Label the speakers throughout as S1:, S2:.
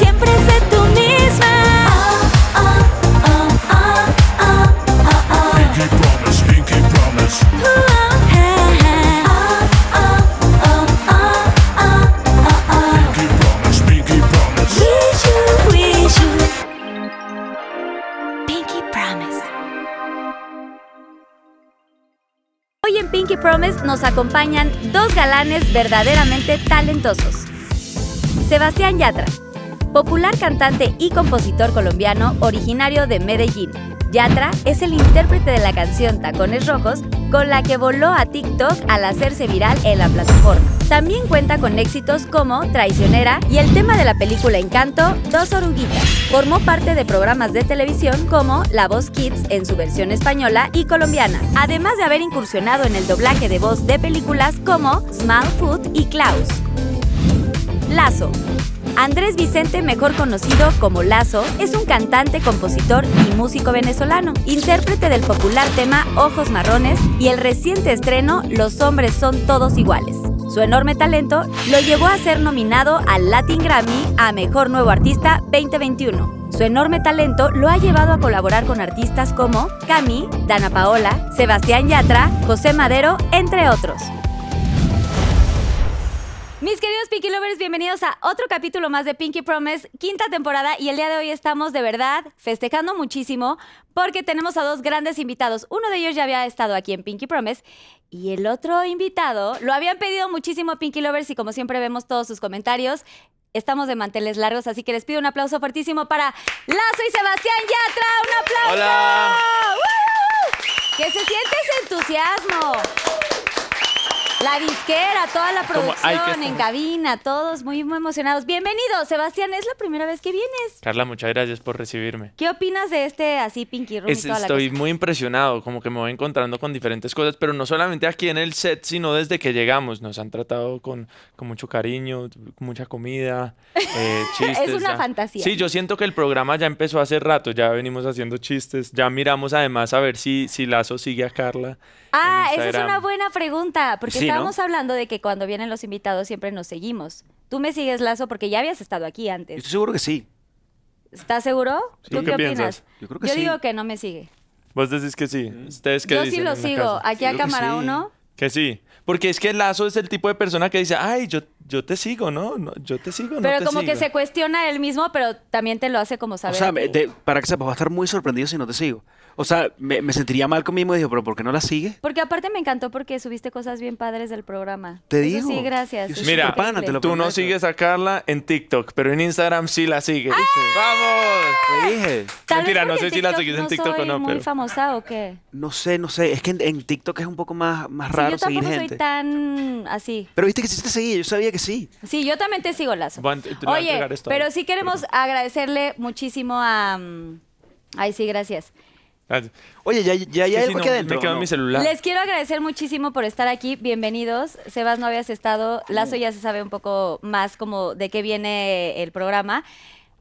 S1: siempre sé tú misma. Oh, oh, oh, oh, oh, oh, oh.
S2: Pinky promise, Pinky promise.
S1: Uh, oh, ah, ah. Oh, oh, oh, oh, oh, oh.
S2: Pinky promise, Pinky promise.
S1: Wish you, wish you. Pinky Promise. Hoy en Pinky Promise nos acompañan dos galanes verdaderamente talentosos. Sebastián Yatra, popular cantante y compositor colombiano originario de Medellín. Yatra es el intérprete de la canción Tacones Rojos, con la que voló a TikTok al hacerse viral en la plataforma. También cuenta con éxitos como Traicionera y el tema de la película Encanto, Dos Oruguitas. Formó parte de programas de televisión como La Voz Kids en su versión española y colombiana, además de haber incursionado en el doblaje de voz de películas como Small Food y Klaus. Lazo. Andrés Vicente, mejor conocido como Lazo, es un cantante, compositor y músico venezolano, intérprete del popular tema Ojos Marrones y el reciente estreno Los hombres son todos iguales. Su enorme talento lo llevó a ser nominado al Latin Grammy a Mejor Nuevo Artista 2021. Su enorme talento lo ha llevado a colaborar con artistas como Cami, Dana Paola, Sebastián Yatra, José Madero, entre otros. Mis queridos Pinky Lovers, bienvenidos a otro capítulo más de Pinky Promise, quinta temporada, y el día de hoy estamos de verdad festejando muchísimo porque tenemos a dos grandes invitados. Uno de ellos ya había estado aquí en Pinky Promise y el otro invitado lo habían pedido muchísimo Pinky Lovers y como siempre vemos todos sus comentarios. Estamos de manteles largos, así que les pido un aplauso fortísimo para Lazo y Sebastián Yatra. ¡Un aplauso!
S3: Hola.
S1: ¡Woo! ¡Que se siente ese entusiasmo! La disquera, toda la
S3: Como, ay, que
S1: producción en
S3: estamos-
S1: cabina, todos muy, muy emocionados. Bienvenido, Sebastián, es la primera vez que vienes.
S3: Carla, muchas gracias por recibirme.
S1: ¿Qué opinas de este así Pinky Room
S3: Es-
S1: y toda la
S3: estoy
S1: cosa?
S3: muy impresionado, como que me voy encontrando con diferentes cosas, pero no solamente aquí en el set, sino desde que llegamos. Nos han tratado con, con mucho cariño, mucha comida, eh, chistes.
S1: una
S3: ya.
S1: fantasía.
S3: Sí, yo siento que el programa ya empezó hace rato, ya venimos haciendo chistes, ya miramos además a ver si, si Lazo sigue a Carla.
S1: Ah,
S3: en
S1: esa es una
S3: Instagram.
S1: buena pregunta, porque
S3: Sí, ¿no?
S1: estábamos hablando de que cuando vienen los invitados siempre nos seguimos. Tú me sigues, Lazo, porque ya habías estado aquí
S4: Yo
S1: antes.
S4: estoy seguro que sí.
S1: ¿Estás seguro?
S3: ¿Tú qué piensas?
S4: Yo creo que sí.
S1: digo que no me sigue.
S3: Vos decís que sí. Ustedes que
S1: Yo sí lo sigo. Aquí a
S4: creo que
S1: cámara
S4: sí.
S1: uno.
S3: Que sí. Porque es que Lazo es el tipo de persona que dice, ay, yo, yo te sigo, ¿no? No, yo te sigo, no
S1: Pero
S3: te
S1: como que
S3: sigo".
S1: se cuestiona él mismo, pero también te lo hace como
S4: O
S1: saber.
S4: sea,
S1: a
S4: me-
S1: ti.
S4: te- para que sepas, voy a estar muy sorprendido si no te sigo. O sea, me, me sentiría mal conmigo y digo, pero ¿por qué no la sigues?
S1: Porque aparte me encantó porque subiste cosas bien padres del programa.
S4: Te
S1: Eso
S4: digo.
S1: Sí, gracias.
S4: Yo
S1: Es
S4: soy
S3: Mira,
S4: superpana, te lo
S3: Tú no
S4: prometo.
S3: sigues a Carla en TikTok, pero en Instagram sí la sigues. ¡Vamos!
S4: Te dije.
S1: Tal
S3: Mentira,
S1: vez
S3: no
S1: porque
S3: sé si la seguís en TikTok o
S1: soy
S3: no,
S1: muy
S3: pero-
S1: famosa o qué.
S4: No sé, no sé. Es que en, en TikTok es un poco más, más
S1: Sí,
S4: raro
S1: yo
S4: seguir
S1: tampoco
S4: gente.
S1: soy tan así.
S4: Pero viste que sí te seguía, yo sabía que sí.
S1: Sí, yo también te sigo, Lazo.
S3: Voy a ent- te voy a
S1: Oye,
S3: entregar esto.
S1: pero sí queremos agradecerle muchísimo a... mm, Ay, sí, gracias.
S3: Gracias.
S4: Oye, ya, ya hay
S3: Sí, sí,
S4: algo
S3: no,
S4: aquí adentro.
S3: Me quedo en
S4: ¿no?
S3: mi celular.
S1: Les quiero agradecer muchísimo por estar aquí. Bienvenidos. Sebas, no habías estado. Lazo ya se sabe un poco más como de qué viene el programa.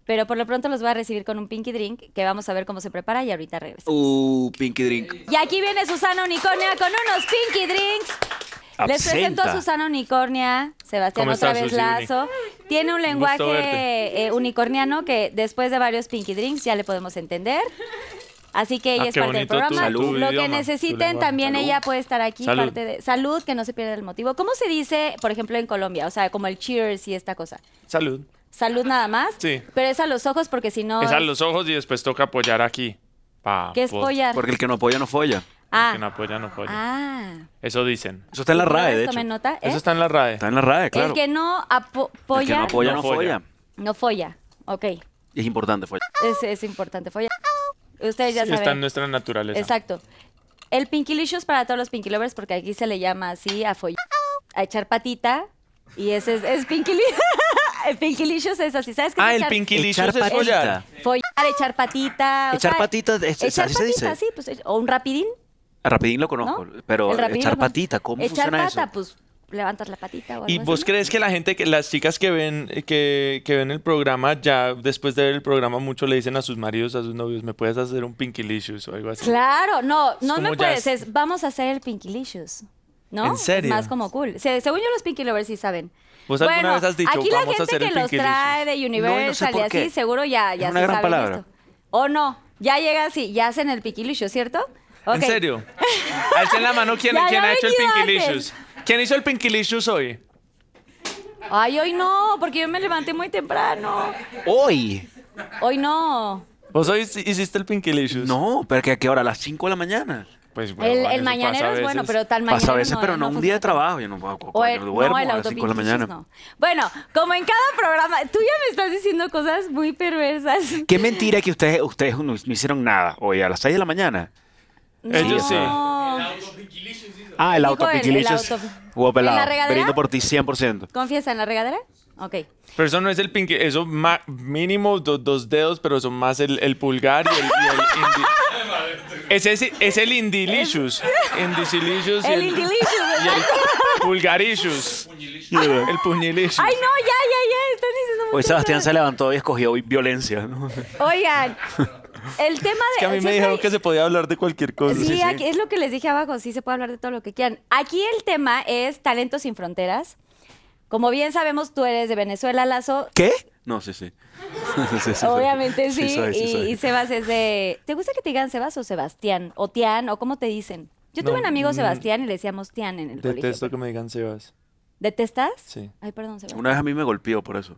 S1: Pero por lo pronto los voy a recibir con un Pinky Drink que vamos a ver cómo se prepara y ahorita regresamos.
S4: Uh, Pinky Drink.
S1: Y aquí viene Susana Unicornia con unos Pinky Drinks. Les presento a
S4: Absenta.
S1: Susana Unicornia, Sebastián
S3: ¿Cómo
S1: otra
S3: estás,
S1: vez
S3: Susi Uni?
S1: Lazo. Tiene un lenguaje
S3: verte.
S1: eh, unicorniano que después de varios Pinky Drinks ya le podemos entender. Así que ella
S3: Ah,
S1: es
S3: qué
S1: parte del
S3: bonito tu-
S1: programa.
S3: salud,
S1: Lo que
S3: idioma, tu
S1: necesiten,
S3: lenguaje.
S1: también
S3: Salud.
S1: ella puede estar aquí.
S3: Salud.
S1: Parte de, salud, que no se pierda el motivo. ¿Cómo se dice, por ejemplo, en Colombia? O sea, como el cheers y esta cosa.
S3: Salud.
S1: Salud nada más.
S3: Sí.
S1: Pero es a los ojos porque si no.
S3: Es a
S1: es-
S3: los ojos y después toca apoyar aquí. Pa,
S1: ¿Qué es
S3: po-
S1: pollar?
S4: Porque el que no apoya no folla.
S3: El
S1: Ah.
S3: Que no apoya, no apoya.
S1: ah.
S3: Eso dicen.
S4: Eso está en la RAE, de
S1: Tomen
S4: hecho.
S1: nota, ¿eh?
S3: Eso está en la RAE.
S4: Está en la RAE, claro.
S1: El que no apo-
S4: El que
S1: apoya,
S4: no apoya
S3: No
S4: no,
S3: folla.
S4: folla.
S1: no folla. Ok.
S4: Y es importante, folla.
S1: Es, es importante follar. Ustedes ya
S3: Sí,
S1: saben.
S3: está en nuestra naturaleza.
S1: Exacto. El pinkilicious para todos los pinky lovers, porque aquí se le llama así a follar, a echar patita. Y ese es, es pinkili- el pinkilicious es así. ¿Sabes qué es
S3: Ah, el
S1: echar-
S3: pinky
S4: Echar
S3: es follar.
S4: patita.
S1: Follar. echar patita. o
S4: Echar
S1: sea,
S4: patitas, es- es-
S1: echar
S4: así se dice.
S1: patita, sí, pues, o un rapidín.
S4: Rapidín lo conozco,
S1: ¿no?
S4: pero
S1: El rapidín,
S4: echar
S1: ¿no?
S4: patita, ¿cómo
S1: echar
S4: funciona
S1: pata,
S4: eso?
S1: pues levantas la patita o algo
S3: ¿Y vos
S1: así, ¿no?
S3: crees que la gente, que las chicas que ven, eh, que, que ven el programa, ya después de ver el programa, mucho le dicen a sus maridos, a sus novios, ¿me puedes hacer un Pinkilicious o algo así?
S1: Claro, no, no
S3: como
S1: me
S3: ya
S1: puedes,
S3: es-
S1: es vamos a hacer el Pinkilicious. ¿No?
S3: ¿En
S1: Es
S3: serio?
S1: Más como cool. Se- según yo, los Pinky Lovers sí saben.
S3: ¿Vos alguna vez has dicho,
S1: aquí la
S3: "Vamos a
S1: gente
S3: hacer
S1: que
S3: el
S1: los
S3: Pinkilicious"?
S1: trae de Universal
S4: por
S1: y así,
S4: qué.
S1: seguro ya,
S4: Es
S1: ya
S4: una
S1: sí
S4: gran
S1: saben
S4: palabra.
S1: esto. O no, ya llega así, ya hacen el Pinkilicious, ¿cierto? Ok.
S3: ¿En serio? Alcen la mano, ¿quién,
S1: Ya,
S3: quién
S1: ya
S3: ha hecho el
S1: venido
S3: Pinkilicious? ¿Quién hizo el Pinkilicious hoy?
S1: Ay, hoy no, porque yo me levanté muy temprano.
S4: Hoy.
S1: Hoy no.
S3: ¿Vos hoy hiciste el Pinkilicious?
S4: No, pero que a qué hora, a las 5 de la mañana.
S3: Pues,
S1: el,
S3: huevón,
S1: el
S3: eso pasa
S1: mañanero
S3: a
S1: es bueno,
S3: veces.
S1: pero tal mañana
S4: Pasa a veces,
S1: no,
S4: pero no, un día
S1: funciona.
S4: de trabajo. Yo no puedo,
S1: O
S4: yo
S1: el,
S4: duermo
S1: no, el
S4: a las 5 de la
S1: autopinquichis,
S4: mañana.
S1: no. Bueno, como en cada programa, tú ya me estás diciendo cosas muy perversas.
S4: Qué mentira que ustedes, ustedes no, no hicieron nada hoy a las 6 de la mañana.
S3: Ellos sí.
S1: sí.
S4: Ah, el
S1: Dijo el- el
S4: autopiquilichos.
S1: auto-
S4: Guau,
S1: ¿En la
S4: pelado.
S1: regadera?
S4: Brindo por ti 100%.
S1: ¿Confiesa en la regadera? Ok.
S3: Pero eso no es el pinky, eso ma- mínimo do- dos dedos, pero son más el, el pulgar y el, y el indi- Ese es, es el indilicious. Indicilicious y
S1: El
S3: el,
S1: indilicious.
S3: y el pulgaricious. El puñilicious.
S1: Ay, no, ya, ya, ya, están diciendo
S4: Hoy
S1: muchas
S4: Sebastián
S1: cosas.
S4: se levantó y escogió hoy violencia. ¿no?
S1: Oigan, el tema de...
S3: que a mí me
S1: siempre-
S3: dijeron que se podía hablar de cualquier cosa.
S1: Sí, aquí- es lo que les dije abajo, sí se puede hablar de todo lo que quieran. Aquí el tema es Talentos sin Fronteras. Como bien sabemos, tú eres de Venezuela, Lazo.
S4: ¿Qué? No, sí, sí. Sí, sí, sí.
S1: Obviamente sí.
S4: soy,
S1: y,
S4: soy.
S1: y Sebas es de. ¿Te gusta que te digan Sebas o Sebastián? O Tian, o cómo te dicen. Yo
S3: No,
S1: tuve un amigo
S3: mm,
S1: Sebastián y le decíamos Tian en el
S3: Detesto
S1: colegio.
S3: que me digan Sebas.
S1: ¿Detestas?
S3: Sí.
S1: Ay, perdón, Sebas.
S4: Una vez a mí me golpeó por eso.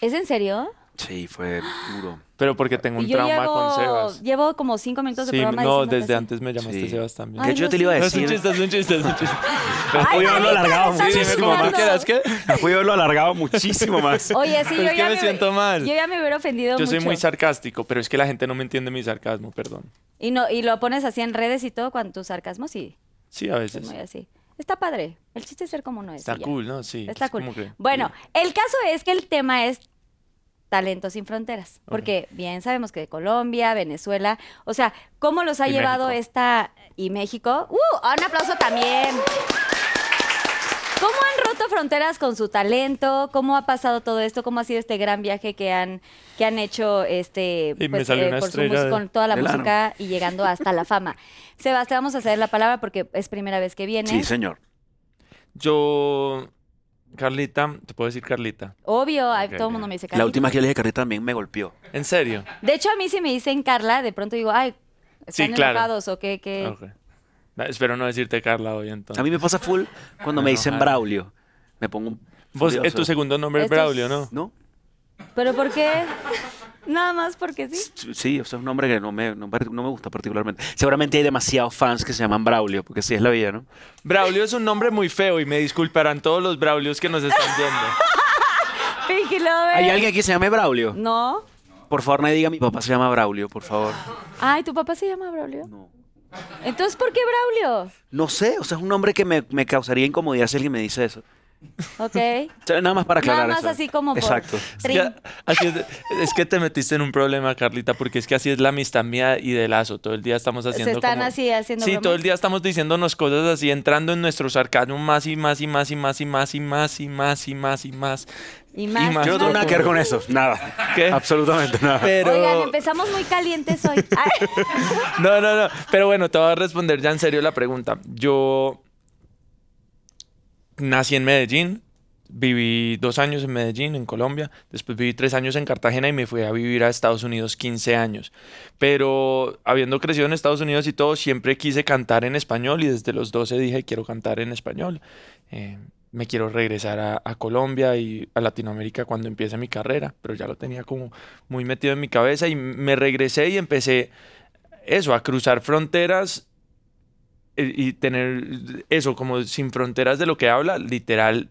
S1: ¿Es en serio?
S4: Sí, fue duro.
S3: Pero porque tengo un
S1: Y yo
S3: trauma
S1: llevo,
S3: con Sebas.
S1: llevo como cinco minutos de
S3: Sí,
S1: programa
S3: no,
S1: diciéndote
S3: desde
S1: así.
S3: antes me llamaste
S4: Sí.
S3: Sebas también.
S4: Que
S1: Ay,
S4: yo
S1: no
S4: te lo iba a
S1: sé.
S3: No, es un
S4: decir.
S3: chiste, es un chiste, es un chiste.
S1: Ay,
S4: Pudieron haberlo
S1: Marita,
S4: alargado
S1: me estás
S4: muchísimo más.
S3: ¿Tú
S1: insultando.
S3: quieras qué?
S4: Pude haberlo alargado muchísimo más.
S1: Oye, sí,
S3: Pero
S1: yo
S3: es que
S1: ya
S3: me siento mal.
S1: Yo ya me hubiera ofendido
S3: Yo soy
S1: mucho.
S3: muy sarcástico, pero es que la gente no me entiende mi sarcasmo, perdón.
S1: y, no, y lo pones así en redes y todo, cuando tu sarcasmo sí,
S3: Sí, a
S1: es
S3: veces.
S1: muy así. Está padre. El chiste es ser como uno es.
S3: Está
S1: y ya.
S3: cool, ¿no? Sí.
S1: Está
S3: es
S1: cool.
S3: como que-
S1: Bueno, el caso es que el tema es Talentos sin Fronteras, porque bien sabemos que de Colombia, Venezuela, o sea, ¿cómo los ha
S3: Y
S1: llevado
S3: México.
S1: esta... y México? ¡Uh! Un aplauso también. ¿Cómo han roto fronteras con su talento? ¿Cómo ha pasado todo esto? ¿Cómo ha sido este gran viaje que han, que han hecho este,
S3: Y me salió una
S1: por su
S3: estrella
S1: música-
S3: de-
S1: con toda la
S4: del ano.
S1: música y llegando hasta la fama? Sebastián, vamos a ceder la palabra porque es primera vez que viene.
S4: Sí, señor.
S3: eh, Yo, Carlita, te puedo decir Carlita.
S1: Obvio, ay,
S3: Ok,
S1: todo
S3: ok.
S1: el mundo me dice
S4: La
S1: Carlita.
S4: última que yo le dije a Carlita también me golpeó.
S3: En serio.
S1: De hecho, a mí si me dicen Carla, de pronto digo, ay, están
S3: Sí, claro.
S1: enojados o qué, qué.
S3: Ok. No, espero no decirte Carla hoy
S4: A
S3: entonces.
S4: mí me pasa full cuando me dicen Braulio. Me pongo un.
S3: Vos, eh,
S4: furioso.
S3: tu segundo nombre es
S1: Esto es-
S3: Braulio, ¿no?
S4: ¿No?
S1: ¿Pero por qué? Nada más porque sí.
S4: Sí, o sea, es un nombre que no me, no, me- no me gusta particularmente. Seguramente hay demasiados fans que se llaman Braulio, porque así es la vida, ¿no?
S3: Braulio es un nombre muy feo y me disculparán todos los Braulios que nos están viendo.
S1: Pinky Lover.
S4: ¿Hay alguien aquí que se llame Braulio?
S1: No.
S4: Por favor, nadie diga mi papá se llama Braulio, por favor.
S1: Ay, ¿tu papá se llama Braulio?
S4: No.
S1: Entonces, ¿por qué Braulio?
S4: No sé, o sea, es un nombre que me, me causaría incomodidad si alguien me dice eso.
S1: Ok.
S4: O sea, nada más para
S1: Nada
S4: aclarar
S1: más
S4: eso.
S1: así como por...
S4: Exacto.
S3: Es
S1: Trin.
S3: que, así es, es que te metiste en un problema, Carlita, porque es que así es la amistad mía y de lazo. Todo el día estamos haciendo.
S1: están
S3: como-
S1: así haciendo
S3: Sí,
S1: bromas.
S3: todo el día estamos diciéndonos cosas así, entrando en nuestro sarcasmo más y más y más y más y más y más y más y más y más.
S1: Y más.
S3: Y más.
S4: Yo no tengo nada que ver con eso, nada.
S3: ¿Qué?
S4: Absolutamente nada.
S3: Pero.
S1: Oigan, empezamos muy calientes hoy. Ay.
S3: No, no, no. Pero bueno, te voy a responder ya en serio la pregunta. Yo nací en Medellín, viví dos años en Medellín, en Colombia, después viví tres años en Cartagena y me fui a vivir a Estados Unidos 15 años. Pero habiendo crecido en Estados Unidos y todo, siempre quise cantar en español y desde los 12 dije quiero cantar en español. Eh, me quiero regresar a, a Colombia y a Latinoamérica cuando empiece mi carrera, pero ya lo tenía como muy metido en mi cabeza y me regresé y empecé eso, a cruzar fronteras eh, y tener eso como sin fronteras de lo que habla, literal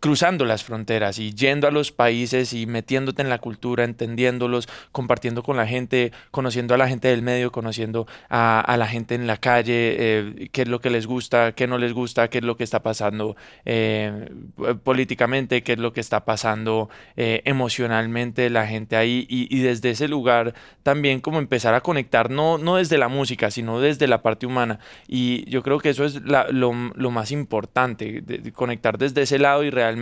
S3: cruzando las fronteras y yendo a los países y metiéndote en la cultura, entendiéndolos, compartiendo con la gente, conociendo a la gente del medio, conociendo a, a la gente en la calle, eh, qué es lo que les gusta, qué no les gusta, qué es lo que está pasando eh, p- políticamente, qué es lo que está pasando eh, emocionalmente la gente ahí y, y desde ese lugar también como empezar a conectar, no, no desde la música, sino desde la parte humana. Y yo creo que eso es la- lo, lo más importante, de- de conectar desde ese lado y realmente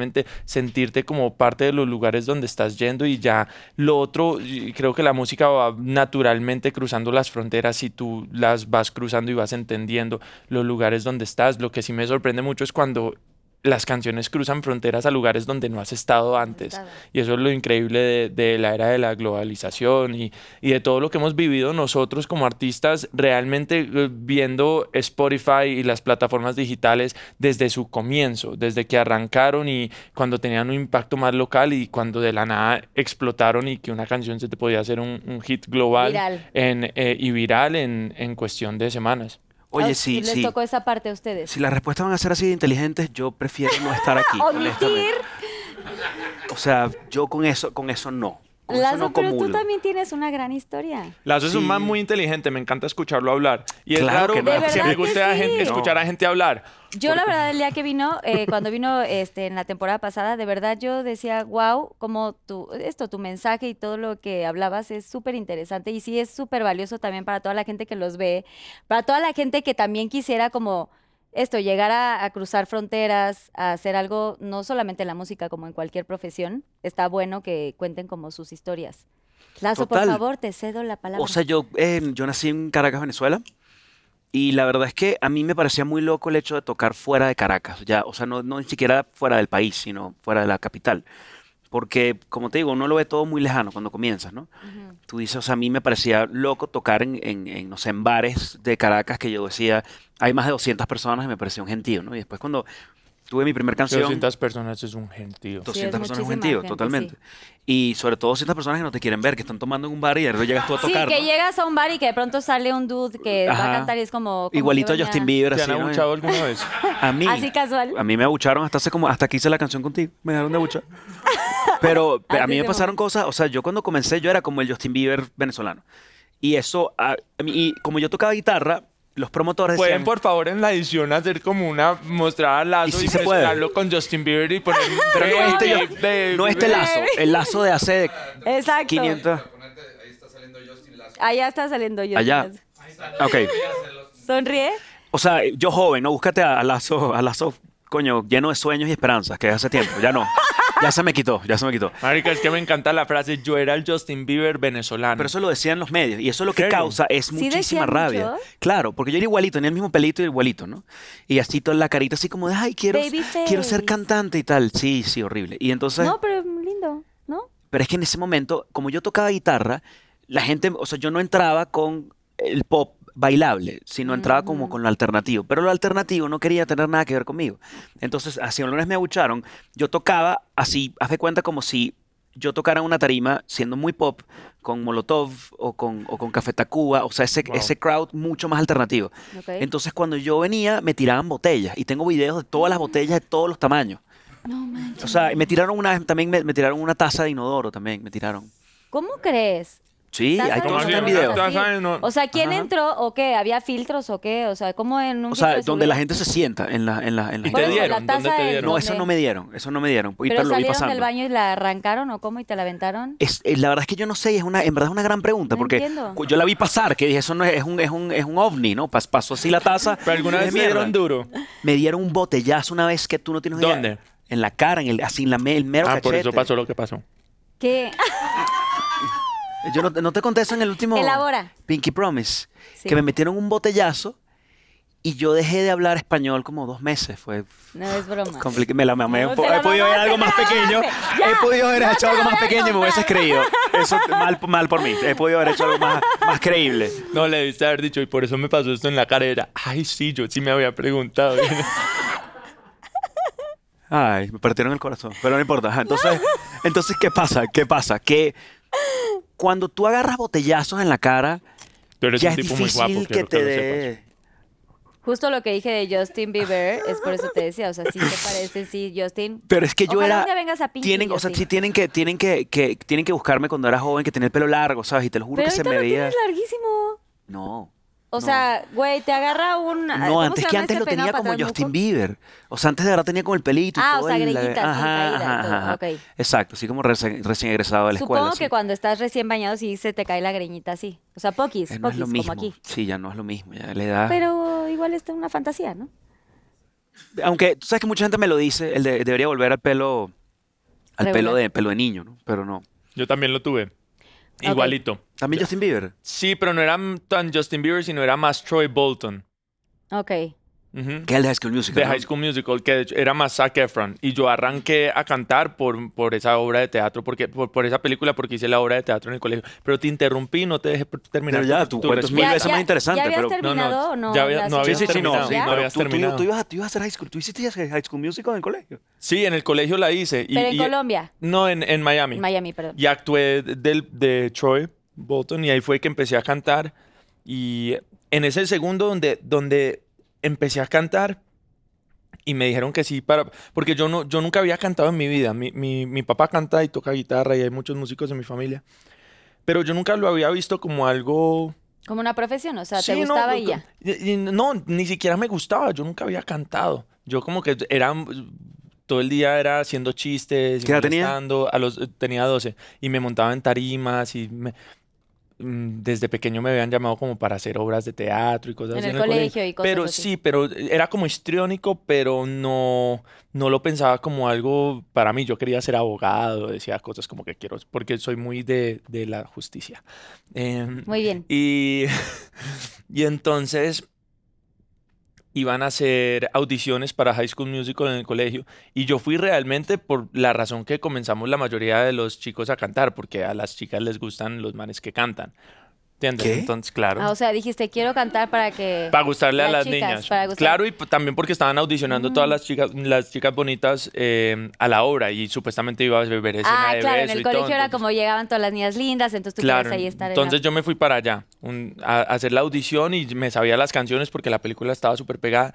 S3: sentirte como parte de los lugares donde estás yendo y ya lo otro, y creo que la música va naturalmente cruzando las fronteras si tú las vas cruzando y vas entendiendo los lugares donde estás. Lo que sí me sorprende mucho es cuando las canciones cruzan fronteras a lugares donde no has estado antes. Y eso es lo increíble de, de la era de la globalización y, y de todo lo que hemos vivido nosotros como artistas, realmente eh, viendo Spotify y las plataformas digitales desde su comienzo, desde que arrancaron y cuando tenían un impacto más local y cuando de la nada explotaron y que una canción se te podía hacer un, un hit global
S1: Viral.
S3: en, eh, y viral en, en cuestión de semanas.
S4: Oye,
S1: Ah,
S4: sí,
S1: y les
S4: sí.
S1: tocó esa parte a ustedes.
S4: Si las respuestas van a ser así de inteligentes, yo prefiero no estar aquí.
S1: Omitir.
S4: honestamente. O sea, yo con eso, con eso no. Con eso
S1: Lazo,
S4: no
S1: pero tú
S4: comulgo.
S1: también tienes una gran historia.
S3: Lazo es un
S4: Sí.
S3: man muy inteligente, me encanta escucharlo hablar. Y es
S4: Claro
S3: raro
S4: que no.
S1: De
S3: que
S1: verdad
S3: me
S1: que
S3: guste a
S1: sí.
S3: gente- escuchar a gente hablar.
S1: Yo la verdad el día que vino, eh, cuando vino este, en la temporada pasada, de verdad yo decía, wow, como tu, esto, tu mensaje y todo lo que hablabas es súper interesante y sí es súper valioso también para toda la gente que los ve, para toda la gente que también quisiera como esto, llegar a, a cruzar fronteras, a hacer algo, no solamente en la música, como en cualquier profesión, está bueno que cuenten como sus historias. Lazo,
S4: Total.
S1: por favor, te cedo la palabra.
S4: O sea, yo, eh, yo nací en Caracas, Venezuela. Y la verdad es que a mí me parecía muy loco el hecho de tocar fuera de Caracas. Ya, o sea, no, no ni siquiera fuera del país, sino fuera de la capital. Porque, como te digo, uno lo ve todo muy lejano cuando comienzas, ¿no?
S1: Ujú.
S4: Tú dices, o sea, a mí me parecía loco tocar en, en, en, no sé, en bares de Caracas que yo decía, hay más de 200 personas y me parecía un gentío, ¿no? Y después cuando tuve mi primera canción...
S3: 200 personas es un gentío.
S4: 200 personas es un
S1: muchísima
S4: gentío,
S1: gente,
S4: totalmente. Y sobre todo 200 personas que no te quieren ver, que están tomando en un bar y de repente llegas tú a
S1: Sí,
S4: tocar.
S1: que
S4: ¿no?
S1: llegas a un bar y que de pronto sale un dude que va a
S4: Ajá.
S1: cantar y es como... como
S4: Igualito a
S1: que
S4: Justin
S1: venía-
S4: Bieber,
S3: ¿Te
S4: así,
S3: han
S4: ¿no?
S3: abuchado alguna vez?
S4: A mí.
S1: Así casual.
S4: A mí me abucharon hasta hace como hasta que hice la canción contigo. Me dejaron de abuchar. Pero pe-
S1: Así
S4: a mí me
S1: te
S4: pasaron cosas, o sea, yo cuando comencé yo era como el Justin Bieber venezolano. Y eso a- a mí- y como yo tocaba guitarra, los promotores
S3: Pueden
S4: decían,
S3: por favor en la edición hacer como una mostrada al
S4: Y
S3: lazo
S4: sí
S3: y,
S4: se puede.
S3: mezclarlo con Justin Bieber y poner
S4: pero no este, yo- no este lazo, el lazo de hace
S1: Exacto.
S4: 500.
S1: Allá está saliendo yo.
S4: Allá. Ok.
S1: Sonríe.
S4: O sea, yo joven, no búscate a, a lazo, a lazo, coño, lleno de sueños y esperanzas, que hace tiempo, ya no. Ya se me quitó, ya se me quitó.
S3: Marica, es que me encanta la frase, yo era el Justin Bieber venezolano.
S4: Pero eso lo decían los medios y eso lo que
S3: ¿Serio?
S4: causa es muchísima
S1: decían
S4: rabia.
S1: mucho?
S4: Claro, porque yo era igualito, tenía el mismo pelito y igualito, ¿no? Y así toda la carita así como de, ay, quiero,
S1: Babyface.
S4: quiero ser cantante y tal. Sí, sí, horrible. Y entonces,
S1: No, pero lindo, ¿no?
S4: pero es que en ese momento, como yo tocaba guitarra, la gente, o sea, yo no entraba con el pop bailable, sino entraba como con lo alternativo. Pero lo alternativo no quería tener nada que ver conmigo. Entonces, así algunas me abucharon, yo tocaba así, haz de cuenta como si yo tocara en una tarima siendo muy pop con Molotov o con, o con Café Tacuba, o sea, ese,
S3: Wow.
S4: ese crowd mucho más alternativo.
S1: Ok.
S4: Entonces, cuando yo venía, me tiraban botellas y tengo videos de todas las botellas de todos los tamaños.
S1: no manches.
S4: O sea, me tiraron una vez, también me, me tiraron una taza de inodoro, también me tiraron.
S1: ¿Cómo crees?
S4: Sí,
S1: ¿Estás
S4: hay
S3: ¿Cómo
S4: todo
S1: hablando de
S3: así?
S4: eso está en video.
S1: cosas
S3: Está- está
S1: así?
S3: en un-
S1: O sea, ¿quién
S4: Ajá.
S1: entró o qué? ¿Había filtros o qué? O sea, ¿cómo en un
S4: O sea,
S1: filtro
S4: donde
S1: subieron?
S4: la gente se sienta en la... En la, en la-
S3: ¿Y
S1: Por
S3: te
S1: eso, la
S3: dieron? ¿Dónde
S1: taza
S3: te
S1: en
S3: dieron?
S4: No, eso
S1: donde-
S4: no me dieron, eso no me dieron. y-
S1: Pero,
S4: pero lo vi
S1: salieron
S4: pasando.
S1: del baño y la arrancaron o cómo y te la aventaron.
S4: Es, eh, la verdad es que yo no sé, y es una, en verdad es una gran pregunta,
S1: No
S4: porque
S1: entiendo.
S4: cu- yo la vi pasar, que dije, eso no es, es un, es, un, es un ovni, ¿no? Pas- pasó así la taza.
S3: Pero alguna
S4: y
S3: vez
S4: dije,
S3: me dieron
S4: "Mierda".
S3: duro.
S4: Me dieron un botellazo una vez que tú no tienes idea.
S3: ¿Dónde?
S4: En la cara, en el, así en la, me- el mero
S3: Ah, por eso
S4: cachete.
S3: pasó lo que pasó.
S1: ¿Qué?
S4: Yo no, no te contesto en el último.
S1: Elabora.
S4: Pinky Promise.
S1: Sí.
S4: Que me metieron un botellazo y yo dejé de hablar español como dos meses. Fue
S1: No es broma.
S4: complicado. Me la mamé.
S1: No,
S4: un
S1: te
S4: po-
S1: la
S4: He podido ver
S1: mamaste,
S4: algo
S1: te
S4: más
S1: la
S4: pequeño.
S1: mamaste. Ya,
S4: He podido haber
S1: no te
S4: hecho algo
S1: la
S4: más
S1: voy a
S4: pequeño y me hubieses
S1: contar.
S4: creído. Eso mal, mal por mí. He podido haber hecho algo más, más creíble.
S3: No, le debiste haber dicho, y por eso me pasó esto en la cara. Era, ay, sí, yo sí me había preguntado.
S4: Ay, me partieron el corazón, pero no importa. Ajá, Entonces, entonces ¿qué pasa? ¿Qué pasa? Que cuando tú agarras botellazos en la cara,
S3: Tú eres
S4: ya
S3: un
S4: es
S3: tipo muy
S4: difícil
S3: guapo,
S4: que
S3: quiero que
S4: te
S3: lo
S4: dé...
S1: Justo lo que dije de Justin Bieber es por eso te decía, o sea, sí te parece, sí, Justin.
S4: Pero es que yo
S1: Ojalá
S4: era.
S1: un día vengas a Pinky,
S4: tienen, o sea,
S1: Justin.
S4: sí tienen que, tienen que, que- tienen que buscarme cuando era joven, que tenía el pelo largo, ¿sabes? Y te lo juro
S1: Pero
S4: que se
S1: ahorita
S4: me
S1: lo
S4: veía.
S1: tienes larguísimo.
S4: No.
S1: O
S4: No.
S1: sea, güey, te agarra un.
S4: No,
S1: ¿cómo
S4: antes
S1: se
S4: que
S1: llama
S4: antes
S1: ese
S4: lo
S1: peinado
S4: tenía
S1: para
S4: como
S1: atrás,
S4: Justin
S1: moco?
S4: Bieber. O sea, antes de verdad tenía como el pelito y
S1: Ah, o
S4: todo.
S1: sea,
S4: el-
S1: greñitas, sí, caída y todo, ok.
S4: Exacto, así como recién, recién egresado de la
S1: Supongo
S4: escuela.
S1: que
S4: sí. Eh,
S1: cuando estás recién bañado sí se te cae la greñita así. O sea, poquis,
S4: Eh, no es
S1: poquis,
S4: lo
S1: como
S4: mismo. Ah.
S1: aquí.
S4: Sí, ya no es lo mismo, ya la edad.
S1: Pero igual está una fantasía, ¿no?
S4: Aunque tú sabes que mucha gente me lo dice, el de- debería volver al pelo al pelo
S1: Regular.
S4: de pelo de niño, ¿no? Pero no.
S3: Yo también lo tuve.
S1: Ok.
S3: Igualito.
S4: También Justin Bieber.
S3: Sí, pero no era tan Justin Bieber, sino era más Troy Bolton.
S1: Ok.
S3: Ujú.
S4: Que es el de High School Musical.
S3: de
S4: ¿no?
S3: High School Musical, que de hecho era más Zac Efron. Y yo arranqué a cantar por, por esa obra de teatro, porque, por, por esa película, porque hice la obra de teatro en el colegio. Pero te interrumpí, no te dejé pr- terminar.
S4: Pero ya, tu cuento es mil
S3: respuesta.
S4: veces más interesante,
S1: ¿Ya habías
S4: pero- No, no,
S1: terminado o no?
S3: ya había- no
S4: Sí,
S3: habías
S4: sí, sí, no,
S3: terminado.
S4: sí,
S3: Ya.
S4: pero
S3: No habías
S4: tú, tú-
S3: terminado.
S4: tú ibas, a- tú ibas a hacer High School, tú hiciste High School Musical en el colegio.
S3: Sí, en el colegio la hice. Y,
S1: Pero en
S3: y-
S1: Colombia.
S3: No, en, en Miami.
S1: En Miami, perdón.
S3: Y actué del, de Troy Bolton y ahí fue que empecé a cantar. Y en ese segundo donde, donde empecé a cantar y me dijeron que sí, para, porque yo, no, yo nunca había cantado en mi vida. Mi, mi- mi papá canta y toca guitarra y hay muchos músicos en mi familia. Pero yo nunca lo había visto como algo...
S1: Como una profesión, o sea, te
S3: Sí, no,
S1: gustaba
S3: no,
S1: y ya.
S3: y- y No, ni siquiera me gustaba, yo nunca había cantado. Yo como que era todo el día era haciendo chistes, y
S4: ¿Qué edad tenía?
S3: molestando, A los, tenía 12 y me montaba en tarimas y me- mm, desde pequeño me habían llamado como para hacer obras de teatro y cosas
S1: En
S3: así
S1: el colegio y cosas
S3: Pero
S1: así.
S3: sí, pero era como histriónico, pero no no lo pensaba como algo para mí. Yo quería ser abogado, decía cosas como que quiero, porque soy muy de, de la justicia. Em,
S1: Muy bien.
S3: y, y entonces iban a hacer audiciones para High School Musical en el colegio. Y yo fui realmente por la razón que comenzamos la mayoría de los chicos a cantar, porque a las chicas les gustan los manes que cantan. ¿Entiendes?
S4: ¿Qué?
S3: Entonces, claro.
S1: Ah, o sea, dijiste, quiero cantar para que.
S3: Para gustarle a
S1: Las
S3: las
S1: chicas,
S3: niñas.
S1: para gustar-
S3: Claro, y p- también porque estaban audicionando todas las chicas, las chicas bonitas eh, a la obra y supuestamente iba a beber escena
S1: ah,
S3: de
S1: claro, en
S3: beso
S1: el
S3: y todo,
S1: colegio era
S3: entonces-
S1: como llegaban todas las niñas lindas, entonces tú
S3: Claro,
S1: querías ahí estar. en la-
S3: entonces yo me fui para allá un- a, a hacer la audición y me sabía las canciones porque la película estaba súper pegada.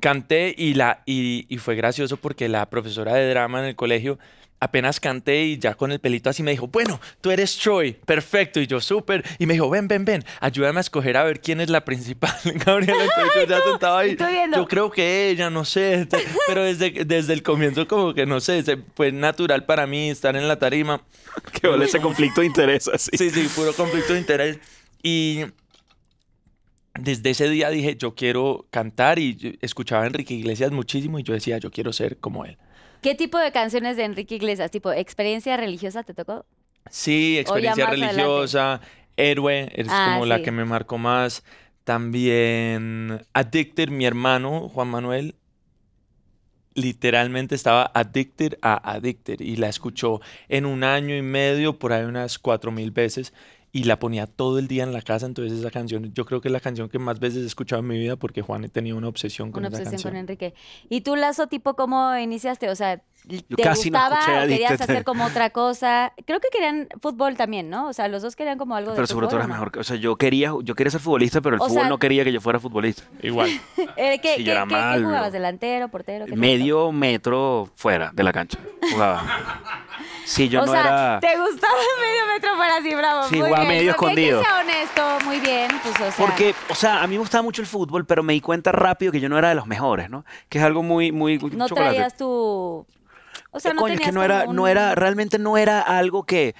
S3: Canté y, la, y, y fue gracioso porque la profesora de drama en el colegio apenas canté y ya con el pelito así me dijo, bueno, tú eres Troy, perfecto, y yo súper, y me dijo, ven, ven, ven, ayúdame a escoger a ver quién es la principal, Gabriela, entonces yo ya sentado ahí,
S1: estoy viendo.
S3: yo creo que ella, no sé, este, pero desde, desde el comienzo como que, no sé, se- fue natural para mí estar en la tarima,
S4: Que vale ese conflicto de interés así.
S3: Sí, sí, puro conflicto de interés. Y desde ese día dije, yo quiero cantar y yo escuchaba a Enrique Iglesias muchísimo y yo decía, yo quiero ser como él.
S1: ¿Qué tipo de canciones de Enrique Iglesias? ¿Tipo experiencia religiosa te tocó?
S3: Sí, experiencia
S1: más adelante.
S3: religiosa, héroe, es
S1: Ah,
S3: como la
S1: sí.
S3: que me marcó más. También Addicted, mi hermano Juan Manuel, literalmente estaba Addicted a Addicted y la escuchó en un año y medio, por ahí unas cuatro mil veces. Y la ponía todo el día en la casa, entonces esa canción, yo creo que es la canción que más veces he escuchado en mi vida porque Juan tenía una obsesión con
S1: Una
S3: esa
S1: obsesión
S3: canción.
S1: con Enrique. ¿Y tú, Lazo, tipo, cómo iniciaste? O sea, ¿te
S4: casi no
S1: gustaba
S4: escuché
S1: o querías
S4: Addicted.
S1: hacer como otra cosa? Creo que querían fútbol también, ¿no? O sea, los dos querían como algo de
S4: Pero sobre todo
S1: fútbol,
S4: era
S1: ¿o no?
S4: mejor. que- O sea, yo quería, yo quería ser futbolista, pero el
S1: O
S4: fútbol
S1: sea-
S4: no quería que yo fuera futbolista.
S3: Igual.
S1: Eh, ¿qué,
S4: Sí,
S1: qué-
S4: yo era
S1: qué- qué
S4: malo.
S1: jugabas? ¿Delantero, portero? qué te
S4: Medio metro fuera de la cancha. Jugaba. Sí, yo
S1: o
S4: no
S1: sea,
S4: era.
S1: te gustaba el medio metro para así, bravo.
S4: Sí,
S1: muy
S4: jugaba
S1: bien.
S4: medio
S1: Lo que hay
S4: escondido.
S1: Que sea honesto, muy bien, pues, o sea.
S4: Porque, o sea, a mí me gustaba mucho el fútbol, pero me di cuenta rápido que yo no era de los mejores, ¿no? Que es algo muy, muy
S1: no
S4: chocolate.
S1: traías tu. O sea,
S4: Eh,
S1: no
S4: coño, es que
S1: tenías
S4: no era,
S1: como un-
S4: no era, realmente no era algo que,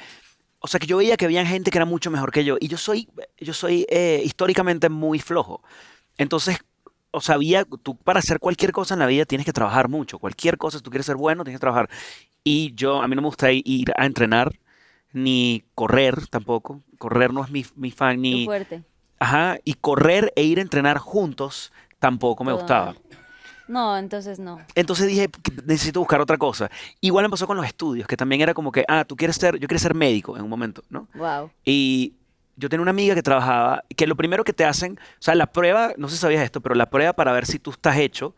S4: o sea, que yo veía que había gente que era mucho mejor que yo. Y yo soy, yo soy eh, históricamente muy flojo. Entonces, o sea, había, tú para hacer cualquier cosa en la vida tienes que trabajar mucho. Cualquier cosa, si tú quieres ser bueno, tienes que trabajar. Y yo, a mí no me gusta i- ir a entrenar, ni correr tampoco. Correr no es mi, mi fan,
S1: tu
S4: ni...
S1: fuerte.
S4: Ajá, y correr e ir a entrenar juntos tampoco me
S1: Todo
S4: gustaba.
S1: mal. No, entonces no.
S4: Entonces dije, "P- necesito buscar otra cosa. Igual me pasó con los estudios, que también era como que, ah, tú quieres ser, yo quería ser médico en un momento, ¿no?
S1: Wow.
S4: Y yo tenía una amiga que trabajaba, que lo primero que te hacen, o sea, la prueba, no sé si sabías esto, pero la prueba para ver si tú estás hecho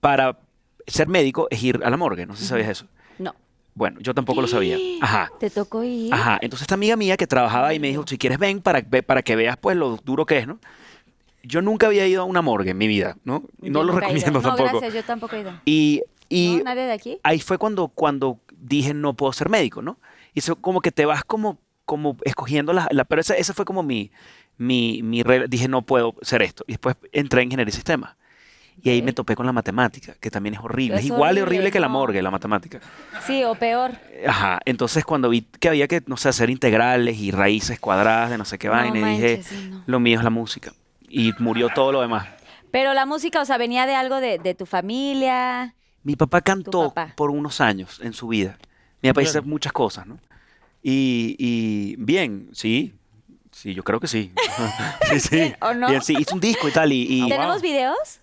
S4: para ser médico es ir a la morgue, no sé si sabías eso.
S1: No.
S4: Bueno, yo tampoco lo sabía. Ajá.
S1: Te tocó ir.
S4: Ajá, entonces esta amiga mía que trabajaba y me dijo, si quieres ven para, ve- para que veas pues lo duro que es, ¿no? yo nunca había ido a una morgue en mi vida, ¿no? No
S1: Yo
S4: lo
S1: nunca he ido.
S4: recomiendo
S1: No,
S4: tampoco.
S1: gracias, yo tampoco he ido.
S4: Y, y
S1: ¿No? ¿Nadie de aquí?
S4: ahí fue cuando, cuando dije no puedo ser médico, ¿no? Y eso como que te vas como, como escogiendo las... La, pero esa, esa fue como mi, mi, mi regla. Dije no puedo ser esto. Y después entré en ingeniería de sistemas. Y ahí
S1: Ok.
S4: me topé con la matemática, que también es horrible. Es,
S1: Es
S4: igual de
S1: horrible,
S4: horrible que la
S1: no.
S4: morgue, la matemática.
S1: Sí, o peor.
S4: Ajá. Entonces cuando vi que había que, no sé, hacer integrales y raíces cuadradas de no sé qué
S1: No
S4: vaina, dije,
S1: manches, sí, no.
S4: lo mío es la música. Y murió todo lo demás.
S1: Pero la música, o sea, venía de algo de, de tu familia.
S4: Mi papá cantó
S1: papá.
S4: por unos años en su vida. Mi papá hizo
S3: Bueno.
S4: muchas cosas, ¿no? Y, y bien, sí. Sí, yo creo que sí. sí, sí.
S1: Bien, ¿o no?
S4: Bien, sí. Ah, Hizo un disco y tal. Y, y-
S1: ¿Tenemos videos?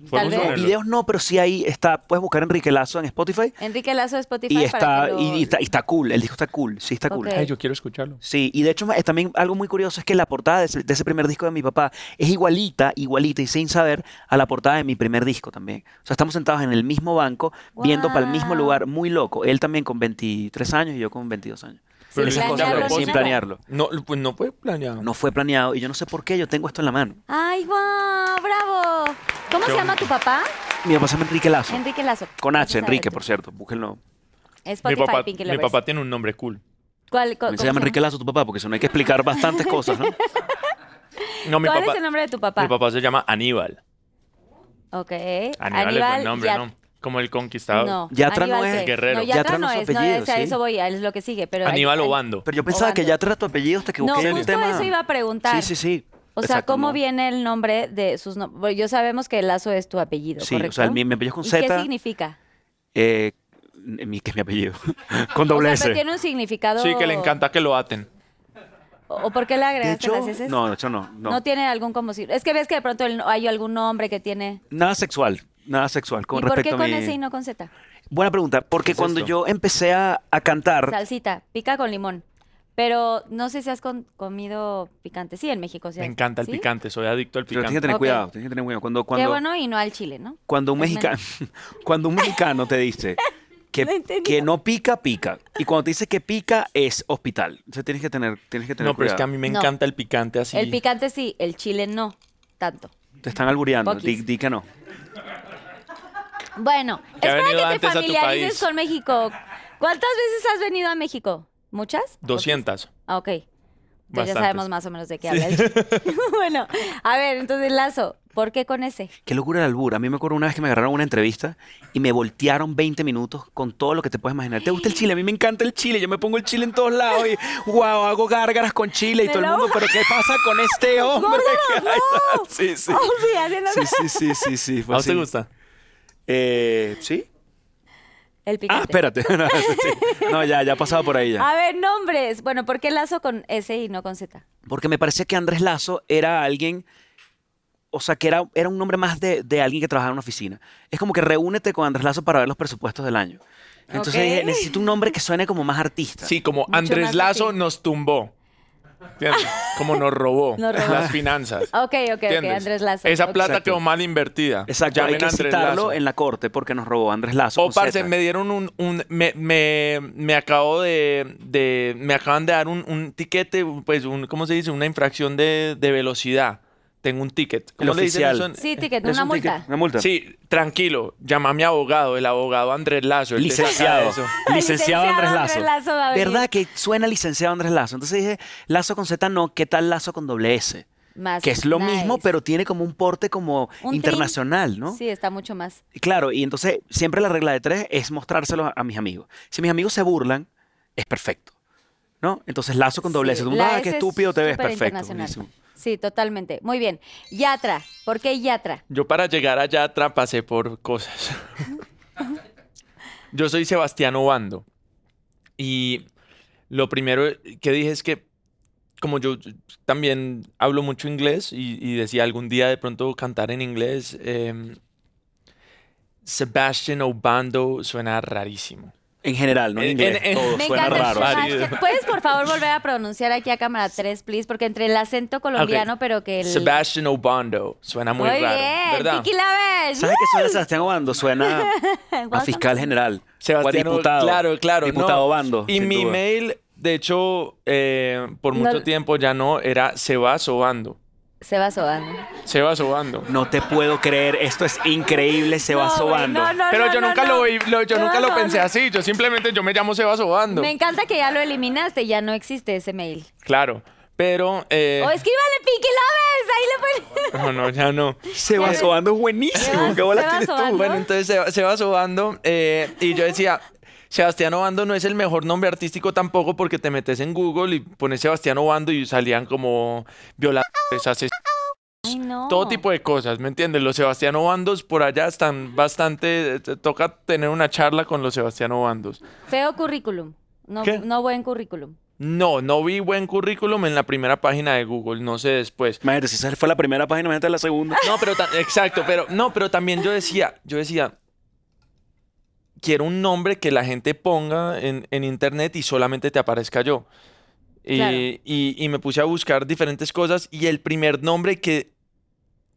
S1: Tal
S3: Podemos
S1: vez.
S3: ponerlo.
S4: videos no, pero sí ahí está. Puedes buscar Enrique Lazo en Spotify.
S1: Enrique Lazo de Spotify.
S4: Y
S1: para
S4: está,
S1: que lo-
S4: y, y está, y está cool. El disco está cool. Sí, está cool.
S1: Ok.
S3: Ay, yo quiero escucharlo.
S4: Sí, y de hecho es también algo muy curioso es que la portada de ese, de ese primer disco de mi papá es igualita, igualita y sin saber a la portada de mi primer disco también. O sea, estamos sentados en el mismo banco, viendo para el mismo
S1: Guau.
S4: lugar, muy loco. Él también con 23 años y yo con 22 años.
S3: Pero
S4: Esas
S3: sin
S4: cosas,
S3: planearlo
S4: sin
S3: nada.
S4: planearlo.
S3: No, pues no fue planeado.
S4: No fue planeado y yo no sé por qué yo tengo esto en la mano.
S1: ¡Ay, guau! ¡Bravo! ¿Cómo se
S3: Yo-
S1: llama tu papá?
S4: Mi papá se llama Enrique Lazo.
S1: Enrique Lazo.
S4: Con
S1: Vamos a
S4: H, Enrique,
S1: ver.
S4: por cierto. Búsquenlo.
S3: Mi
S1: Spotify,
S3: papá,
S1: Pinky
S3: mi
S1: Lovers.
S3: papá tiene un nombre cool.
S1: ¿Cuál, cu-
S4: También
S1: cómo
S4: se llama Enrique Lazo tu papá porque si no hay que explicar bastantes cosas, ¿no?
S3: No, mi
S1: ¿Cuál
S3: papá,
S1: es el nombre de tu papá?
S3: mi papá se llama Aníbal.
S1: Ok.
S3: Aníbal, es buen nombre,
S1: Yat-
S3: ¿no? Como el conquistador.
S1: No,
S4: Yatra no
S1: Aníbal
S4: es.
S1: qué.
S3: Guerrero.
S1: No, Yatra,
S4: Yatra
S1: no
S4: no es
S1: es,
S4: su
S1: no
S4: apellido,
S1: es, a
S4: sí.
S1: eso voy, a- es lo que sigue. Pero
S3: Aníbal
S1: An-
S3: Obando.
S4: Pero yo pensaba que
S1: Obando.
S4: ya era tu apellido hasta que
S1: No,
S4: busqué el
S1: justo
S4: tema.
S1: eso iba a preguntar.
S4: Sí, sí, sí.
S1: O sea,
S4: Exacto,
S1: ¿cómo
S4: no.
S1: viene el nombre de sus nombres? Yo sabemos que Lazo es tu apellido,
S4: Sí,
S1: ¿correcto?
S4: o sea, el- mi, mi apellido es con
S1: ¿Y qué
S4: Z.
S1: significa?
S4: Eh, mi, que es mi apellido. Con
S1: O
S4: doble
S1: sea, pero
S4: S.
S1: tiene un significado...
S3: Sí, que le encanta que lo aten.
S1: ¿O o por qué le
S4: De
S1: agregaste
S4: hecho,
S1: las S?
S4: no, de hecho no,
S1: no.
S4: no.
S1: tiene algún como... si- Es que ves que de pronto el- hay algún nombre que tiene...
S4: Nada sexual, nada sexual. Con
S1: ¿Y por qué
S4: respecto
S1: con
S4: a mi...
S1: S y no con Z?
S4: Buena pregunta, porque
S3: es
S4: cuando
S3: esto?
S4: yo empecé a, a cantar,
S1: Salsita, pica con limón. Pero no sé si has con- comido picante. Sí, en México sí.
S3: Me
S1: hay.
S3: encanta el
S1: ¿Sí?
S3: picante, soy adicto al
S4: pero tienes que
S3: picante.
S4: tener
S1: Ok.
S4: cuidado, tienes que tener cuidado. Cuando,
S1: Qué
S4: cuando,
S1: bueno y no al chile, ¿no?
S4: cuando, un
S1: Es
S4: mexicano, cuando un mexicano te dice que
S1: No entendí.
S4: que no pica, pica. Y cuando te dice que pica, es hospital. Entonces tienes que tener, tienes que tener
S3: No, pero es
S4: cuidado.
S3: que a mí me
S1: No.
S3: encanta el picante así.
S1: El picante sí, el chile no, tanto.
S4: Te están albureando,
S1: Poquis.
S4: di, di que no.
S1: Bueno,
S3: Que ha
S1: espera
S3: venido
S1: que te
S3: antes a tu
S1: familiarices
S3: país.
S1: con México. ¿Cuántas veces has venido a México? ¿Muchas?
S3: 200.
S1: Ah, ok. Entonces ya
S3: Bastantes.
S1: sabemos más o menos de qué habla. el chile. bueno, a ver, entonces Lazo, ¿por qué con ese?
S4: Qué locura el albur. A mí me acuerdo una vez que me agarraron una entrevista y me voltearon 20 minutos con todo lo que te puedes imaginar. ¿Te gusta el chile? A mí me encanta el chile. Yo me pongo el chile en todos lados y wow, hago gárgaras con chile y
S1: Me
S4: todo el
S1: lo-
S4: mundo. ¿Pero qué pasa con este hombre? que hay
S1: ¡No!
S4: tal?" Sí, sí.
S1: Oh, sí, haciendo-
S4: Sí, sí, sí, sí, Pues sí. fue
S3: ¿A usted
S4: así.
S3: te gusta?
S4: Eh, ¿Sí?
S1: El
S4: Ah,
S1: picante.
S4: espérate. No, sí. No, ya, ya pasaba por ahí ya.
S1: a ver, nombres. Bueno, ¿por qué Lazo con S y no con Z?
S4: Porque me parecía que Andrés Lazo era alguien, o sea, que era, era un nombre más de, de alguien que trabajaba en una oficina. Es como que reúnete con Andrés Lazo para ver los presupuestos del año. Entonces
S1: Ok.
S4: dije, necesito un nombre que suene como más artista.
S3: Sí, como
S1: Mucho más
S3: Andrés Lazo
S1: así.
S3: nos tumbó. ¿Entiendes? Como nos robó,
S1: Nos robó.
S3: las finanzas.
S1: Ok, ok, ok,
S3: ¿Entiendes?
S1: Andrés Lazo.
S3: Esa
S1: Ok.
S3: plata
S4: Exacto.
S3: quedó mal invertida.
S4: Exacto,
S3: Llamen
S4: hay
S3: a
S4: que
S3: Andrés
S4: citarlo
S3: Lazo.
S4: en la corte porque nos robó Andrés Lazo.
S3: O
S4: con
S3: parce,
S4: Z.
S3: me dieron un, un- me, me- me acabo de, de- me acaban de dar un, un tiquete, pues un, ¿cómo se dice? Una infracción de, de velocidad. Tengo un ticket. ¿Cómo
S4: El
S3: le dicen
S4: oficial.
S3: eso?
S1: Sí, ticket,
S4: Es
S1: una
S4: un
S1: multa.
S4: ticket, Una multa.
S3: Sí, tranquilo. Llama a mi abogado, el abogado Andrés Lazo. él te saca de
S4: Licenciado.
S3: eso.
S4: Licenciado Andrés
S1: Andrés
S4: Lazo.
S1: Lazo va a venir.
S4: ¿Verdad que suena licenciado Andrés Lazo? Entonces dije, Lazo con Z no, ¿qué tal Lazo con doble S?
S1: Más
S4: Que es lo
S1: nice.
S4: mismo, pero tiene como un porte como
S1: Un
S4: internacional,
S1: trim.
S4: ¿no?
S1: Sí, está mucho más.
S4: Y Claro, y entonces siempre la regla de tres es mostrárselo a, a mis amigos. Si mis amigos se burlan, es perfecto. ¿No? Entonces lazo con doble
S1: Sí,
S4: S. Tú,
S1: la
S4: "Ah,
S1: S
S4: qué
S1: es
S4: estúpido te ves,
S1: súper
S4: perfecto.
S1: internacional.
S4: buenísimo.
S1: Sí, totalmente. Muy bien. Yatra. ¿Por qué Yatra?
S3: Yo para llegar allá atrás pasé por cosas. Yo soy Sebastián Obando. Y lo primero que dije es que, como yo también hablo mucho inglés y, y decía algún día de pronto cantar en inglés, em, Sebastián Obando suena rarísimo.
S4: En general, no en
S3: En-
S4: inglés.
S3: en-
S4: todo
S1: Me
S4: suena
S1: encanta.
S4: raro.
S3: Sebastián.
S1: Sebastián. ¿Puedes, por favor, volver a pronunciar aquí a cámara 3, please? Porque entre el acento colombiano, pero que el...
S3: Sebastián Obando suena muy, raro,
S1: bien.
S3: ¿verdad?
S1: Piki Lovers.
S4: ¿Sabes qué suena Sebastián Obando? Suena a
S1: Welcome.
S4: fiscal general.
S3: Sebastián,
S4: o a diputado.
S3: claro, claro. no.
S4: Diputado Obando.
S3: Y
S4: sin
S3: mi
S4: duda.
S3: mail, de hecho, eh, por
S1: No-
S3: mucho tiempo ya no era Sebas Obando.
S1: Se va sobando.
S3: Se va sobando.
S4: No te puedo creer, esto es increíble, se va
S1: No, güey,
S4: sobando.
S1: no, no,
S3: Pero
S1: no,
S3: yo
S1: no,
S3: nunca
S1: no.
S3: lo vi- lo- yo
S1: No,
S3: nunca lo
S1: no,
S3: pensé
S1: no.
S3: así. Yo simplemente yo me llamo Seba Sobando.
S1: Me encanta que ya lo eliminaste, ya no existe ese mail.
S3: Claro. Pero. eh,
S1: O escríbale Pinky Lovers, ahí le ponen.
S3: No, no, ya no.
S4: Se va sobando es buenísimo,
S1: Sebas-
S4: qué bola
S1: Sebas
S4: tienes tú.
S1: Obando.
S3: Bueno, entonces se, se va sobando eh, y yo decía, Sebastián Obando no es el mejor nombre artístico tampoco porque te metes en Google y pones Sebastián Obando y salían como violadores, ases-
S1: Ay, no.
S3: todo tipo de cosas, ¿me entiendes? Los Sebastián Obandos por allá están bastante, eh, te toca tener una charla con los Sebastián Obandos.
S1: Feo currículum. No,
S3: ¿Qué?
S1: no buen currículum.
S3: No, no vi buen currículum en la primera página de Google, no sé después.
S4: Imagínate, si esa fue la primera página, imagínate la segunda.
S3: No, pero ta- exacto, pero no, pero también yo decía, yo decía, quiero un nombre que la gente ponga en, en internet y solamente te aparezca yo. Y,
S1: Claro.
S3: y- y me puse a buscar diferentes cosas y el primer nombre que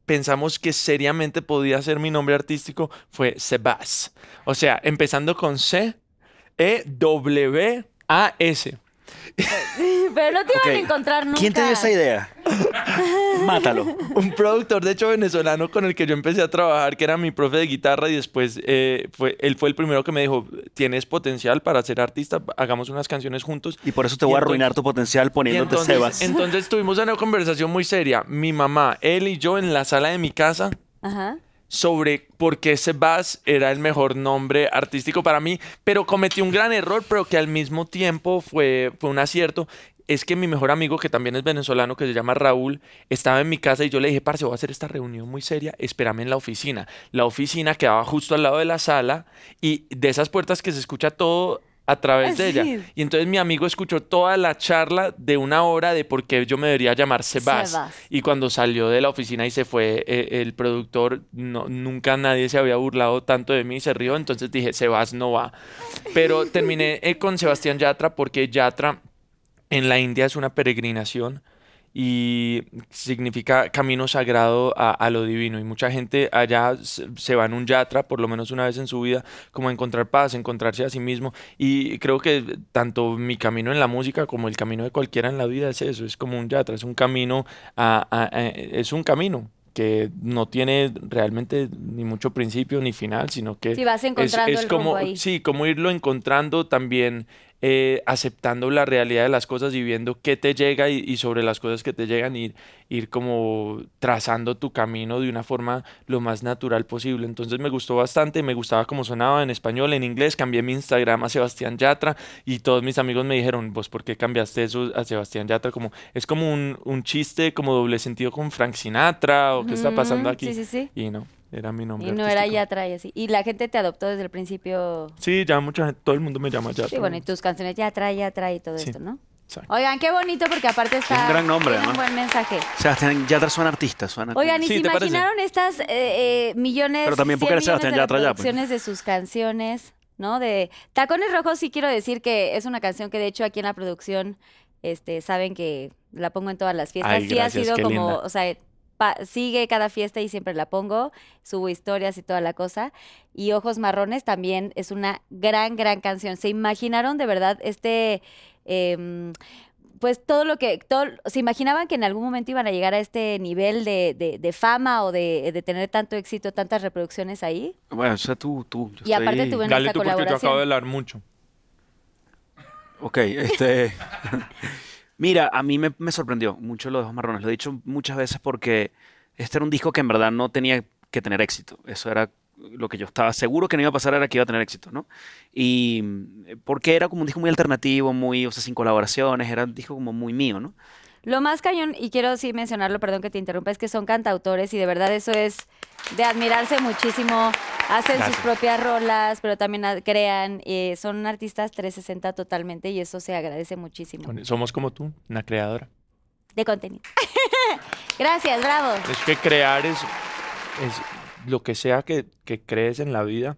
S3: pensamos que seriamente podía ser mi nombre artístico fue Sebas. O sea, empezando con C, E, W, A, S.
S1: Pero no te iban
S4: Ok.
S1: a encontrar nunca.
S4: ¿Quién te dio esa idea? Mátalo.
S3: un productor de hecho venezolano con el que yo empecé a trabajar, que era mi profe de guitarra y después eh, fue, él fue el primero que me dijo, tienes potencial para ser artista, hagamos unas canciones juntos.
S4: Y por eso te
S3: Y
S4: voy a
S3: entonces-
S4: arruinar tu potencial
S3: Y
S4: poniéndote
S3: entonces,
S4: Sebas.
S3: entonces tuvimos una conversación muy seria, mi mamá, él y yo en la sala de mi casa
S1: Ajá.
S3: sobre por qué Sebas era el mejor nombre artístico para mí, pero cometí un gran error, pero que al mismo tiempo fue, fue un acierto. Es que mi mejor amigo, que también es venezolano, que se llama Raúl, estaba en mi casa y yo le dije, parce, voy a hacer esta reunión muy seria, espérame en la oficina. La oficina quedaba justo al lado de la sala y de esas puertas que se escucha todo a través de
S1: Así.
S3: ella. Y entonces mi amigo escuchó toda la charla de una hora de por qué yo me debería llamar Sebas.
S1: Sebas.
S3: Y cuando salió de la oficina y se fue eh, el productor, no, nunca nadie se había burlado tanto de mí y se rió. Entonces dije, Sebas no va. Pero terminé eh, con Sebastián Yatra porque Yatra en la India es una peregrinación y significa camino sagrado a, a lo divino. Y mucha gente allá se, se va en un yatra, por lo menos una vez en su vida, como a encontrar paz, encontrarse a sí mismo. Y creo que tanto mi camino en la música como el camino de cualquiera en la vida es eso, es como un yatra, es un camino, a- a- a- es un camino que no tiene realmente ni mucho principio ni final, sino que
S1: Sí, vas
S3: es-
S1: encontrando
S3: es
S1: el
S3: como,
S1: rumbo ahí.
S3: sí, como irlo encontrando también, eh, aceptando la realidad de las cosas y viendo qué te llega y, y sobre las cosas que te llegan ir, ir como trazando tu camino de una forma lo más natural posible. Entonces me gustó bastante, me gustaba cómo sonaba en español, en inglés, cambié mi Instagram a Sebastián Yatra y todos mis amigos me dijeron, vos, ¿por qué cambiaste eso a Sebastián Yatra? Como, es como un, un chiste como doble sentido con Frank Sinatra o qué está pasando
S1: Ujú,
S3: aquí.
S1: Sí, sí, sí.
S3: Y no, era mi nombre
S1: Y no era
S3: artístico.
S1: Yatra y así. Y la gente te adoptó desde el principio.
S3: Sí, ya mucha gente, todo el mundo me llama Yatra.
S1: Sí, bueno, y tus canciones Yatra, Yatra y todo
S3: Sí.
S1: esto, ¿no?
S3: Exacto.
S1: Oigan, qué bonito porque aparte está...
S4: un gran nombre,
S1: tiene un
S4: ¿no?
S1: buen mensaje.
S4: Sebastián Yatra suena artista, suena
S1: Oigan, ¿y
S3: Sí,
S1: se
S3: ¿te parece?
S1: imaginaron estas eh, eh, millones,
S4: Pero también porque
S1: 100
S4: era Sebastián
S1: millones de
S4: Yatra ya, pues.
S1: reproducciones de sus canciones, ¿no? De Tacones Rojos sí quiero decir que es una canción que de hecho aquí en la producción este, saben que la pongo en todas las fiestas.
S4: Ay,
S1: sí
S4: gracias,
S1: ha sido
S4: qué
S1: como,
S4: linda.
S1: o sea, pa- sigue cada fiesta y siempre la pongo, subo historias y toda la cosa. Y Ojos Marrones también es una gran, gran canción. ¿Se imaginaron de verdad este... em, pues todo lo que, todo, se imaginaban que en algún momento iban a llegar a este nivel de, de- de fama o de, de tener tanto éxito, tantas reproducciones ahí.
S4: Bueno, o sea, tú, tú. yo
S1: Y aparte
S4: estoy-
S1: tuve- Bueno,
S3: Dale
S1: esta
S3: tú porque yo acabo
S1: colaboración.
S3: de hablar mucho.
S4: Ok, este... Mira, a mí me, me sorprendió mucho lo de Ojos Marrones. Lo he dicho muchas veces porque este era un disco que en verdad no tenía que tener éxito. Eso era lo que yo estaba seguro que no iba a pasar, era que iba a tener éxito, ¿no? Y mm, porque era como un disco muy alternativo, muy, o sea, sin colaboraciones, era un disco como muy mío, ¿no?
S1: Lo más cañón, y quiero sí mencionarlo, perdón que te interrumpa, es que son cantautores y de verdad eso es de admirarse muchísimo. Hacen sus
S3: Gracias.
S1: propias rolas, pero también a- crean. eh, son artistas 360 totalmente y eso se agradece muchísimo.
S3: Somos como tú, una creadora.
S1: De contenido. Gracias, bravo.
S3: Es que crear es, es lo que sea que, que crees en la vida,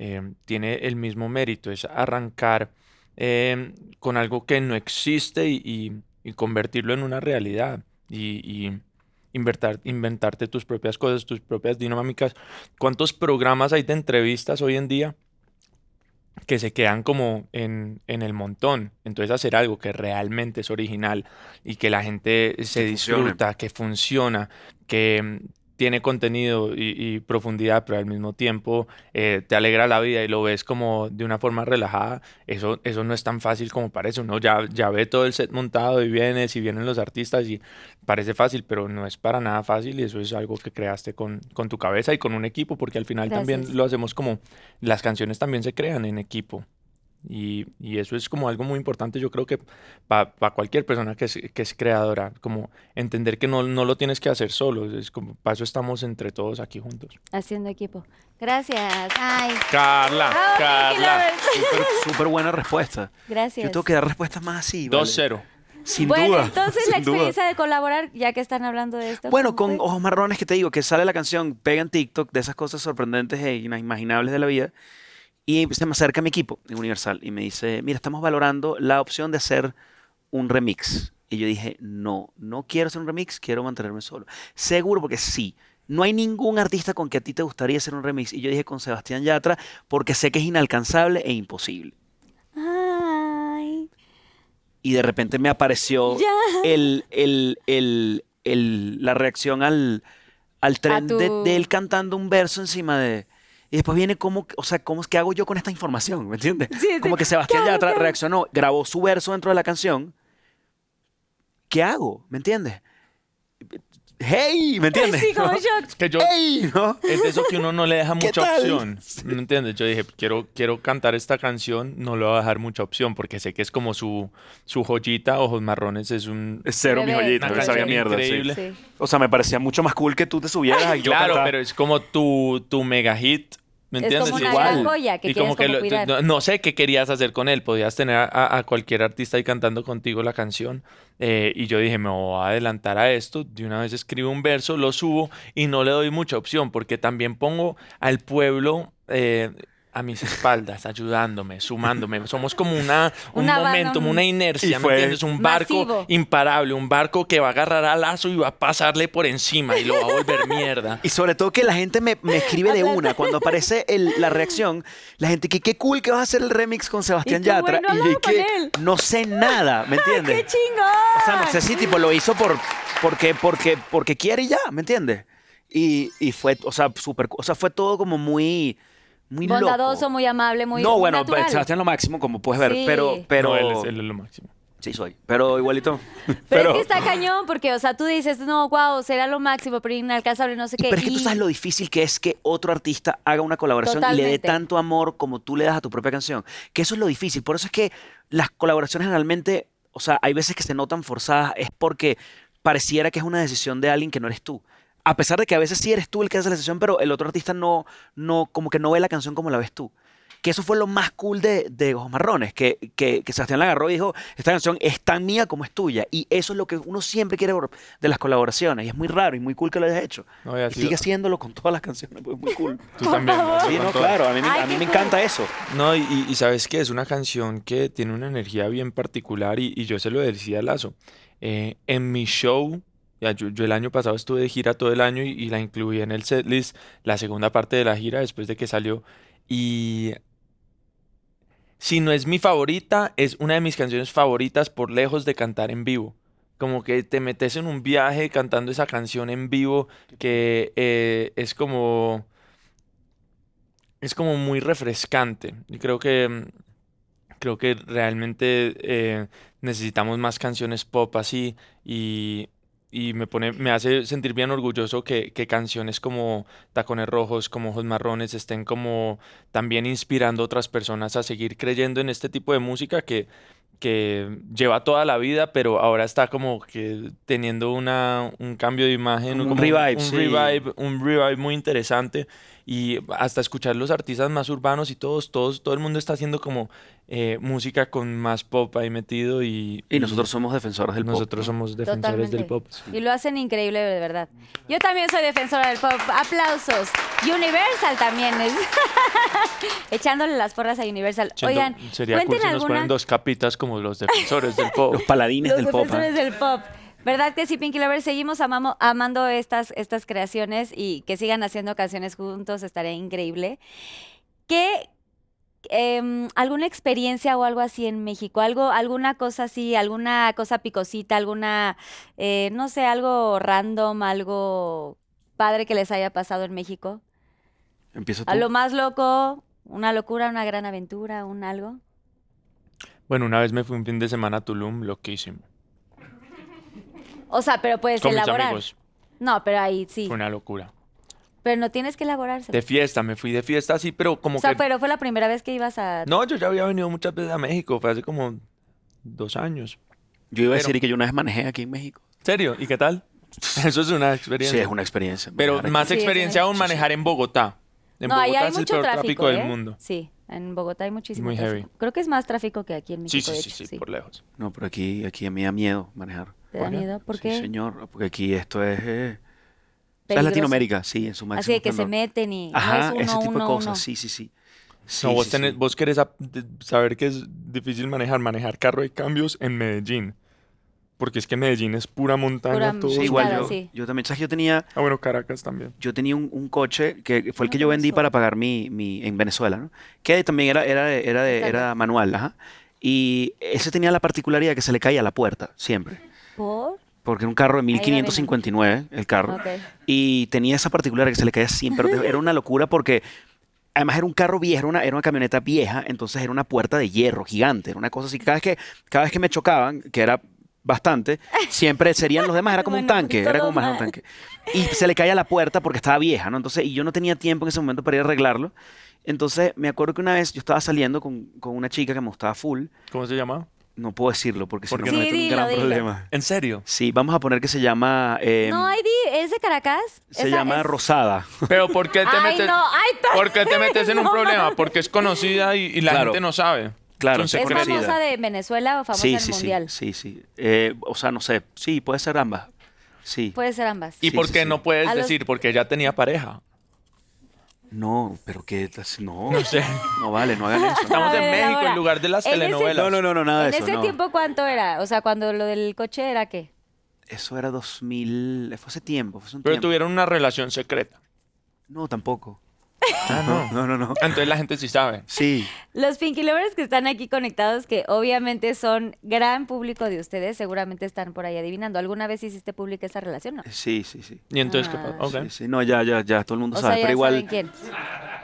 S3: eh, tiene el mismo mérito, es arrancar eh, con algo que no existe y, y- y convertirlo en una realidad y, y inventar- inventarte tus propias cosas, tus propias dinámicas. ¿Cuántos programas hay de entrevistas hoy en día? que se quedan como en, en el montón. Entonces hacer algo que realmente es original y que la gente se
S4: Que funcione.
S3: disfruta, que funciona, que mm, tiene contenido y, y profundidad, pero al mismo tiempo eh, te alegra la vida y lo ves como de una forma relajada, eso, eso no es tan fácil como parece. Uno ya, ya ve todo el set montado y viene, si vienen los artistas y parece fácil, pero no es para nada fácil y eso es algo que creaste con, con tu cabeza y con un equipo, porque al final
S5: Gracias.
S3: también lo hacemos como las canciones también se crean en equipo. Y, y eso es como algo muy importante, yo creo que para cualquier persona que es, que es creadora, como entender que no, no lo tienes que hacer solo, es como, para eso estamos entre todos aquí juntos.
S5: Haciendo equipo. Gracias. Ay,
S3: Carla,
S5: Bravo, Pinky
S3: Carla,
S5: Lovers.
S4: Súper, súper buena respuesta.
S5: Gracias.
S4: Yo tengo que dar respuestas más así. ¿vale?
S3: 2-0.
S4: Sin
S5: bueno,
S4: duda.
S5: entonces
S4: sin
S5: la
S4: duda.
S5: experiencia de colaborar, ya que están hablando de esto.
S4: Bueno,
S5: ¿cómo
S4: con
S5: fue?
S4: Ojos Marrones que te digo, que sale la canción, pega en TikTok de esas cosas sorprendentes e inimaginables de la vida. Y se me acerca mi equipo en Universal y me dice, mira, estamos valorando la opción de hacer un remix. Y yo dije, no, no quiero hacer un remix, quiero mantenerme solo. Seguro, porque sí. No hay ningún artista con que a ti te gustaría hacer un remix. Y yo dije con Sebastián Yatra, porque sé que es inalcanzable e imposible.
S5: Ay,
S4: Y de repente me apareció
S5: Ya.
S4: el, el- el- el- la reacción al, al tren de,
S5: tu-
S4: de él cantando un verso encima de... Y después viene como, o sea, ¿cómo, es- ¿qué hago yo con esta información? ¿Me entiendes?
S5: Sí, sí.
S4: Como que Sebastián
S5: Claro,
S4: Yatra
S5: claro.
S4: reaccionó, grabó su verso dentro de la canción. ¿Qué hago? ¿Me entiendes? ¡Hey! ¿Me entiendes?
S5: sí, como
S4: ¿No?
S5: shock.
S3: Que yo,
S4: ¡Hey! ¿no?
S3: es de eso que uno no le deja
S4: ¿Qué
S3: mucha
S4: tal?
S3: opción. ¿No entiendes? Yo dije, quiero, quiero cantar esta canción, no le voy a dejar mucha opción porque sé que es como su, su joyita, Ojos Marrones, es un...
S4: Es cero mi
S5: Bebé.
S4: joyita,
S5: Una
S4: me sabía
S5: canción
S4: mierda. sí.
S3: increíble.
S5: Sí.
S4: O sea, me parecía mucho más cool que tú te subieras y yo
S3: Claro,
S4: cantara.
S3: pero es como tu, tu mega hit. ¿Me
S5: Es
S3: entiendes?
S5: como
S4: una
S3: Igual.
S4: gran
S5: joya que
S3: Y
S5: quieres
S3: como que
S5: como
S3: lo- tú-
S5: cuidar.
S3: no, no sé qué querías hacer con él. Podías tener a- a, a cualquier artista ahí cantando contigo la canción. Eh, y yo dije, me voy a adelantar a esto. De una vez escribo un verso, lo subo y no le doy mucha opción porque también pongo al pueblo... eh, a mis espaldas, ayudándome, sumándome. Somos como una, un
S5: Una banda,
S3: momentum,
S5: un-
S3: una inercia,
S4: Y
S3: ¿me
S4: fue
S3: entiendes? Un barco
S5: masivo.
S3: imparable, un barco que va a agarrar a lazo y va a pasarle por encima y lo va a volver mierda.
S4: Y sobre todo que la gente me, me escribe de una. Cuando aparece el- la reacción, la gente que qué cool que vas a hacer el remix con Sebastián
S5: Y tú,
S4: Yatra.
S5: güey, no
S4: y
S5: hablaba
S4: yo, que
S5: con él.
S4: no sé nada, ¿me
S5: ¡Qué
S4: entiendes?
S5: chingón!
S4: eh, o sea, no sé si tipo lo hizo por, porque, porque, porque quiere y ya, ¿me entiendes? Y, y fue, o sea, súper, o sea, fue todo como muy, muy loco.
S5: Bondadoso, muy amable, muy
S4: No, bueno, pues,
S5: natural.
S4: Sebastián lo máximo, como puedes ver,
S5: Sí.
S4: pero, pero.
S3: No, él es, él es lo máximo.
S4: Sí, soy. Pero igualito.
S5: Pero, es que está cañón porque, o sea, tú dices, no, wow, será lo máximo, pero inalcanzable, no sé
S4: Y-
S5: qué.
S4: Pero es que tú
S5: y-
S4: sabes lo difícil que es que otro artista haga una colaboración y le dé
S5: Totalmente.
S4: tanto amor como tú le das a tu propia canción. Que eso es lo difícil. Por eso es que las colaboraciones generalmente, o sea, hay veces que se notan forzadas, es porque pareciera que es una decisión de alguien que no eres tú. A pesar de que a veces sí eres tú el que hace la decisión, pero el otro artista no, no, como que no ve la canción como la ves tú. Que eso fue lo más cool de, de Ojos Marrones, que, que, que Sebastián la agarró y dijo, esta canción es tan mía como es tuya. Y eso es lo que uno siempre quiere de las colaboraciones. Y es muy raro y muy cool que lo hayas hecho.
S3: No, y ha
S4: Y
S3: sido-
S4: sigue haciéndolo con todas las canciones, pues muy cool.
S3: Tú también. ¿no?
S4: Sí,
S3: Con
S4: no,
S3: todo.
S4: claro, a mí, me-
S5: Ay,
S4: a mí
S5: qué
S4: me
S5: cool.
S4: encanta eso.
S3: No, y, y- y sabes que es una canción que tiene una energía bien particular y, y yo se lo decía a Lazo. eh, en mi show, ya yo, yo el año pasado estuve de gira todo el año y, y la incluí en el setlist, la segunda parte de la gira después de que salió. Y si no es mi favorita, es una de mis canciones favoritas por lejos de cantar en vivo. Como que te metes en un viaje cantando esa canción en vivo que eh, es como... Es como muy refrescante. Y creo que, mm, creo que realmente eh, necesitamos más canciones pop así. Y, y me pone, me hace sentir bien orgulloso que, que canciones como Tacones Rojos, como Ojos Marrones, estén como también inspirando a otras personas a seguir creyendo en este tipo de música que, que lleva toda la vida, pero ahora está como que teniendo una, un cambio de imagen,
S4: Como un
S3: como
S4: revive,
S3: un
S4: sí.
S3: revive, un revive muy interesante y hasta escuchar los artistas más urbanos y todos, todos, todo el mundo está haciendo como eh, música con más pop ahí metido y,
S4: Y nosotros somos defensores del pop,
S3: nosotros
S4: ¿no?
S3: somos defensores del
S5: Totalmente.
S3: pop.
S5: Y lo hacen increíble, de verdad. Yo también soy defensora del pop. Aplausos. Universal también es. Echándole las porras a Universal.
S3: Siendo-
S5: Oigan,
S3: sería cool
S5: cuenten
S3: si nos
S5: alguna-
S3: ponen dos capitas como los defensores del pop. ¿eh?
S4: Los paladines
S5: Los
S4: del pop. ¿ah?
S5: defensores del pop. ¿Verdad que sí, Pinky Lovers? Seguimos amamo- amando estas, estas creaciones y que sigan haciendo canciones juntos, estaría increíble. ¿Qué,
S1: em, alguna experiencia o algo así en México? Algo, alguna cosa así, alguna cosa picosita, alguna, eh, no sé, algo random, algo padre que les haya pasado en México.
S4: Empiezo tú.
S1: A lo más loco, una locura, una gran aventura, un algo.
S3: Bueno, una vez me fui un fin de semana a Tulum, loquísimo.
S1: O sea, pero
S5: Pues
S1: puedes
S3: Con mis
S1: elaborar.
S3: amigos.
S1: No, pero ahí sí.
S3: Fue una locura.
S1: Pero no tienes que elaborarse.
S3: De fiesta, me fui de fiesta así, pero como
S1: O sea,
S3: que.
S1: pero fue la primera vez que ibas a.
S3: No, yo ya había venido muchas veces a México, fue hace como dos años.
S4: Yo iba a
S3: Pero-
S4: decir que yo una vez manejé aquí en México.
S3: ¿En serio? ¿Y qué tal? Eso es una experiencia.
S4: Sí, es una experiencia.
S3: Pero
S4: manejar
S3: más
S1: Sí, es una
S3: experiencia aún
S1: experiencia.
S3: manejar en Bogotá. En
S1: No,
S3: Bogotá
S1: ahí hay
S3: es el
S1: mucho
S3: peor
S1: tráfico,
S3: tráfico
S1: ¿eh?
S3: del mundo.
S1: Sí, en Bogotá hay muchísimo
S3: Muy
S1: tráfico.
S3: heavy.
S1: Creo que es más tráfico que aquí en
S3: Sí,
S1: México,
S3: sí,
S1: de
S3: sí,
S1: hecho,
S3: sí,
S1: sí.
S3: por lejos.
S4: aquí. No, pero aquí, aquí a mí me da miedo manejar.
S1: ¿Te da
S3: ¿Por qué?
S1: miedo? ¿Por qué?
S4: Sí, señor, porque aquí esto es... eh, o sea, es
S1: Peligroso.
S4: Latinoamérica, sí, en su máximo
S1: Así de que se
S4: esplendor.
S1: meten y no,
S4: Ajá,
S1: es
S4: ese
S1: uno,
S4: tipo
S1: uno,
S4: de cosas,
S1: uno.
S4: sí, sí, sí. Sí,
S3: no, vos,
S4: sí,
S3: tenés-
S4: sí.
S3: vos querés ap- de- saber que es difícil manejar, manejar carro y cambios en Medellín. Porque es que Medellín es pura montaña.
S1: Pura-
S3: todo
S4: Sí,
S3: es
S4: igual
S3: montaña.
S1: Claro,
S4: yo,
S1: sí.
S4: yo también, ¿sabes? Yo tenía,
S3: Ah, bueno, Caracas también.
S4: yo tenía un, un coche que fue el
S1: No
S4: que yo vendí
S1: conozco.
S4: para pagar mi, mi en Venezuela, ¿no? Que también era, era, de- era, de-
S1: Estándar.
S4: era manual, ajá. Y ese tenía la particularidad que se le caía la puerta, siempre.
S1: ¿Por?
S4: Porque era un carro de
S1: Ahí va
S4: 1559, el carro.
S1: Ok.
S4: Y tenía esa particularidad que se le caía siempre. pero Era una locura porque además era un carro viejo, era una, era una camioneta vieja, entonces era una puerta de hierro gigante, era una cosa así. Cada vez que, cada vez que me chocaban, que era bastante, siempre serían los demás, era como un
S1: Bueno,
S4: tanque,
S1: todo
S4: era como más
S1: mal.
S4: un tanque. Y se le caía la puerta porque estaba vieja, ¿no? Entonces, y yo no tenía tiempo en ese momento para ir a arreglarlo. Entonces, me acuerdo que una vez yo estaba saliendo con, con una chica que me gustaba full,
S3: ¿Cómo se llama?
S4: no puedo decirlo porque si
S3: ¿Por
S4: no
S3: qué
S4: me
S3: no?
S4: meto en un
S1: Sí, dilo,
S4: gran
S1: dilo.
S4: problema.
S3: ¿En serio?
S4: Sí, vamos a poner que se llama... eh,
S1: No, ID, ¿es de Caracas?
S4: se
S1: Esa
S4: llama
S1: es-
S4: Rosada.
S3: Pero ¿por qué te
S1: Ay,
S3: metes,
S1: no, ay, ta-
S3: ¿por qué te metes en un
S1: no
S3: problema?
S1: mames.
S3: Porque es conocida y, y la
S4: Claro.
S3: gente no sabe.
S4: Claro,
S3: Es
S4: se
S3: se
S1: ¿Es
S4: conocida.
S1: famosa de Venezuela o famosa
S4: sí,
S1: del
S4: sí,
S1: mundial?
S4: Sí, sí, sí. Eh, o sea, no sé. Sí, puede ser ambas. Sí.
S1: Puede ser ambas.
S3: ¿Y
S4: Sí,
S3: por
S4: sí,
S3: qué
S4: sí.
S3: no puedes
S1: A los-
S3: decir? Porque ella tenía pareja.
S4: No, pero qué. estás- No,
S3: No sé.
S4: no vale, no hagan eso.
S3: Estamos
S1: A
S3: en
S1: ver,
S3: México
S1: ahora,
S3: en lugar de las
S1: en ese-
S3: telenovelas.
S4: No, no, no, no, nada de
S1: ¿En
S4: eso.
S1: ese
S4: no.
S1: tiempo cuánto era? O sea, cuando lo del coche era qué?
S4: Eso era 2000. Fue hace tiempo. Fue hace un
S3: Pero
S4: tiempo.
S3: tuvieron una relación secreta.
S4: No, tampoco.
S3: Ah, no.
S4: No, no, no.
S3: Entonces la gente sí sabe.
S4: Sí.
S1: Los Pinky Lovers que están aquí conectados, que obviamente son gran público de ustedes, seguramente están por ahí adivinando. ¿Alguna vez hiciste pública esa relación? No.
S4: Sí, sí, sí.
S3: Y entonces, ¿qué
S1: Ah.
S3: pasa? Ok.
S4: Sí, sí. No, ya, ya, ya. Todo el mundo
S1: O sea,
S4: sabe.
S1: ya
S4: pero igual.
S1: saben quién.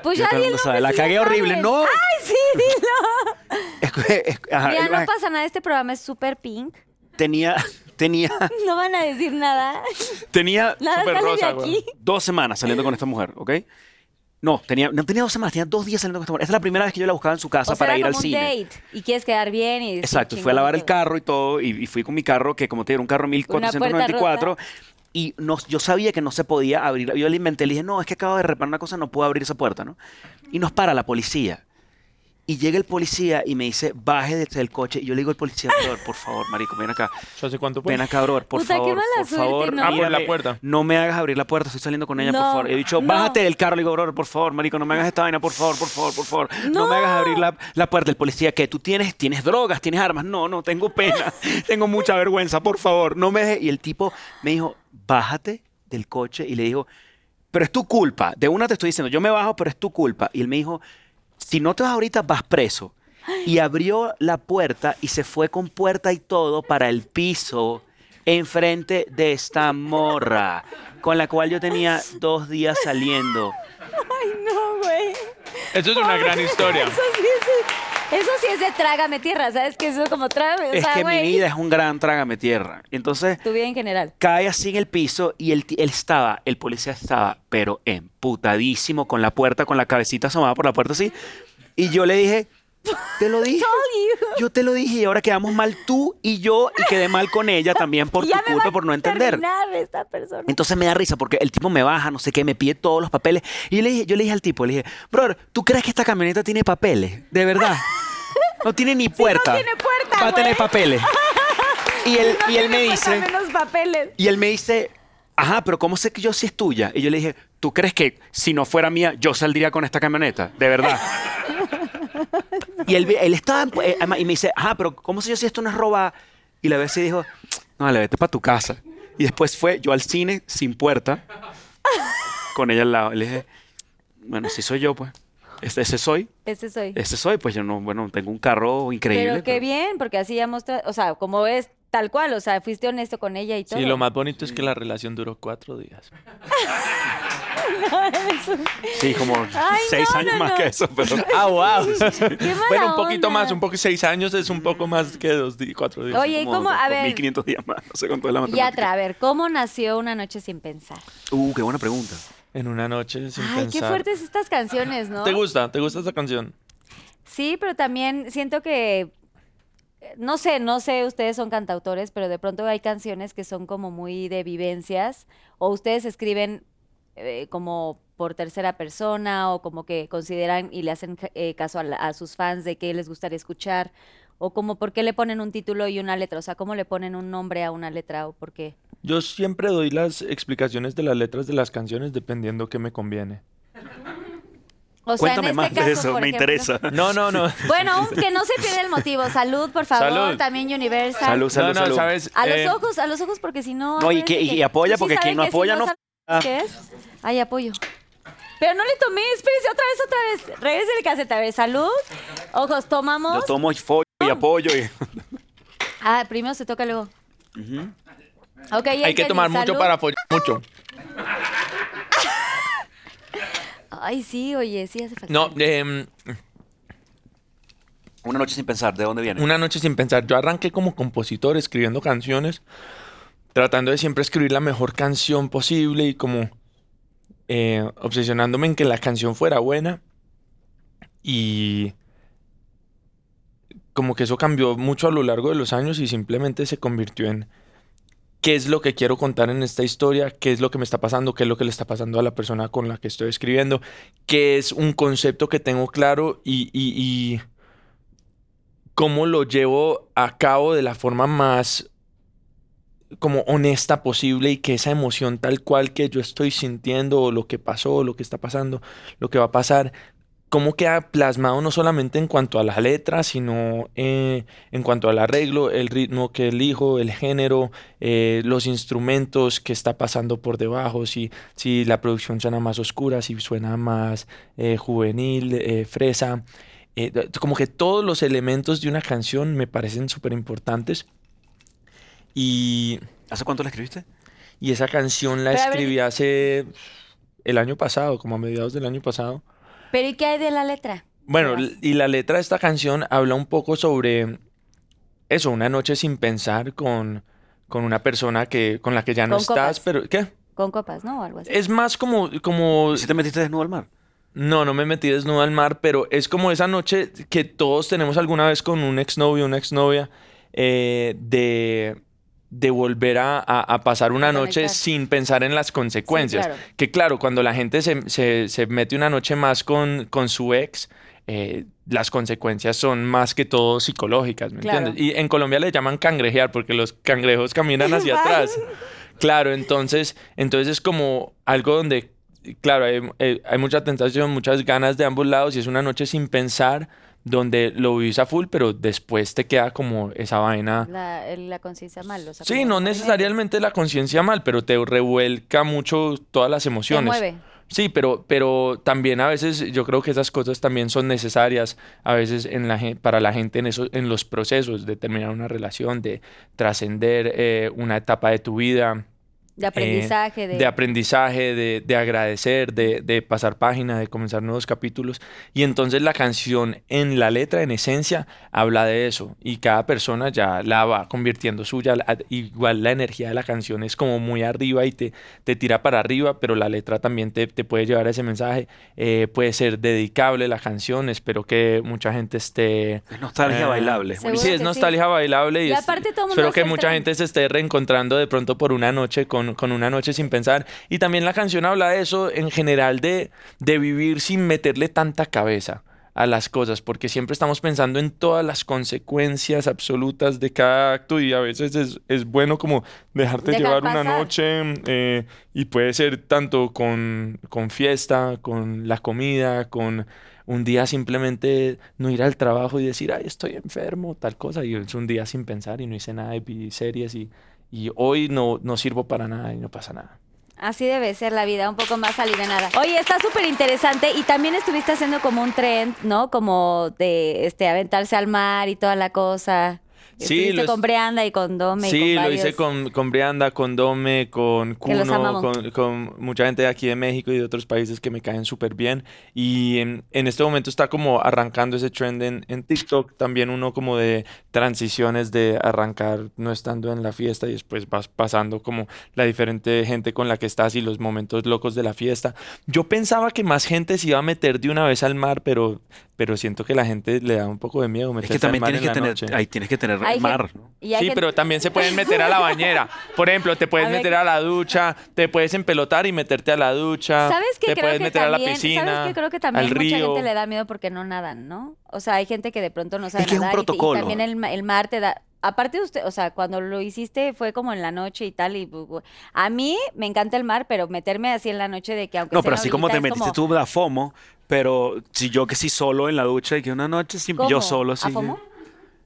S1: Pues
S4: ya
S1: ya
S4: todo el
S1: di el
S4: mundo
S1: nombre,
S4: sabe. La
S1: sí ya
S4: cagué horrible.
S1: saben.
S4: ¡No!
S1: ¡Ay, sí, dilo!
S4: Es que- es- ajá,
S1: Mira,
S4: ah,
S1: no pasa nada, este programa es súper pink.
S4: Tenía. Tenía.
S1: No van a decir nada.
S4: Tenía.
S1: Nada
S3: Súper
S1: sale
S3: rosa,
S1: de aquí.
S4: dos semanas saliendo con esta mujer, ¿ok? No, tenía, no tenía dos semanas, tenía dos días saliendo con esta mujer. Esa es la primera vez que yo la buscaba en su casa
S1: O sea,
S4: para
S1: era
S4: ir al
S1: como un
S4: cine.
S1: date y quieres quedar bien y decir,
S4: Exacto, y fui a
S1: chingón,
S4: lavar el
S1: qué-
S4: carro y todo, y, y fui con mi carro, que como te digo, era un carro
S1: puerta
S4: 1494, y no, yo sabía que no se podía abrir. Yo le inventé, le dije, no, es que acabo de reparar una cosa, no puedo abrir esa puerta, ¿no? Y nos para la policía. Y llega el policía y me dice, baje de- del coche. Y yo le digo al policía, brother, por favor, marico, ven acá.
S3: ¿Yo hace cuánto fue?
S4: Ven acá, brother, por
S1: Puta, qué
S4: favor.
S1: mala
S4: por
S1: suerte,
S4: favor,
S1: ¿no? Ah, por
S4: mírame,
S3: la puerta.
S4: No me hagas abrir la puerta, estoy saliendo con ella,
S1: No,
S4: por favor. He dicho,
S1: no.
S4: bájate del carro. Le digo, brother, por favor, marico, no me hagas esta vaina, por favor, por favor, por favor. No,
S1: No.
S4: me hagas abrir la, la puerta. El policía, ¿qué? ¿Tú tienes, tienes drogas, tienes armas? No, no, tengo pena. tengo mucha vergüenza, por favor. No me dejes. Y el tipo me dijo, bájate del coche. Y le dijo, pero es tu culpa. De una te estoy diciendo, yo me bajo, pero es tu culpa. Y él me dijo, si no te vas ahorita, vas preso. Y abrió la puerta y se fue con puerta y todo para el piso enfrente de esta morra, con la cual yo tenía dos días saliendo.
S1: Ay, no, güey.
S3: Eso es una gran historia.
S1: Eso sí es, eso sí es de trágame tierra, ¿sabes? Que eso como trágame, o
S4: Es
S1: sea,
S4: que mi
S1: güey,
S4: vida es un gran trágame tierra. Entonces
S1: Tu vida en general.
S4: cae así en el piso y él, él estaba, el policía estaba, pero emputadísimo con la puerta, con la cabecita asomada por la puerta así. Y yo le dije, te lo dije. Yo te lo dije y ahora quedamos mal tú y yo y quedé mal con ella también por
S1: Y
S4: tu
S1: ya me va
S4: culpa, por no
S1: a
S4: entender.
S1: terminar esta persona.
S4: Entonces me da risa porque el tipo me baja, no sé qué, me pide todos los papeles. Y yo le dije, yo le dije al tipo, le dije, brother, ¿tú crees que esta camioneta tiene papeles? De verdad. No tiene ni puerta.
S1: tiene puerta, pues.
S4: Va a tener
S1: güey.
S4: papeles. Y él,
S1: No
S4: y él me
S1: tiene
S4: dice,
S1: falta menos papeles.
S4: y él me dice, ajá, pero ¿cómo sé que yo sí es tuya? Y yo le dije, ¿tú crees que si no fuera mía, yo saldría con esta camioneta? De verdad. y él, él estaba, eh, además, y me dice, ajá, pero ¿cómo sé yo si esto no es robada? Y la vez sí dijo, no, le vete para tu casa. Y después fue yo al cine sin puerta, con ella al lado. Y le dije, bueno, si soy yo, pues. Este, ese soy,
S1: Ese soy.
S4: ese soy, pues yo no, bueno, tengo un carro increíble.
S1: pero qué
S4: pero-
S1: bien, porque así ya mostró, o sea, como es tal cual, o sea, fuiste honesto con ella y todo.
S3: Sí, lo más bonito es que la relación duró cuatro días.
S4: Sí, como
S1: Ay,
S4: seis
S1: no,
S4: años
S1: no,
S4: más
S1: no.
S4: que eso, pero
S3: Ah, wow.
S1: Qué mala
S3: Bueno, un poquito
S1: onda.
S3: más, un poco seis años es un poco más que dos días, cuatro días.
S1: Oye, ¿y
S4: como
S1: cómo? A
S4: dos-
S1: ver,
S4: 2.500 días más, no sé con toda la
S1: Yatra,
S4: matemática.
S1: a ver, ¿cómo nació Una Noche Sin Pensar?
S4: Uh, qué buena pregunta.
S3: En una noche sin
S1: Ay, qué
S3: pensar.
S1: fuertes estas canciones, ¿no?
S3: ¿Te gusta? ¿Te gusta esa canción?
S1: Sí, pero también siento que, eh, no sé, no sé, ustedes son cantautores, pero de pronto hay canciones que son como muy de vivencias, o ustedes escriben eh, como por tercera persona, o como que consideran y le hacen ca- eh, caso a, la- a sus fans de qué les gustaría escuchar, o como por qué le ponen un título y una letra, o sea, cómo le ponen un nombre a una letra, o por qué.
S3: Yo siempre doy las explicaciones de las letras de las canciones dependiendo que me conviene.
S1: O sea, en
S4: Cuéntame
S1: este
S4: más
S1: caso,
S4: de eso,
S1: por
S4: me
S1: ejemplo-
S4: interesa.
S3: No, no, no.
S1: Bueno, un- que no se pierda el motivo. Salud, por favor.
S3: Salud.
S1: También Universal.
S4: Salud, salud,
S3: no, no,
S4: salud.
S3: ¿sabes?
S1: A
S3: Eh,
S1: los ojos, a los ojos, porque si no.
S4: No, y
S1: acuérdense
S4: que- y apoya,
S1: tú sí
S4: porque
S1: saben
S4: quien no
S1: que si
S4: apoya no
S1: sabes
S4: f-
S1: ¿Qué es? Ay, apoyo. Pero no le tomé, espérese, otra vez, otra vez. Regrese el casete, a ver, salud. Ojos,
S4: Yo
S1: tomamos.
S4: tomo y follo y apoyo y...
S1: Ah, primero se toca luego. Ok, ya
S3: hay que
S1: entendí,
S3: tomar mucho
S1: salud.
S3: para apoyar mucho.
S1: Ay, sí, oye, sí hace falta.
S3: No, em,
S4: Una noche sin pensar, ¿de dónde viene?
S3: Una noche sin pensar. Yo arranqué como compositor escribiendo canciones, tratando de siempre escribir la mejor canción posible y como eh, obsesionándome en que la canción fuera buena. Y como que eso cambió mucho a lo largo de los años y simplemente se convirtió en qué es lo que quiero contar en esta historia, qué es lo que me está pasando, qué es lo que le está pasando a la persona con la que estoy escribiendo, qué es un concepto que tengo claro y- y- y cómo lo llevo a cabo de la forma más como honesta posible y que esa emoción tal cual que yo estoy sintiendo o lo que pasó, o lo que está pasando, lo que va a pasar, cómo queda plasmado no solamente en cuanto a la letra, sino eh, en cuanto al arreglo, el ritmo que elijo, el género, eh, los instrumentos que está pasando por debajo, si, si la producción suena más oscura, si suena más eh, juvenil, eh, fresa eh, de- como que todos los elementos de una canción me parecen súper importantes. Y,
S4: ¿Hace cuánto la escribiste?
S3: y esa canción la
S1: Pero a ver,
S3: escribí hace el año pasado, como a mediados del año pasado.
S1: Pero ¿y qué hay de la letra?
S3: Bueno,
S1: Vas.
S3: l- y la letra de esta canción habla un poco sobre eso, una noche sin pensar con, con una persona que, con la que ya no
S1: Con copas.
S3: estás, pero ¿qué?
S1: Con copas, ¿no? O algo así.
S3: Es más como, como
S4: ¿Si te metiste desnudo al mar?
S3: No, no me metí desnudo al mar, pero es como esa noche que todos tenemos alguna vez con un exnovio, una exnovia, eh, de, de volver a, a- a pasar una
S1: A
S3: noche
S1: conectar.
S3: sin pensar en las consecuencias.
S1: claro.
S3: Que claro, cuando la gente se, se- se mete una noche más con, con su ex, eh, las consecuencias son más que todo psicológicas, ¿me
S1: Claro.
S3: entiendes? Y en Colombia le llaman cangrejear porque los cangrejos caminan hacia atrás. Claro, entonces, entonces es como algo donde, claro, hay, eh, hay mucha tentación, muchas ganas de ambos lados y es una noche sin pensar donde lo vivís a full, pero después te queda como esa vaina.
S1: La, el- la conciencia mal. O sea,
S3: Sí,
S1: como-
S3: no necesariamente la conciencia mal, pero te revuelca mucho todas las
S1: Te
S3: emociones.
S1: mueve.
S3: Sí, pero, pero también a veces yo creo que esas cosas también son necesarias a veces en la, gen- para la gente en, eso, en los procesos de terminar una relación, de trascender eh, una etapa de tu vida,
S1: De aprendizaje, de...
S3: Eh, de aprendizaje, de, de agradecer, de, de pasar página, de comenzar nuevos capítulos. Y entonces la canción en la letra, en esencia, habla de eso. Y cada persona ya la va convirtiendo suya. La- Igual la energía de la canción es como muy arriba y te, te tira para arriba, pero la letra también te, te puede llevar a ese mensaje. Eh, puede ser dedicable la canción. Espero que mucha gente esté...
S4: Es nostalgia
S3: Eh,
S4: bailable. es
S1: Seguro
S3: Sí,
S1: que
S3: es
S1: sí.
S3: nostalgia bailable y,
S1: Y
S3: es-
S1: aparte todo el mundo
S3: espero
S1: hace
S3: que
S1: el
S3: mucha
S1: tren.
S3: gente se esté reencontrando de pronto por una noche con, con una noche sin pensar. Y también la canción habla de eso en general de, de vivir sin meterle tanta cabeza a las cosas, porque siempre estamos pensando en todas las consecuencias absolutas de cada acto y a veces es, es bueno como dejarte
S1: Dejar
S3: llevar una
S1: pasar.
S3: noche eh, y puede ser tanto con, con fiesta, con la comida, con un día simplemente no ir al trabajo y decir, ay, estoy enfermo, tal cosa, y es un día sin pensar y no hice nada y vi series y, y hoy no, no sirvo para nada y no pasa nada.
S1: Así debe ser la vida, un poco más alivianada. Oye, está súper interesante y también estuviste haciendo como un trend, ¿no? Como de este aventarse al mar y toda la cosa.
S3: Sí,
S1: Estuviste
S3: lo
S1: con
S3: es-
S1: Breanda y con Dome. y
S3: Sí,
S1: con
S3: lo hice
S1: varios.
S3: con, con Brianda, con Dome, con
S1: Que los
S3: Cuno,
S1: amamos.
S3: con, con mucha gente de aquí de México y de otros países que me caen súper bien. Y en, en este momento está como arrancando ese trend en, en TikTok. También uno como de transiciones de arrancar no estando en la fiesta y después vas pasando como la diferente gente con la que estás y los momentos locos de la fiesta. Yo pensaba que más gente se iba a meter de una vez al mar, pero, pero siento que la gente le da un poco de miedo
S4: Es
S3: meterse
S4: que también
S3: al mar
S4: tienes
S3: en
S4: que,
S3: la
S4: tener,
S3: noche.
S4: ahí tienes que tener
S1: Hay
S4: mar. ¿no?
S1: Y hay
S3: Sí,
S1: gente-
S3: pero también se pueden meter a la bañera. Por ejemplo, te puedes
S1: A ver.
S3: meter a la ducha, te puedes empelotar y meterte a la ducha,
S1: ¿Sabes qué?
S3: te
S1: Creo
S3: puedes
S1: que
S3: meter a la
S1: también, ¿sabes
S3: piscina,
S1: qué? Creo que
S3: al
S1: también mucha
S3: río.
S1: gente le da miedo porque no nadan, ¿no? O sea, hay gente que de pronto no sabe
S4: que es un
S1: nadar y te- y,
S4: protocolo.
S1: también el, ma- el mar te da... Aparte de usted, o sea, cuando lo hiciste fue como en la noche y tal, y bu- bu- a mí me encanta el mar, pero meterme así en la noche de que aunque
S4: No,
S1: sea
S4: pero
S1: una
S4: así como
S1: horita
S4: te
S1: es
S4: metiste tú da FOMO, pero si yo que sí solo en la ducha y que una noche sin
S1: ¿Cómo?
S4: yo solo
S1: ¿A
S4: así.
S1: FOMO?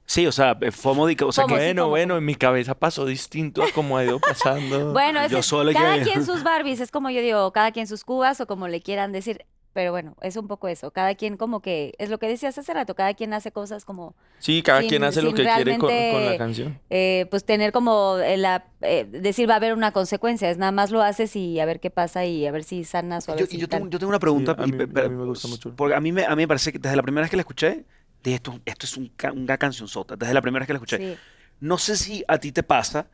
S4: Sí, o sea, eh, FOMO de que- o sea
S1: FOMO,
S4: que
S1: sí,
S3: Bueno,
S1: como-
S3: bueno, en mi cabeza pasó distinto a como ha ido pasando.
S1: Bueno, es,
S4: Yo solo
S1: cada
S4: que-
S1: quien sus Barbies, es como yo digo, cada quien sus cubas o como le quieran decir, pero bueno, es un poco eso, cada quien como que, es lo que decías hace rato, cada quien hace cosas como
S3: sí, cada
S1: sin-
S3: quien hace lo
S1: sin
S3: que quiere con, con la
S1: realmente-
S3: canción.
S1: eh, pues tener como eh, la eh, decir va a haber una consecuencia, es nada más lo haces y a ver qué pasa y a ver si sanas o a
S4: Yo,
S1: ver si
S4: yo
S1: tal.
S4: tengo, yo tengo una pregunta.
S3: Sí, a
S4: y
S3: mí-
S4: pe- pe-
S3: a mí me gusta mucho.
S4: Porque a mí me, a mí me parece que desde la primera vez que la escuché, dije, esto, esto es un ca- una canción sota. Desde la primera vez que la escuché.
S1: Sí.
S4: No sé si a ti te pasa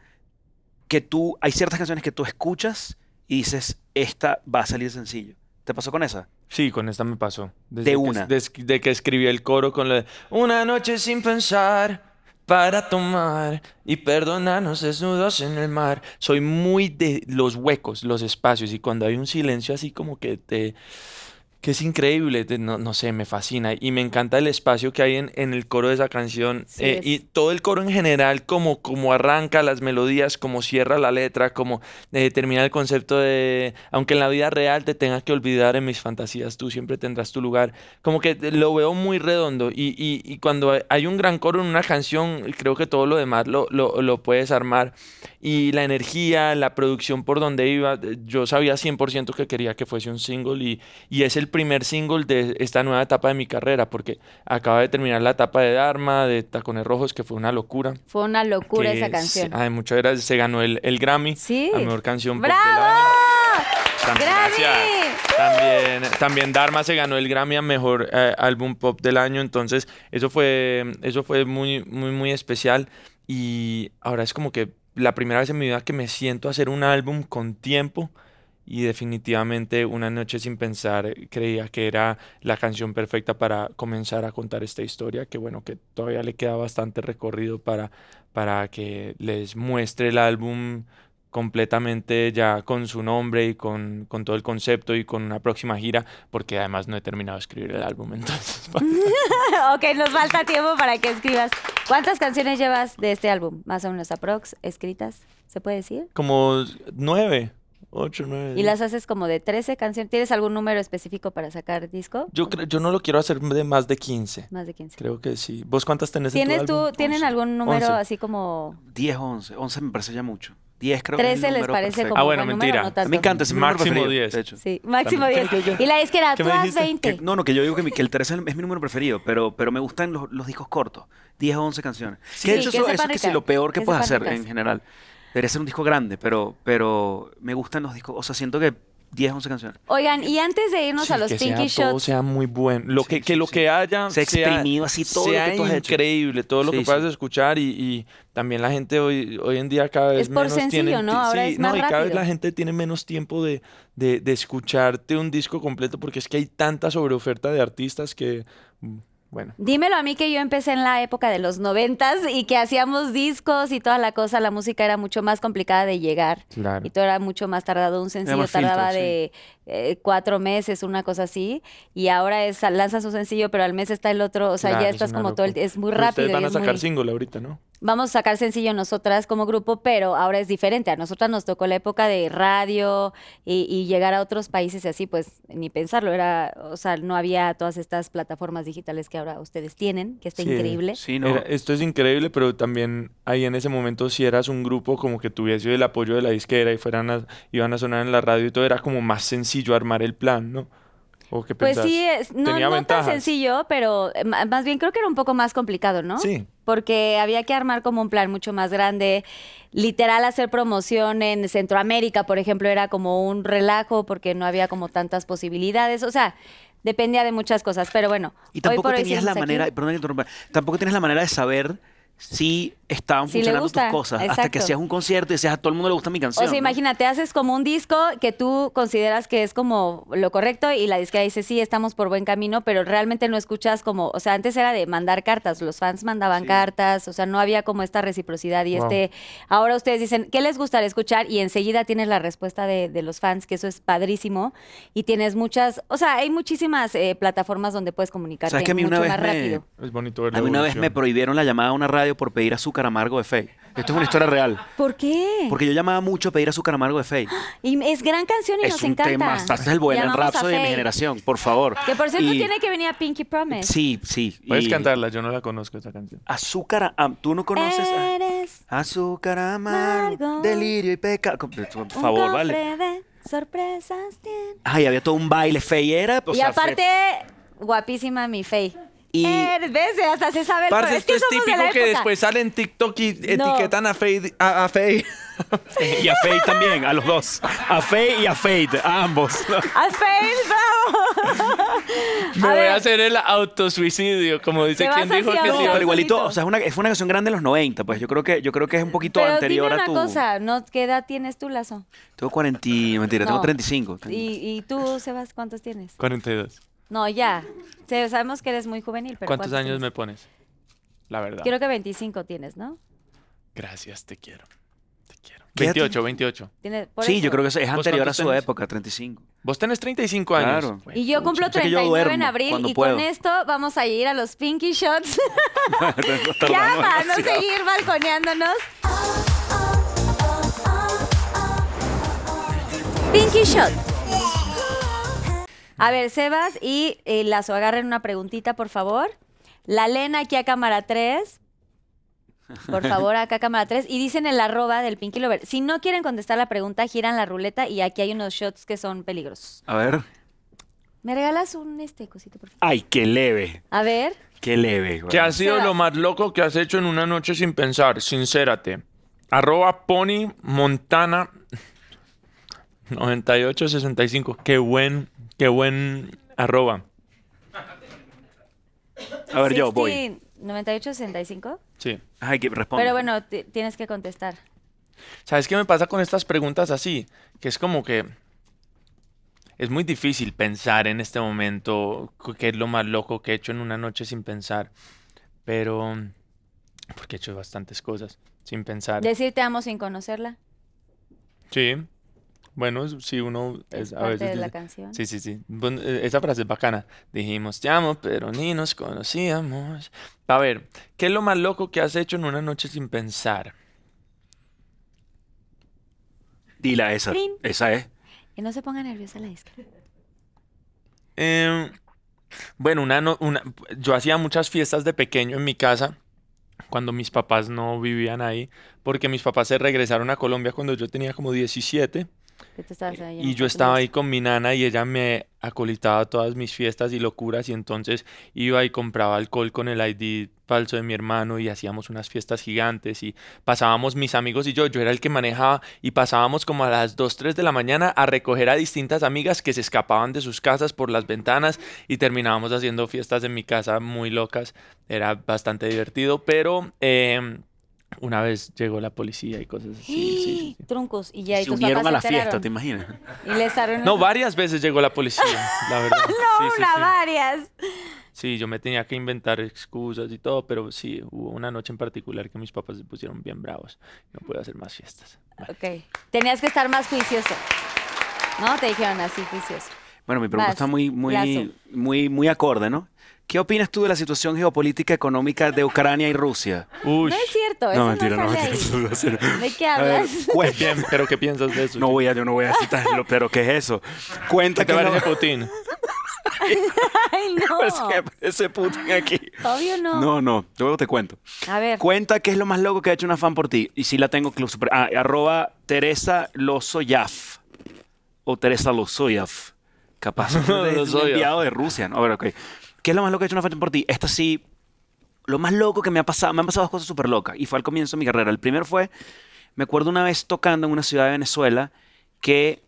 S4: que tú, hay ciertas canciones que tú escuchas y dices, esta va a salir sencillo. ¿Te pasó con esa?
S3: Sí, con esta me pasó. Desde
S4: De
S3: que-
S4: una.
S3: des- De, que escribí el coro con la de, Una noche sin pensar para tomar y perdonarnos desnudos en el mar. Soy muy de los huecos, los espacios y cuando hay un silencio así como que te... que es increíble, te- no, no sé, me fascina y me encanta el espacio que hay en, en el coro de esa canción
S1: Sí,
S3: eh,
S1: es-
S3: y todo el coro en general, como, como arranca las melodías, como cierra la letra, como eh, termina el concepto de, aunque en la vida real te tengas que olvidar en mis fantasías, tú siempre tendrás tu lugar. Como que te- lo veo muy redondo y, y- y cuando hay- hay un gran coro en una canción, creo que todo lo demás lo, lo, lo puedes armar. Y la energía, la producción por donde iba, eh, yo sabía 100% que quería que fuese un single y, y es el primer single de esta nueva etapa de mi carrera, porque acaba de terminar la etapa de Dharma, de Tacones Rojos, que fue una locura.
S1: Fue una locura
S3: que
S1: esa
S3: se-
S1: canción.
S3: ay, muchas gracias. Se ganó el, el Grammy
S1: Sí.
S3: a mejor canción pop del
S1: ¡Bravo!
S3: año. También,
S1: ¡Grammy!
S3: gracias. También, también Dharma se ganó el Grammy a mejor eh, álbum pop del año, entonces eso fue eso fue muy muy muy especial y ahora es como que la primera vez en mi vida que me siento a hacer un álbum con tiempo y definitivamente Una noche sin pensar eh, creía que era la canción perfecta para comenzar a contar esta historia, que bueno, que todavía le queda bastante recorrido para para que les muestre el álbum completamente ya con su nombre y con, con todo el concepto y con una próxima gira, porque además no he terminado de escribir el álbum, entonces
S1: ok, nos falta tiempo para que escribas. ¿Cuántas canciones llevas de este álbum? Más o menos aprox, escritas, ¿se puede decir?
S3: como nueve, ocho, nueve.
S1: ¿Y
S3: diez.
S1: las haces como de 13 canciones? ¿Tienes algún número específico para sacar disco?
S3: Yo, cre- yo no lo quiero hacer de más de 15,
S1: Más de 15.
S3: creo que sí. ¿Vos cuántas tenés en tu
S1: ¿Tienes tú,
S3: álbum?
S1: tienen
S3: Once.
S1: algún número
S3: Once.
S1: así como
S4: 10, 11. 11 me parece ya mucho. 10 creo que es
S1: 13
S4: el
S1: les
S4: número
S1: parece
S4: perfecto.
S1: como
S3: Ah, bueno,
S1: buen
S3: mentira.
S1: número o no
S4: A mí me
S1: tanto?
S4: encanta ese número
S3: Máximo
S4: preferido,
S3: 10.
S4: de hecho.
S1: Sí, máximo
S3: También.
S1: 10. Y la disquera,
S3: ¿Qué
S1: tú
S3: me
S1: haz
S3: dijiste?
S1: 20.
S4: Que- no, no, que yo digo que, mi- que el 13 es mi número preferido, pero, pero me gustan los, los discos cortos, 10 o 11 canciones.
S1: Sí,
S4: que de hecho
S1: que
S4: eso,
S1: sepan
S4: eso es que sí,
S1: ricas,
S4: lo peor que
S1: que
S4: puedes
S1: sepan
S4: hacer
S1: ricas.
S4: en general. Debería ser un disco grande, pero, pero me gustan los discos, o sea, siento que 10 o 11 canciones.
S1: Oigan, y antes de irnos
S3: Sí,
S1: a los
S3: que sea
S1: Pinky
S3: todo
S1: Shots,
S3: sea muy bueno. Lo
S4: Sí,
S3: que, que
S4: sí,
S3: lo
S4: sí.
S3: que haya
S4: Se ha
S3: sea-
S4: exprimido así todo lo
S3: sea
S4: que tú has hecho.
S3: increíble, todo lo
S4: Sí,
S3: que
S4: sí.
S3: puedas escuchar y, y también la gente hoy, hoy en día cada vez
S1: Es por
S3: menos
S1: sencillo,
S3: tiene
S1: ¿no?
S3: ti-
S1: Ahora
S3: sí,
S1: es más
S3: no, y cada vez
S1: rápido.
S3: la gente tiene menos tiempo de, de, de escucharte un disco completo porque es que hay tanta sobreoferta de artistas que, mm, bueno.
S1: dímelo a mí que yo empecé en la época de los noventas y que hacíamos discos y toda la cosa, la música era mucho más complicada de llegar.
S3: Claro.
S1: Y todo era mucho más tardado, un sencillo
S4: más filtro,
S1: tardaba
S4: sí.
S1: de eh, cuatro meses, una cosa así, y ahora es lanzas un sencillo, pero al mes está el otro, o sea,
S3: Claro,
S1: ya
S3: es
S1: estás
S3: una
S1: como todo el
S3: locura.
S1: es muy
S3: Pero
S1: rápido.
S3: Ustedes van
S1: y
S3: a
S1: es
S3: sacar
S1: muy-
S3: single ahorita, ¿no?
S1: vamos a sacar sencillo nosotras como grupo, pero ahora es diferente. A nosotras nos tocó la época de radio y, y llegar a otros países y así, pues ni pensarlo. Era, o sea, no había todas estas plataformas digitales que ahora ustedes tienen, que está
S3: Sí,
S1: increíble.
S4: Sí, no.
S3: Era- eh, esto es increíble, pero también ahí en ese momento si eras un grupo como que tuviese el apoyo de la disquera y fueran a- iban a sonar en la radio y todo, era como más sencillo armar el plan, ¿no? ¿O qué
S1: Pues
S3: pensás?
S1: sí, es, no,
S3: Tenía
S1: no tan
S3: ventajas.
S1: sencillo, pero eh, ma- más bien creo que era un poco más complicado, ¿no?
S3: Sí.
S1: Porque había que armar como un plan mucho más grande. Literal, hacer promoción en Centroamérica, por ejemplo, era como un relajo porque no había como tantas posibilidades. O sea, dependía de muchas cosas. Pero bueno,
S4: Y
S1: hoy
S4: tampoco
S1: por hoy
S4: tenías la
S1: seguimos aquí.
S4: manera, perdón que interrumpa, tampoco tenías la manera de saber si estaban
S1: Si le
S4: funcionando
S1: gusta,
S4: tus cosas. Hasta que
S1: exacto.
S4: hacías un concierto y decías a todo el mundo le gusta mi canción.
S1: O sea,
S4: ¿no?
S1: imagínate, haces como un disco que tú consideras que es como lo correcto y la disquera dice, sí, estamos por buen camino, pero realmente no escuchas como, o sea, antes era de mandar cartas, los fans mandaban
S4: Sí.
S1: cartas, o sea, no había como esta reciprocidad y
S3: Wow.
S1: este, ahora ustedes dicen, ¿qué les gustaría escuchar? Y enseguida tienes la respuesta de, de los fans, que eso es padrísimo, y tienes muchas, o sea, hay muchísimas eh, plataformas donde puedes comunicarte
S4: ¿Sabes que a mí
S1: mucho
S4: una vez
S1: más
S4: me-
S1: rápido.
S3: Es bonito verlo.
S4: A mí una vez me prohibieron la llamada a una radio por pedir azúcar amargo de Fey. Esto es una historia real.
S1: ¿Por qué?
S4: Porque yo llamaba mucho a pedir azúcar amargo de Fey.
S1: Y es gran canción y
S4: es
S1: nos
S4: un
S1: encanta.
S4: tema, hasta es el buen
S1: Llamamos a
S4: rapso de mi
S1: Faye.
S4: generación, por favor.
S1: Que por cierto
S4: Y-
S1: tiene que venir a Pinky Promise.
S4: Sí, sí.
S3: Puedes
S4: y-
S3: cantarla, yo no la conozco esa canción.
S4: Azúcar, am- tú no conoces. a-
S1: Eres
S4: Azúcar amargo,
S1: Eh, Amargo.
S4: delirio y pecado. Com- Por
S1: un
S4: favor,
S1: cofre
S4: vale.
S1: de sorpresas tiene.
S4: Ay, había todo un baile Fey era. o
S1: y
S4: sea,
S1: aparte,
S4: Fey-
S1: guapísima mi Fey.
S4: Y-
S1: Eh, ¿Ves? Hasta se sabe el
S3: Parce,
S1: es que
S3: esto es
S1: somos de la
S3: típico que
S1: época.
S3: después sale en TikTok y
S1: No.
S3: etiquetan a Faye. A, a Faye.
S4: Y a Fey también, a los dos. A Fey y a Fey, a ambos.
S1: ¡A Fey, bravo!
S3: Me
S1: A
S3: voy
S1: ver.
S3: a hacer el autosuicidio, como dice
S1: Te
S3: quien
S1: vas
S3: dijo
S1: así
S3: que
S1: ahorita.
S4: No,
S3: sí.
S4: pero igualito,
S1: bonito.
S4: o sea, es una, fue una canción grande en los 90, pues yo creo que, yo creo que es un poquito
S1: Pero
S4: anterior
S1: dime
S4: a
S1: una
S4: tu.
S1: cosa, ¿no? ¿qué edad tienes tú, Lazo?
S4: Tengo 40, y- mentira, tengo
S1: No.
S4: 35.
S1: ¿Y, y tú, Sebas, cuántos tienes?
S3: 42.
S1: No, ya. Se- Sabemos que eres muy juvenil, pero
S3: ¿Cuántos años
S1: tienes?
S3: me pones? La verdad.
S1: Creo que 25 tienes, ¿no?
S3: Gracias, te quiero. Te quiero.
S4: ¿Qué edad
S3: 28, 28.
S1: Tienes- por
S4: Sí,
S1: eso.
S4: yo creo que eso es
S3: ¿Vos
S4: anterior a
S3: cuántos
S4: su
S3: tenés?
S4: época, 35.
S3: Vos tenés 35 años.
S4: Claro.
S3: Güey,
S1: Y yo
S3: pucha.
S1: cumplo
S4: sé que yo
S1: 39 en
S4: duermo
S1: abril
S4: cuando
S1: y
S4: puedo.
S1: con esto vamos a ir a los Pinky Shots. ya
S4: Tardamos
S1: para no
S4: demasiado.
S1: seguir balconeándonos.
S5: Pinky Shot.
S1: A ver, Sebas y eh, Lazo, agarren una preguntita, por favor. La Lena aquí a cámara 3. Por favor, acá a cámara 3. Y dicen el arroba del Pinky Lover. Si no quieren contestar la pregunta, giran la ruleta y aquí hay unos shots que son peligrosos.
S4: A ver.
S1: ¿Me regalas un este cosito, por favor?
S4: Ay, qué leve,
S1: A ver.
S4: qué leve. güey.
S3: ¿Qué ha sido
S1: Sebas.
S3: lo más loco que has hecho en una noche sin pensar? Sincérate. Arroba Pony Montana 9865. Qué buen, qué buen arroba.
S4: A ver, yo voy.
S1: 16, 98, 65.
S3: Sí.
S4: Ay, que responde.
S1: Pero bueno, ti- tienes que contestar.
S3: ¿Sabes qué me pasa con estas preguntas así? Que es como que es muy difícil pensar en este momento cu- qué es lo más loco que he hecho en una noche sin pensar. Pero, porque he hecho bastantes cosas sin pensar.
S1: Decir te amo sin conocerla.
S3: Sí. Bueno, es- sí, uno
S1: Es
S3: es- a
S1: parte
S3: veces
S1: de la
S3: dice-
S1: canción.
S3: Sí, sí, sí. Bueno, eh, esa frase es bacana. Dijimos, te amo, pero ni nos conocíamos. A ver, ¿qué es lo más loco que has hecho en una noche sin pensar?
S4: Dila esa.
S1: Trin.
S4: Esa es.
S1: Y no se ponga nerviosa la disca.
S3: Em, bueno, una, no- una, yo hacía muchas fiestas de pequeño en mi casa cuando mis papás no vivían ahí, porque mis papás se regresaron a Colombia cuando yo tenía como 17
S1: Que tú
S4: Eh,
S1: estabas ahí en
S3: y yo
S1: Estados
S3: estaba ahí
S1: Unidos.
S3: con mi nana y ella me acolitaba a todas mis fiestas y locuras y entonces iba y compraba alcohol con el ID falso de mi hermano y hacíamos unas fiestas gigantes y pasábamos mis amigos y yo, yo era el que manejaba y pasábamos como a las 2, 3 de la mañana a recoger a distintas amigas que se escapaban de sus casas por las ventanas y terminábamos haciendo fiestas en mi casa muy locas, era bastante divertido, pero em, una vez llegó la policía y cosas así. sí,
S1: ¡Ah!
S3: sí, sí.
S1: Truncos. Y ya
S4: Se
S1: y tus
S4: unieron
S1: papás
S4: a la
S1: se
S4: fiesta,
S1: enteraron.
S4: ¿te imaginas?
S1: Y les arruinaron.
S3: No, varias veces llegó la policía, la verdad.
S1: No,
S3: Sí, sí,
S1: una,
S3: sí.
S1: varias.
S3: Sí, yo me tenía que inventar excusas y todo, pero sí, hubo una noche en particular que mis papás se pusieron bien bravos. No puedo hacer más fiestas.
S1: Ok. Tenías que estar más juicioso. No, te dijeron así, juicioso.
S4: Bueno, mi pregunta
S1: Vas,
S4: está muy,
S1: Lazo.
S4: muy, muy, muy acorde, ¿no? ¿Qué opinas tú de la situación geopolítica económica de Ucrania y Rusia?
S3: Uy,
S1: No es cierto, eso
S4: no, mentira, no,
S1: no sale
S4: mentira.
S1: ahí.
S4: no, sí, no.
S1: ¿De qué
S4: A ver,
S1: hablas?
S4: cuenta.
S3: bien, pero ¿qué piensas de eso?
S4: No
S3: chico?
S4: voy a, yo no voy a citarlo, pero ¿qué es eso? Cuenta
S3: ¿Qué te
S4: que
S3: parece
S4: la-
S3: Putin?
S1: Ay, no.
S4: Es que ese Putin aquí.
S1: Obvio no.
S4: No, no, luego te cuento.
S1: A ver.
S4: Cuenta qué es lo más loco que ha hecho una fan por ti. Y si la tengo clu- super- ah, arroba Teresa Lozo Yaf. O Teresa Lozoyaf. Capaz. es un
S3: Lozoyaf.
S4: enviado de Rusia, ¿no? A ver, ok. ¿Qué es lo más loco que ha hecho una fan por ti? Esta sí. Lo más loco que me ha pasado. Me han pasado dos cosas súper locas. Y fue al comienzo de mi carrera. El primero fue. Me acuerdo una vez tocando en una ciudad de Venezuela que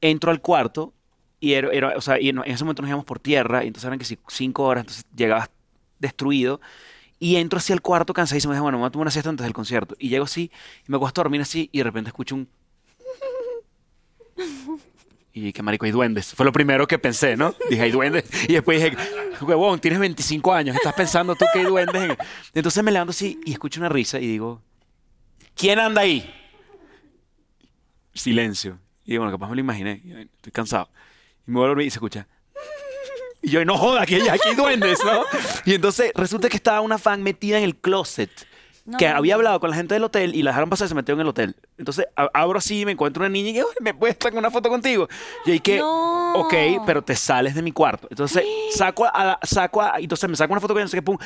S4: entro al cuarto y, era, era- o sea, y no- en ese momento nos íbamos por tierra, y entonces eran que si cinco horas, entonces llegabas destruido. Y entro así al cuarto cansadísimo, y dije, bueno, me voy a tomar una siesta antes del concierto. Y llego así, y me acuesto a dormir así, y de repente escucho un... Y que marico, hay duendes. Fue lo primero que pensé, ¿no? Dije, hay duendes. Y después dije, huevón, tienes 25 años, estás pensando tú que hay duendes. en-". Entonces me levanto así y escucho una risa y digo, ¿quién anda ahí? silencio. Y bueno, capaz me lo imaginé. Y, ay, Estoy cansado. Y me voy a dormir y se escucha. Y yo, no joda, que aquí hay duendes, ¿no? Y entonces resulta que estaba una fan metida en el closet.
S1: No.
S4: que había hablado con la gente del hotel y la dejaron pasar y se metió en el hotel. Entonces a- abro así y me encuentro una niña y que, "Oye, ¿me puedes sacar una foto contigo? Y ahí que,
S1: No.
S4: ok, pero te sales de mi cuarto. Entonces saco a, la- saco a- entonces me saco una foto con ella, no sé qué, pum.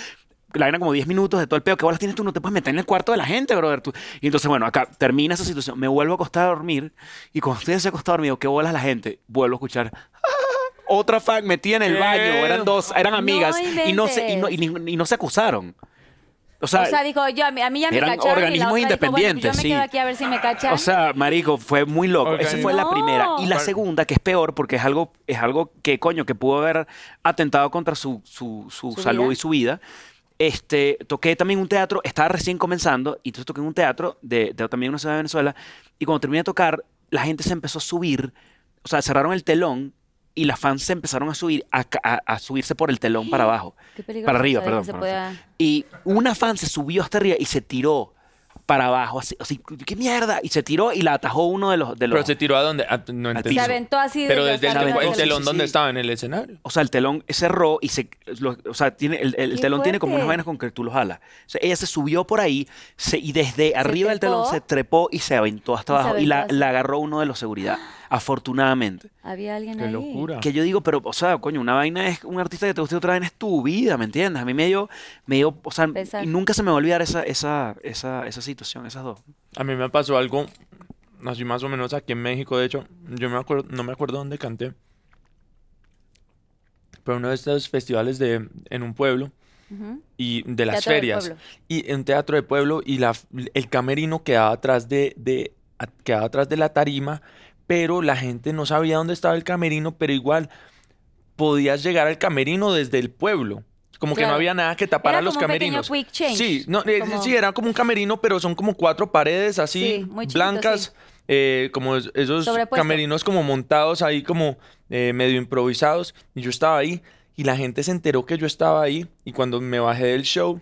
S4: La vaina como 10 minutos de todo el peo. ¿Qué bolas tienes tú? No te puedes meter en el cuarto de la gente, brother. Tú. Y entonces, bueno, acá termina esa situación. Me vuelvo a acostar a dormir. Y cuando estoy así acostado dormido, ¿qué bolas la gente? Vuelvo a escuchar. "Ah, Otra fan metida en el
S3: ¿Qué?
S4: baño. Eran dos, eran
S1: Eh, No
S4: amigas. y, no se, y, no,
S1: inventes.
S4: y ni- y no se acusaron. O sea,
S1: O sea, dijo, yo, a mí a mí ya me
S4: eran
S1: cacharon. y la
S4: organismos
S1: otra dijo, bueno,
S4: independientes,
S1: pues
S4: sí.
S1: Yo me quedo aquí a ver si me cachan.
S4: O sea, marico, fue muy loco.
S3: Ok.
S4: Esa fue la
S1: No.
S4: primera. Y la
S3: Par-
S4: segunda, que es peor, porque es algo, es algo que, coño, que pudo haber atentado contra su, su, su
S1: ¿Su
S4: salud
S1: vida?
S4: y su vida. Este, toqué también un teatro, estaba recién comenzando, y entonces toqué en un teatro de, de también una ciudad de Venezuela, y cuando terminé de tocar, la gente se empezó a subir, o sea, cerraron el telón, y las fans se empezaron a subir, a, ca- a- a subirse por el telón para abajo.
S1: Qué peligroso
S4: Para arriba,
S1: saber
S4: perdón.
S1: que se
S4: para arriba.
S1: pueda-
S4: Y una fan se subió hasta arriba y se tiró para abajo, así, así, ¿qué mierda? Y se tiró y la atajó uno de los... De los
S3: Pero se tiró a donde. a- no entendí.
S1: Se
S4: piso.
S1: aventó así.
S3: Pero desde
S1: desde
S3: el,
S4: Se aventó,
S3: el
S4: sí,
S3: telón
S4: sí,
S3: donde
S4: sí.
S3: estaba, en el escenario.
S4: o sea, el telón cerró y se... lo- o sea, tiene, el, el
S1: Qué
S4: telón tiene como unas
S1: fuerte.
S4: vainas con que tú los jalas. O sea, ella se subió por ahí se- y desde arriba del telón
S1: trepó.
S4: se trepó y se aventó hasta
S1: Y se
S4: abajo. Y la,
S1: aventó así.
S4: la agarró uno de los seguridad, afortunadamente.
S1: Había alguien
S3: Qué
S1: ahí.
S3: locura.
S4: Que yo digo, pero, o sea, coño, una vaina es un artista que te guste otra vaina es tu vida, ¿me entiendes? A mí me dio, me dio, o sea,
S1: Pesar.
S4: y nunca se me va a olvidar esa, esa, esa, esa situación, esas dos.
S3: A mí me pasó algo así más o menos aquí en México. De hecho, yo me acuerdo, no me acuerdo dónde canté. Pero uno de estos festivales de, en un pueblo
S1: Ujú.
S3: y de las
S1: Teatro del
S3: ferias.
S1: pueblo.
S3: Y en teatro de pueblo y la, el camerino quedaba atrás de, de, a- quedaba atrás de la tarima, pero la gente no sabía dónde estaba el camerino, pero igual podías llegar al camerino desde el pueblo. Como que no
S1: Claro.
S3: había nada que tapara
S1: Era
S3: Ah, los
S1: como un pequeño
S3: camerinos.
S1: quick change,
S3: Sí, no, eh,
S1: como-
S3: sí, era como un camerino, pero son como cuatro paredes así,
S1: Sí, muy chiquito,
S3: blancas, eh, como es- esos
S1: Sobrepuesto.
S3: camerinos como montados ahí, como eh, medio improvisados. Y yo estaba ahí y la gente se enteró que yo estaba ahí. Y cuando me bajé del show,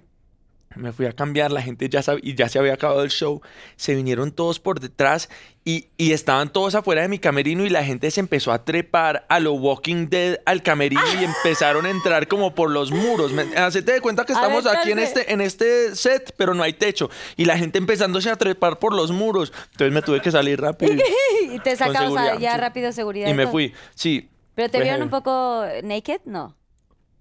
S3: me fui a cambiar, la gente ya sabía, y ya se había acabado el show, se vinieron todos por detrás y, y estaban todos afuera de mi camerino y la gente se empezó a trepar a lo Walking Dead al camerino y empezaron a entrar como por los muros. Me- Hacete de cuenta que estamos aquí en
S1: Aventarse.
S3: este, en este set, pero no hay techo. Y la gente empezándose a trepar por los muros. Entonces me tuve que salir rápido
S1: Y te sacaron o sea,
S3: seguridad,
S1: ya
S3: sí.
S1: rápido seguridad.
S3: y
S1: y
S3: me
S1: todo.
S3: fui. Sí.
S1: Pero te
S3: Fue
S1: vieron
S3: heavy.
S1: un poco eh, naked, no.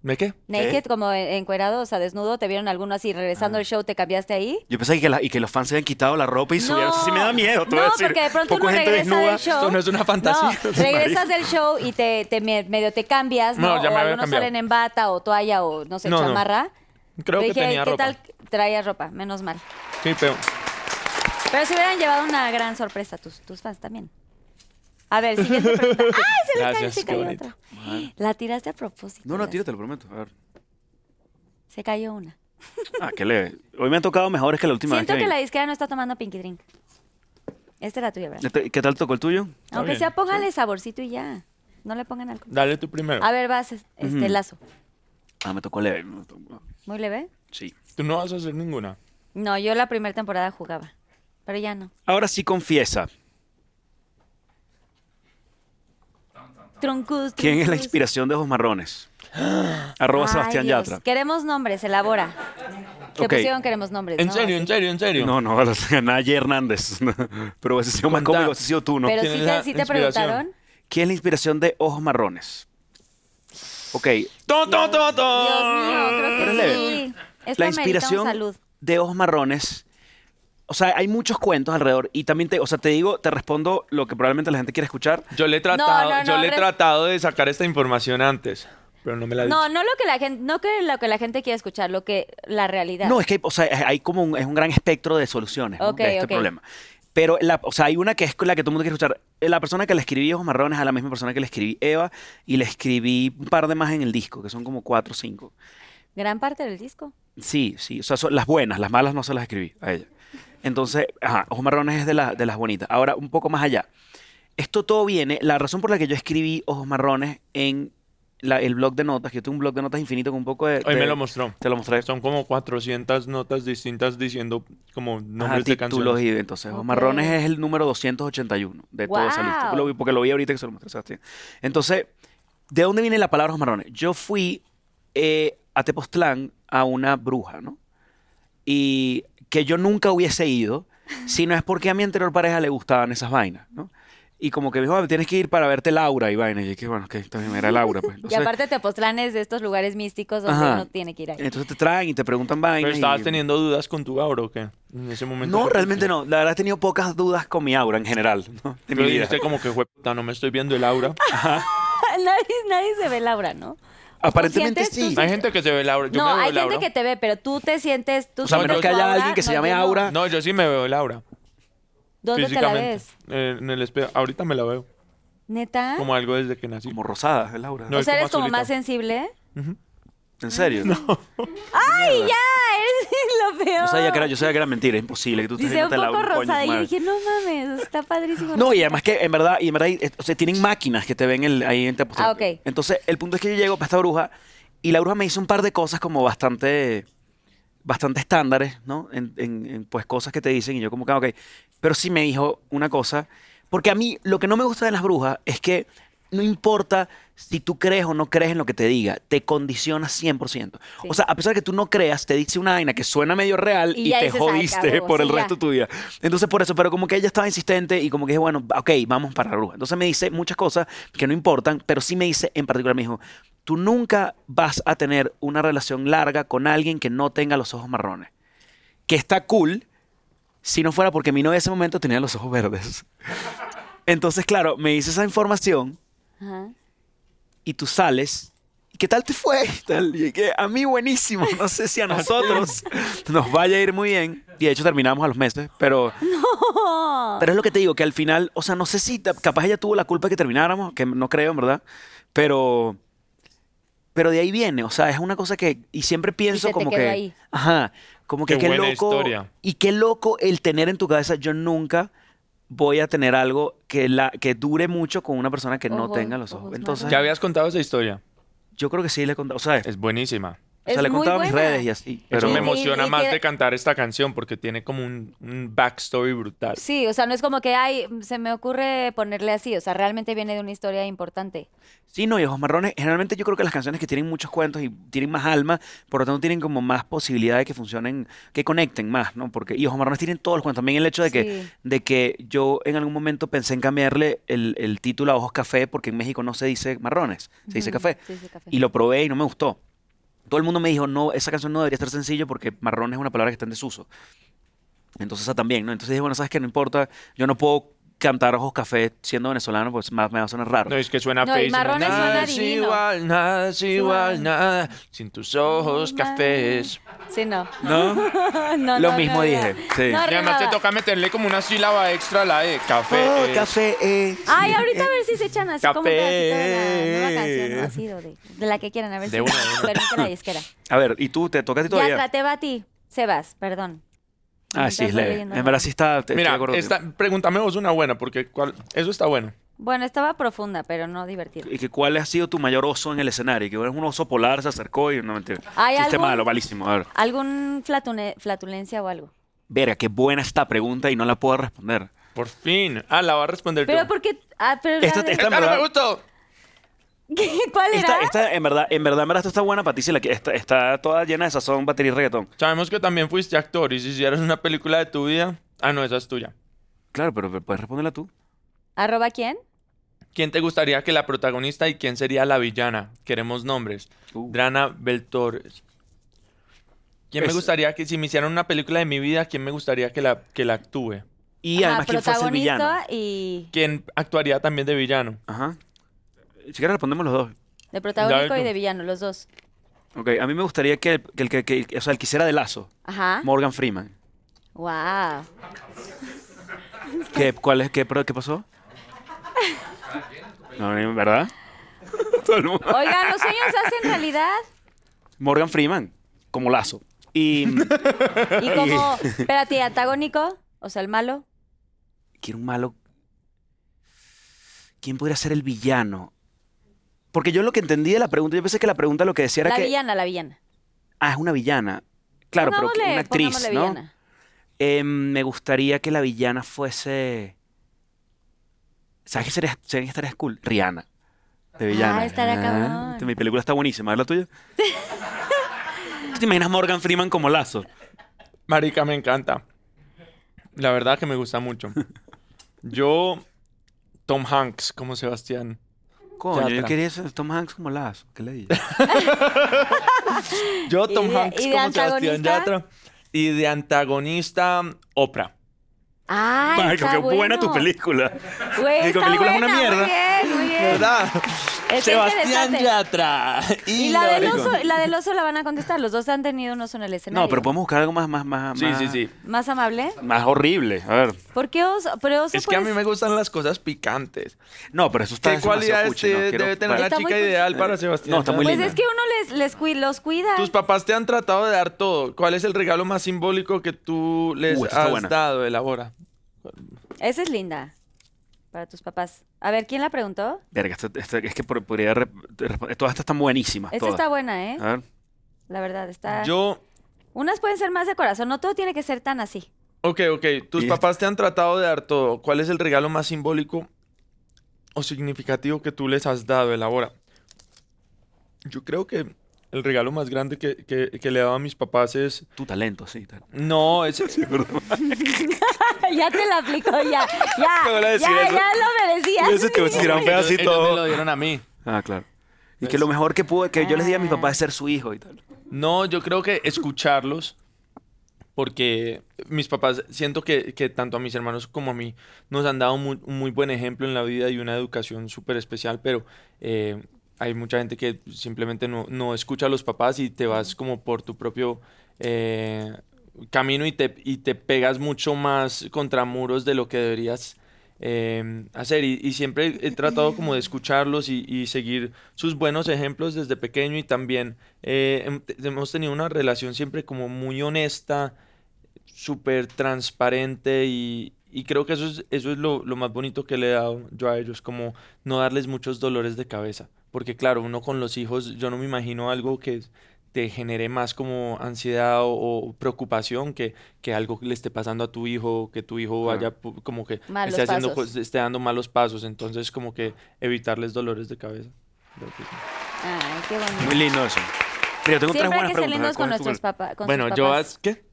S3: ¿Me qué?
S4: ¿Eh?
S1: Naked, como en- encuerado, o sea, desnudo, te vieron alguno así,
S4: Ah.
S1: regresando al show, te cambiaste ahí.
S4: Yo pensé que, la- y que los fans se habían quitado la ropa y subieron. Eso sí me da miedo. Te voy
S1: no,
S4: a decir,
S1: porque de pronto
S4: poco
S1: uno
S4: gente
S1: regresa
S4: desnuda.
S1: del show.
S3: Esto no es una fantasía.
S1: No, regresas del show y te, te me- medio te cambias, ¿no?
S3: No, ya me
S1: o
S3: había
S1: algunos
S3: cambiado.
S1: salen en bata o toalla o no sé,
S3: No, no.
S1: chamarra.
S3: Creo
S1: Yo
S3: que
S1: dije,
S3: tenía
S1: ¿qué
S3: ropa.
S1: tal traía ropa? Menos mal.
S3: Sí, pero-
S1: Pero se hubieran llevado una gran sorpresa tus, tus fans también. A ver, siguiente pregunta. ¡Ay, se le cayó,
S3: Gracias,
S1: se
S3: qué
S1: cayó
S3: bonito.
S1: otra! La tiraste a propósito.
S4: No, no,
S1: Gracias.
S4: tírate, lo prometo. A ver.
S1: Se cayó una.
S4: Ah, qué leve. Hoy me han tocado mejores que la última
S1: Siento
S4: vez.
S1: que la
S4: vine.
S1: disquera no está tomando Pinky Drink. Esta era tuya, ¿verdad?
S4: Este- ¿Qué tal tocó el tuyo?
S1: Aunque
S3: bien,
S1: sea, póngale saborcito y ya. No le pongan alcohol.
S3: Dale tú primero.
S1: A ver, vas, es- este lazo.
S4: Ah, me tocó leve. me tocó-
S1: Muy leve.
S4: Sí.
S3: Tú no vas a hacer ninguna.
S1: No, yo la primera temporada jugaba. Pero ya no.
S4: Ahora sí confiesa.
S1: Truncus.
S4: ¿Quién es la
S1: truncus.
S4: inspiración de Ojos Marrones? Arroba
S1: Ay,
S4: Sebastián
S1: Dios.
S4: Yatra.
S1: Queremos nombres, elabora. Te
S4: Ok.
S1: pusieron queremos nombres.
S3: En
S1: ¿no?
S3: serio,
S1: Así.
S3: en serio, en serio.
S4: No, no, lo sé, Naye Hernández. Pero ese ha sido más
S3: Contá.
S4: cómico, ese ha sido tú, ¿no?
S1: Pero
S3: ¿Quién
S1: sí
S3: es la
S1: te, sí te
S3: inspiración?
S1: preguntaron.
S4: ¿Quién es la inspiración de Ojos Marrones? Ok,
S3: ¡Ton, ton, ton, ton!
S1: Dios mío, creo que sí. Esto
S4: la
S1: amerita un
S4: inspiración
S1: salud.
S4: de Ojos Marrones. O sea, hay muchos cuentos alrededor y también te, o sea, te digo, te respondo lo que probablemente la gente quiere escuchar.
S3: Yo le he tratado,
S1: no,
S3: yo
S1: no,
S3: le he
S1: res-
S3: tratado de sacar esta información antes, pero no me la ha dicho.
S1: No, no lo que la gente, no que lo que la gente quiere escuchar, lo que la realidad.
S4: No, es que, o sea, hay como un, es un gran espectro de soluciones ¿no?
S1: Ok,
S4: de este
S1: ok.
S4: problema. Pero, la, o sea, hay una que es la que todo el mundo quiere escuchar. Eh, La persona que le escribí Ojos Marrones a la misma persona que le escribí Eva y le escribí un par de más en el disco, que son como cuatro o cinco.
S1: Gran parte del disco.
S4: Sí, sí. O sea, son las buenas, las malas no se las escribí a ella. Entonces, ajá, Ojos Marrones es de, la- de las bonitas. Ahora, un poco más allá. Esto todo viene, la razón por la que yo escribí Ojos Marrones en la- el blog de notas, que yo tengo un blog de notas infinito con un poco de...
S3: Hoy
S4: de-
S3: me lo mostró.
S4: Te lo mostré.
S3: Son como 400 notas distintas diciendo como
S4: Ajá,
S3: nombres de
S4: títulos
S3: canciones.
S4: y entonces Ojos
S1: Ok.
S4: Marrones es el número 281 de todo esa lista.
S1: Guau.
S4: Lo vi- porque lo vi ahorita que se lo mostré a Sebastián. Entonces, ¿de dónde viene la palabra Ojos Marrones? Yo fui eh, a Tepoztlán a una bruja, ¿no? Y que yo nunca hubiese ido si no es porque a mi anterior pareja le gustaban esas vainas, ¿no? Y como que me dijo, "Ah, tienes que ir para verte Laura y vaina. Y yo dije, bueno, que también era Laura.
S1: y
S4: Pues. Entonces,
S1: aparte Tepoztlán es de estos lugares místicos donde
S4: Ajá. Eh.
S1: uno tiene que ir ahí.
S4: entonces te traen y te preguntan vainas.
S3: Pero estabas
S4: y-
S3: teniendo dudas con tu aura o qué? En ese momento.
S4: No, realmente no. La verdad he tenido pocas dudas con mi aura en general. ¿no? De
S3: Pero
S4: mi vida.
S3: dijiste como que, "Jue puta, no me estoy viendo el aura.
S1: nadie, nadie se ve Laura, ¿no?
S4: Aparentemente
S1: sientes
S4: sí.
S1: tus-
S3: Hay gente que se ve el aura. Yo
S1: no,
S3: me veo
S1: hay
S3: el aura.
S1: gente que te ve, pero tú te sientes, tú
S4: O sea, a
S3: No,
S4: menos
S3: yo-
S4: que haya
S1: Laura,
S4: alguien que se
S1: no,
S4: llame
S1: yo no.
S4: Aura.
S3: No, yo sí me veo el aura.
S1: ¿Dónde te la
S3: físicamente.
S1: ves? Ah.
S3: Eh, en el espejo. Ahorita me la veo.
S1: ¿Neta?
S3: Como algo desde que nací.
S4: Como rosada, es Laura.
S3: No,
S1: o
S3: es
S1: sea,
S3: como
S1: eres como
S3: azulita.
S1: más sensible.
S4: ¿En serio?
S1: ¡Ay, ya! Ah, Eres lo peor.
S4: Yo sabía que era, yo sabía que era mentira, es imposible que tú estés
S1: Dice un
S4: viéndote a
S1: poco
S4: Laura, coño,
S1: rosada. Y yo
S4: madre.
S1: dije, no mames, está padrísimo.
S4: No, y además que en verdad, y en verdad, eh, o sea, tienen máquinas que te ven el- ahí en Tepoztlán.
S1: Ah, ok.
S4: Entonces, el punto es que yo llego para esta bruja y la bruja me hizo un par de cosas como bastante, bastante estándares, ¿no? En, en- en, pues cosas que te dicen y yo como que, ah, ok. Pero sí me dijo una cosa, porque a mí lo que no me gusta de las brujas es que no importa si tú crees o no crees en lo que te diga, te condiciona 100%. O sea, a pesar de que tú no creas, te dice una vaina que suena medio real
S1: Y
S4: y,
S1: ya
S4: te
S1: dices, "Ay,
S4: jodiste
S1: cabrón,
S4: por el
S1: sí, ya".
S4: resto de tu vida. Entonces, por eso, pero como que ella estaba insistente y como que dije, bueno, ok, vamos para la bruja. Entonces me dice muchas cosas que no importan, pero sí me dice, en particular, me dijo, tú nunca vas a tener una relación larga con alguien que no tenga los ojos marrones. Que está cool si no fuera porque mi novia en ese momento tenía los ojos verdes. Entonces, claro, me dice esa información
S1: Ajá.
S4: y tú sales. ¿Y ¿Qué tal te fue? Y tal, y que a mí buenísimo. No sé si a nosotros nos vaya a ir muy bien. Y de hecho terminamos a los meses, pero... Pero es lo que te digo, que al final, o sea, no sé si ta- capaz ella tuvo la culpa de que termináramos, que no creo, en verdad, pero... Pero de ahí viene, o sea, es una cosa que... Y siempre pienso
S1: se te
S4: como
S1: quedó
S4: que...
S1: ahí.
S4: Ajá, como que
S3: Qué
S4: qué,
S3: buena
S4: loco...
S3: historia.
S4: Y qué loco el tener en tu cabeza, yo nunca voy a tener algo que, la, que dure mucho con una persona que no
S1: Ojos-
S4: tenga los
S1: ojos
S4: ojos.
S1: marrones.
S4: Entonces...
S3: Ya habías contado esa historia.
S4: Yo creo que sí le he contado. O sea,
S3: Es buenísima.
S4: o sea,
S1: Es
S4: le he
S1: muy
S4: contado a mis
S1: buena.
S4: redes y así.
S3: Pero me
S4: Pero
S1: Y- y-
S3: emociona
S1: y
S3: más
S1: que-
S3: de cantar esta canción porque tiene como un, un backstory brutal.
S1: Sí, o sea, no es como que, ay, se me ocurre ponerle así. O sea, realmente viene de una historia importante.
S4: sí, no, y Ojos Marrones, generalmente yo creo que las canciones que tienen muchos cuentos y tienen más alma, por lo tanto tienen como más posibilidad de que funcionen, que conecten más, ¿no? Porque, y Ojos Marrones tienen todos los cuentos. También el hecho de que,
S1: Sí.
S4: de que yo en algún momento pensé en cambiarle el, el título a Ojos Café, porque en México no se dice marrones, se dice
S1: Ujú,
S4: café.
S1: se dice café.
S4: Y lo probé y no me gustó. Todo el mundo me dijo, no, esa canción no debería ser sencillo porque marrón es una palabra que está en desuso. Entonces esa también, ¿no? Entonces dije, bueno, ¿sabes qué? No importa, yo no puedo cantar Ojos Café siendo venezolano, pues más me va a sonar raro.
S3: No, es que suena
S1: No, y
S3: feísimo.
S1: Marrones
S3: Nada
S1: suena
S3: es
S1: divino.
S3: igual, nada es igual, nada. Sin tus ojos
S1: Mm,
S3: cafés.
S1: Sí, no.
S4: ¿No?
S1: No,
S4: Lo
S1: no,
S4: mismo
S1: no,
S4: dije,
S1: no.
S4: sí.
S1: No,
S3: Y además te
S1: rimaba.
S3: toca meterle como una sílaba extra a la de café.
S4: Oh,
S3: es.
S4: café, eh.
S1: Ay, ahorita a ver si se echan así como un
S3: Café.
S1: pedacito de la nueva canción, ¿no? así, o de, de la que quieran, a ver
S3: De
S1: si
S3: una, de una.
S1: permite la disquera.
S4: A ver, ¿y tú? ¿Te toca a ti
S1: Ya,
S4: todavía?
S1: Yatra, te va a ti, Sebas, perdón.
S4: ah, sí,
S1: Entonces
S4: es
S1: voy
S4: leve. En
S1: leyendo
S4: verdad sí está... te- estoy de
S3: Mira,
S4: acuerdo
S3: esta- pregúntame vos una buena, porque cuál- eso está bueno.
S1: Bueno, estaba profunda, pero no divertida.
S4: contigo. ¿Y que cuál ha sido tu mayor oso en el escenario? Que eres un oso polar, se acercó y no mentira.
S1: ¿Hay
S4: Chiste
S1: algún-
S4: malo, malísimo. A ver.
S1: ¿Algún flatune- flatulencia o algo?
S4: Verga, qué buena esta pregunta y no la puedo responder.
S3: Por fin. Ah, la va a responder
S1: Pero
S3: yo.
S1: porque... Ah, pero
S4: Esta-
S1: la de-
S4: esta-
S3: ¡Esta no me
S4: ¿verdad?
S3: gustó!
S1: ¿Qué? ¿Cuál era?
S4: Esta, esta, en verdad, en verdad, en verdad, esta está buena para ti. si la qui- está, está toda llena de sazón, batería y reggaetón.
S3: Sabemos que también fuiste actor y si hicieras una película de tu vida... Ah, no, esa es tuya.
S4: Claro, pero pero puedes responderla tú.
S1: ¿Arroba quién?
S3: ¿Quién te gustaría que la protagonista y quién sería la villana? Queremos nombres.
S4: Uh.
S3: Drana Beltores. ¿Quién me
S4: Es-
S3: gustaría que si me hicieran una película de mi vida, quién me gustaría que la, que la actúe?
S4: Y
S1: Ajá,
S4: además, ¿quién fuese el villano?
S1: protagonista y
S3: ¿Quién actuaría también de villano?
S4: Ajá. Si quieres respondemos los dos.
S1: de protagónico y
S3: Darko.
S1: de villano, los dos.
S4: Ok, a mí me gustaría que el que, el que- que- o sea, el que hiciera de lazo,
S1: Ajá.
S4: Morgan Freeman.
S1: Wow.
S4: ¿Qué, cuál es, qué, pro- qué pasó? No, ni- ¿Verdad? Todo el mundo-
S1: Oigan, los sueños se hacen realidad.
S4: Morgan Freeman, como lazo. Y
S1: Y como, espérate, antagónico, o sea, el malo.
S4: quiero un malo. ¿Quién podría ser el villano? Porque yo lo que entendí de la pregunta, yo pensé que la pregunta lo que decía era
S1: La
S4: que.
S1: villana, la villana.
S4: Ah, es una villana. Claro, pero que-
S1: Pongámosle-
S4: una actriz,
S1: pongámosle
S4: ¿no?
S1: villana.
S4: Eh, me gustaría que la villana fuese. ¿Sabes qué sería, sería, estaría cool? Rihanna. De villana.
S1: Ah, estaría cabrón.
S4: este, Mi película está buenísima. ¿Es la tuya? ¿Tú te imaginas Morgan Freeman como lazo?
S3: Marica, me encanta. La verdad que me gusta mucho. Yo, Tom Hanks como Sebastián.
S4: Coño, yo
S3: Yatra.
S4: quería ser Tom Hanks como lazo. ¿Qué le dije?
S3: Yo,
S1: ¿Y
S3: Tom
S1: de-
S3: Hanks
S1: y de
S3: como Sebastián
S1: antagonista?
S3: Yatra. Y de antagonista, Oprah.
S1: Ay,
S4: Marico,
S1: Ah, está
S4: qué buena tu
S1: bueno.
S4: película.
S1: Güey,
S4: Digo,
S1: está
S4: película es Eh, una
S1: buena,
S4: mierda.
S1: Muy bien, muy bien. Está
S3: Sebastián
S1: interesante.
S3: Yatra.
S1: Y la del
S3: Lorena.
S1: oso, la del oso la van a contestar. Los dos han tenido un oso en el escenario.
S4: No, pero podemos buscar algo más, más, más.
S3: Sí,
S4: más-
S3: sí, sí.
S1: Más amable.
S4: Más horrible. A ver.
S1: ¿Por qué oso? Pero oso
S3: Es que a
S1: pues,
S3: mí me gustan las cosas picantes.
S4: No, pero eso está
S3: ¿Qué
S4: demasiado
S3: cualidades
S4: cuchi,
S3: te-
S4: no quiero-
S3: debe tener
S4: bueno.
S3: la
S1: Está muy
S3: chica
S1: cuchi.
S3: ideal para Sebastián?
S4: No, está muy
S3: Yatra?
S1: Pues
S4: linda.
S1: es que uno les, les cui- los cuida.
S3: Tus papás te han tratado de dar todo. ¿Cuál es el regalo más simbólico que tú les
S4: Uh, esta está
S3: has
S4: buena.
S3: dado? Elabora.
S1: Esa es linda. Para tus papás. A ver, ¿quién la preguntó?
S4: Verga, esta- esta- es que por- podría. re- re- Todas estas están buenísimas.
S1: Esta
S4: todas.
S1: está buena, ¿eh?
S4: A ver.
S1: La verdad, está.
S3: Yo,
S1: Unas pueden ser más de corazón. No todo tiene que ser tan así.
S3: ok, ok. Tus
S4: Y-
S3: papás te han tratado de dar todo. ¿Cuál es el regalo más simbólico o significativo que tú les has dado? Elabora. Yo creo que el regalo más grande que, que- que le he dado a mis papás es...
S4: Tu talento, sí. tal.
S3: No, es...
S1: ya te la aplicó, ya. Ya,
S4: Te voy a
S1: ya,
S4: decir eso.
S1: ya lo merecías.
S4: Eso te voy a decir a un
S3: Ellos me
S4: pedacito.
S3: lo dieron a mí.
S4: Ah, claro. Y
S1: Pues
S4: que lo mejor que pude, que yo les di a
S1: Ah.
S4: mi papá es ser su hijo y tal.
S3: No, yo creo que escucharlos, porque mis papás, siento que, que tanto a mis hermanos como a mí nos han dado muy, un muy buen ejemplo en la vida y una educación súper especial, pero eh, hay mucha gente que simplemente no, no escucha a los papás y te vas como por tu propio eh, camino y te, y te pegas mucho más contra muros de lo que deberías eh, hacer. Y, y siempre he tratado como de escucharlos y, y seguir sus buenos ejemplos desde pequeño y también eh, hem- te- hemos tenido una relación siempre como muy honesta, súper transparente y, y creo que eso es, eso es lo, lo más bonito que le he dado yo a ellos, como no darles muchos dolores de cabeza. Porque claro, uno con los hijos, yo no me imagino algo que te genere más como ansiedad o, o preocupación que, que algo le esté pasando a tu hijo, que tu hijo
S4: Claro.
S3: vaya pu- como que
S1: Malos
S3: esté haciendo
S1: pasos.
S3: cos- esté dando malos pasos, entonces como que evitarles dolores de cabeza.
S1: Ay, qué bonito.
S4: Muy lindo eso. Mira, tengo tres
S1: Siempre hay
S4: buenas
S1: que ser lindos con
S4: preguntas. ¿Cuál es tu-
S1: nuestros papás.
S3: Bueno, yo haz- ¿qué?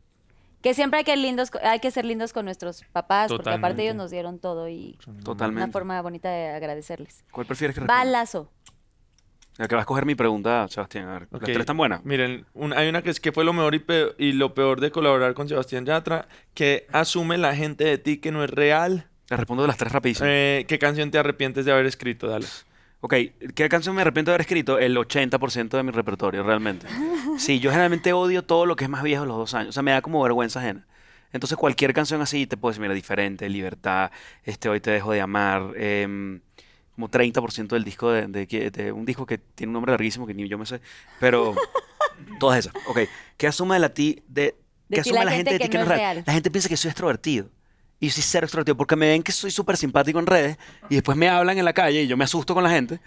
S1: Que siempre hay que, lindos, hay que ser lindos con nuestros papás, porque aparte
S3: Totalmente.
S1: ellos nos dieron todo y una
S4: Totalmente.
S1: forma bonita de agradecerles.
S4: ¿Cuál prefieres que responda?
S1: Balazo.
S4: La que va a escoger mi pregunta, Sebastián. A ver,
S3: Ok, Mm.
S4: las tres están buenas.
S3: Miren, un- hay una que es que fue lo mejor y, pe- y lo peor de colaborar con Sebastián Yatra, que asume la gente de ti que no es real.
S4: Te respondo de las tres rapidísimo.
S3: Eh, ¿Qué canción te arrepientes de haber escrito? Dale.
S4: Ok, ¿qué canción me arrepiento de haber escrito? El 80% de mi repertorio, realmente. Sí, yo generalmente odio todo lo que es más viejo de los dos años. O sea, me da como vergüenza ajena. Entonces, cualquier canción así te puedo decir, mira, diferente, libertad, este, hoy te dejo de amar. em, como 30% del disco de, de que- de un disco que tiene un nombre larguísimo que ni yo me sé. Pero todas esas. Ok, ¿qué asume de la ti, de,
S1: De
S4: ¿qué
S1: ti
S4: asume la gente de ti que no es real?
S1: real.
S4: La gente piensa que soy extrovertido. Y yo soy cero extrovertido porque me ven que soy súper simpático en redes y después me hablan en la calle y yo me asusto con la gente.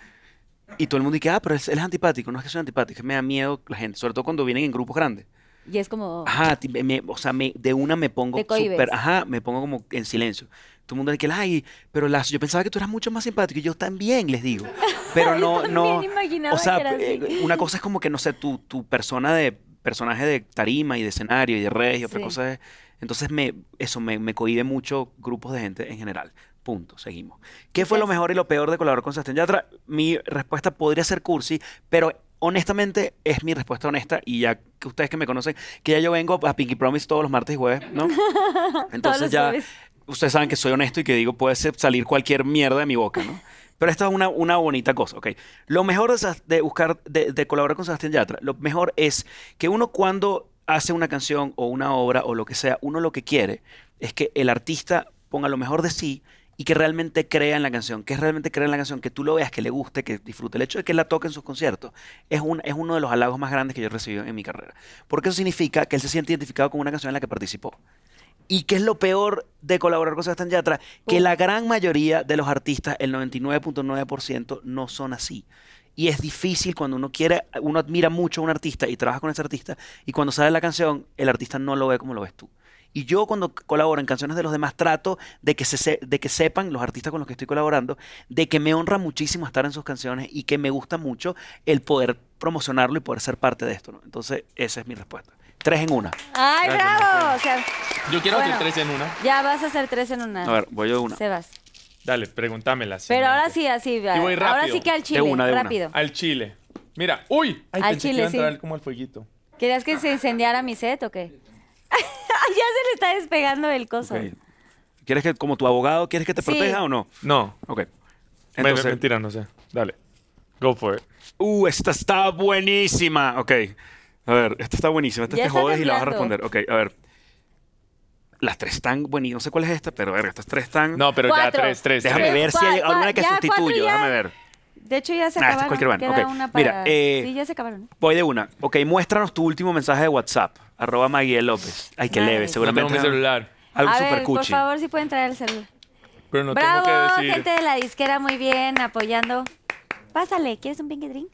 S4: Y todo el mundo dice, ah, pero él es él es antipático. No es que soy antipático, es que me da miedo la gente, sobre todo cuando vienen en grupos grandes.
S1: Y es como.
S4: Ajá, ti- me- o sea, me- de una me pongo
S1: Te cohíbes.
S4: súper, ajá, me pongo como en silencio. Todo el mundo dice, ay, pero Lazo, yo pensaba que tú eras mucho más simpático y yo también les digo. Pero no, no,
S1: también imaginaba
S4: o sea,
S1: que era así.
S4: eh, una cosa es como que, no sé, tu, tu persona de, personaje de tarima y de escenario y de redes y otra
S1: Sí.
S4: cosa es, entonces me, eso me, me cohíbe mucho grupos de gente en general. Punto, seguimos. ¿Qué fue lo mejor y lo peor de colaborar con Sebastián Yatra? Mi respuesta podría ser cursi, pero honestamente es mi respuesta honesta y ya que ustedes que me conocen, que ya yo vengo a Pinky Promise todos los martes y jueves, ¿no? Entonces
S1: los
S4: ya
S1: jueves.
S4: ustedes saben que soy honesto y que digo puede ser- salir cualquier mierda de mi boca, ¿no? Pero esta es una, una bonita cosa, ¿ok? Lo mejor de, Sebas- de buscar, de, de colaborar con Sebastián Yatra, lo mejor es que uno cuando hace una canción o una obra o lo que sea, uno lo que quiere es que el artista ponga lo mejor de sí y que realmente crea en la canción, que realmente crea en la canción, que tú lo veas, que le guste, que disfrute. El hecho de que él la toque en sus conciertos es, un, es uno de los halagos más grandes que yo he recibido en mi carrera. Porque eso significa que él se siente identificado con una canción en la que participó. ¿Y qué es lo peor de colaborar con Sebastián Yatra? Que la gran mayoría de los artistas, el 99.9%, no son así. Y es difícil cuando uno quiere, uno admira mucho a un artista y trabaja con ese artista, y cuando sale la canción, el artista no lo ve como lo ves tú. Y yo cuando c- colaboro en canciones de los demás trato de que, se se- de que sepan los artistas con los que estoy colaborando, de que me honra muchísimo estar en sus canciones y que me gusta mucho el poder promocionarlo y poder ser parte de esto. ¿no? Entonces, esa es mi respuesta. Tres en una.
S1: ¡Ay,
S4: Gracias,
S1: bravo! O sea,
S3: Yo quiero
S1: Bueno.
S3: hacer tres en una.
S1: ya vas a hacer tres en una.
S4: A ver, voy yo de una.
S1: Sebas.
S3: Dale, pregúntamela.
S1: Pero ahora
S3: siguiente.
S1: sí, así. eh,
S3: Y voy
S1: Ahora
S3: rápido.
S1: sí que al chile,
S4: una, de una.
S1: rápido.
S3: Al chile. Mira, uy. Ay,
S1: Al
S3: pensé que
S1: chile,
S3: iba a
S1: sí.
S3: entrar como al fueguito.
S1: ¿Querías que se incendiara mi set o qué? ya se le está despegando el coso.
S4: Ok. ¿Quieres que, como tu abogado, quieres que te
S1: Sí.
S4: proteja o no?
S3: No.
S4: Ok.
S3: Bueno,
S4: Entonces,
S3: mentira, no sé. Dale. Go for it.
S4: uh, esta está buenísima. Ok. A ver, esta está buenísima. Esta
S1: Ya
S4: te
S1: está
S4: jodes y la vas a
S1: temblando.
S4: responder. Ok, a ver. Las tres están buenísimas. No sé cuál es esta, pero a ver, estas tres están.
S3: No, pero
S1: Cuatro.
S3: ya tres, tres.
S4: Déjame
S3: tres.
S4: ver si hay
S1: Cua-
S4: alguna
S1: cua-
S4: que
S1: ya, cuatro
S4: sustituyo.
S1: ya.
S4: Déjame ver.
S1: De hecho, ya se
S4: Ah, esta es
S1: acabaron.
S4: cualquier vaina.
S1: Queda
S4: Ok.
S1: una para...
S4: Mira, eh,
S1: Sí, ya se acabaron.
S4: Voy de una. Ok, muéstranos tu último mensaje de WhatsApp. Arroba Maguía López. Ay, qué
S1: Nice.
S4: leve.
S1: No
S3: No tengo
S4: Seguramente
S3: mi celular.
S4: algo
S1: a ver,
S4: super
S1: por
S4: cuchi.
S1: favor, si pueden traer el celular.
S3: Pero no tengo
S1: Bravo,
S3: que decir.
S1: gente de la disquera, muy bien, apoyando. Pásale, ¿quieres un pinky drink?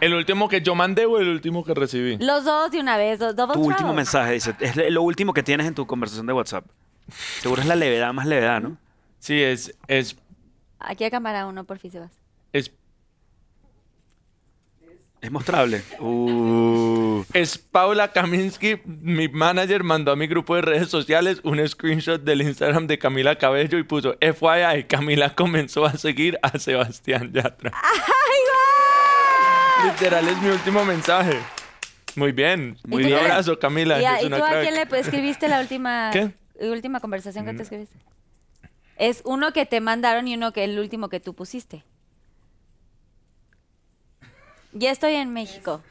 S3: ¿El último que yo mandé o el último que recibí?
S1: Los dos de una vez, los double
S4: Tu último
S1: trouble.
S4: mensaje, dice. Es lo último que tienes en tu conversación de WhatsApp. Seguro es la levedad más levedad, ¿no?
S3: Sí, es, es,
S1: Aquí a cámara uno, por fin, Sebas.
S3: es,
S4: Es mostrable. Uh.
S3: es Paula Kaminsky, mi manager, mandó a mi grupo de redes sociales un screenshot del Instagram de Camila Cabello y puso FYI, Camila comenzó a seguir a Sebastián Yatra. Literal es mi último mensaje. Muy bien.
S4: Muy
S3: un
S4: bien.
S3: abrazo, Camila.
S1: ¿Y, a-
S3: eres
S1: y
S3: una
S1: tú a
S3: crack. Ah,
S1: quién le pues, escribiste la última,
S3: ¿Qué?
S1: la última conversación que tú escribiste? Es uno que te mandaron y uno que el último que tú pusiste. Ya estoy en México.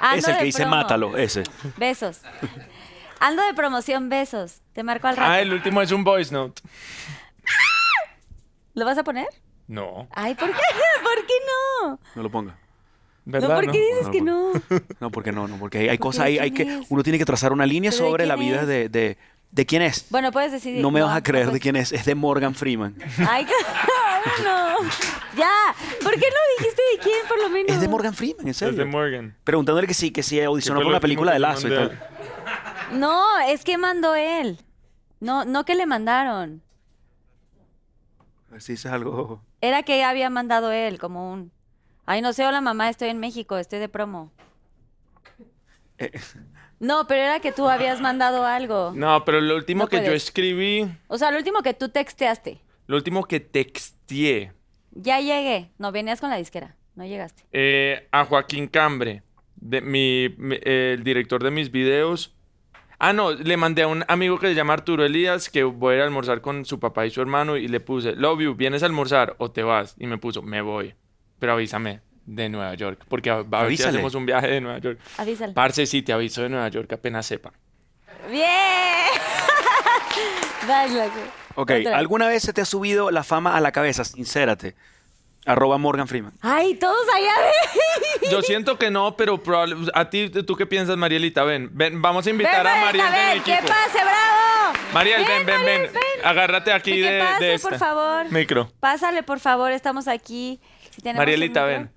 S1: Ando
S4: es el
S1: de
S4: que dice
S1: promo.
S4: mátalo, ese.
S1: Besos. Ando de promoción, besos. Te marco al rato.
S3: Ah, el último es un voice note.
S1: ¿Lo vas a poner?
S3: No.
S1: Ay, ¿por qué? ¿Por qué no?
S4: No lo ponga.
S3: ¿Verdad?
S1: no, ¿por
S3: no?
S1: qué dices que no?
S4: No, porque no, no, porque hay, hay
S1: ¿Por
S4: cosas
S1: qué?
S4: ahí,
S1: ¿De
S4: hay
S1: quién
S4: que,
S1: es?
S4: uno tiene que trazar una línea
S1: ¿Pero de
S4: sobre la
S1: quién
S4: vida
S1: es?
S4: de, de, de quién es.
S1: Bueno, puedes decidir.
S4: no pues. me vas a creer de
S1: puedes.
S4: quién es, es de Morgan Freeman.
S1: Ay, no. Ya. ¿Por qué no dijiste de quién, por lo menos?
S4: Es de Morgan Freeman, en
S3: Es de
S4: serio.
S3: Morgan.
S4: Preguntándole que sí, que sí audicionó
S3: Que fue
S4: por
S3: lo último
S4: una película
S3: que
S4: de
S3: te
S4: Lazo y
S3: mandé.
S4: tal.
S1: No, es que mandó él. No, no que le mandaron.
S4: A ver si dices algo.
S1: Era que había mandado él, como un. Ay, no sé, hola mamá, estoy en México, estoy de promo.
S4: Eh.
S1: No, pero era que tú habías mandado algo.
S3: No, pero lo último
S1: No
S3: que yo
S1: puedes.
S3: escribí,
S1: O sea, lo último que tú texteaste.
S3: lo último que texteé
S1: Ya llegué. No, venías con la disquera. No llegaste.
S3: eh, a Joaquín Cambre, de mi, mi- eh, el director de mis videos. Ah, no, le mandé a un amigo que se llama Arturo Elías que voy a ir a almorzar con su papá y su hermano y le puse, love you, ¿vienes a almorzar o te vas? Y me puso, me voy, pero avísame de Nueva York, porque a- a ver si
S4: Avísale.
S3: hacemos un viaje de Nueva York.
S1: Avísale.
S3: Parce, sí, te aviso de Nueva York apenas sepa.
S1: ¡Bien! Vas, loco.
S4: Ok,
S1: Otra.
S4: ¿alguna vez se te ha subido la fama a la cabeza? Sincérate. Arroba Morgan Freeman.
S1: Ay, todos allá.
S3: Yo siento que no, pero probable, a ti, ¿tú qué piensas, Marielita? Ven, ven, vamos a invitar a
S1: Mariel,
S3: Mariel del
S1: ¡Que
S3: equipo.
S1: pase, bravo!
S3: Mariel, ven, ven, ven,
S1: Mariel, ven.
S3: Agárrate aquí
S1: Que
S3: de, de
S1: pase,
S3: esta.
S1: por favor.
S3: Micro.
S1: Pásale, por favor, estamos aquí. Si tenemos un
S3: Marielita,
S1: micro.
S3: ven.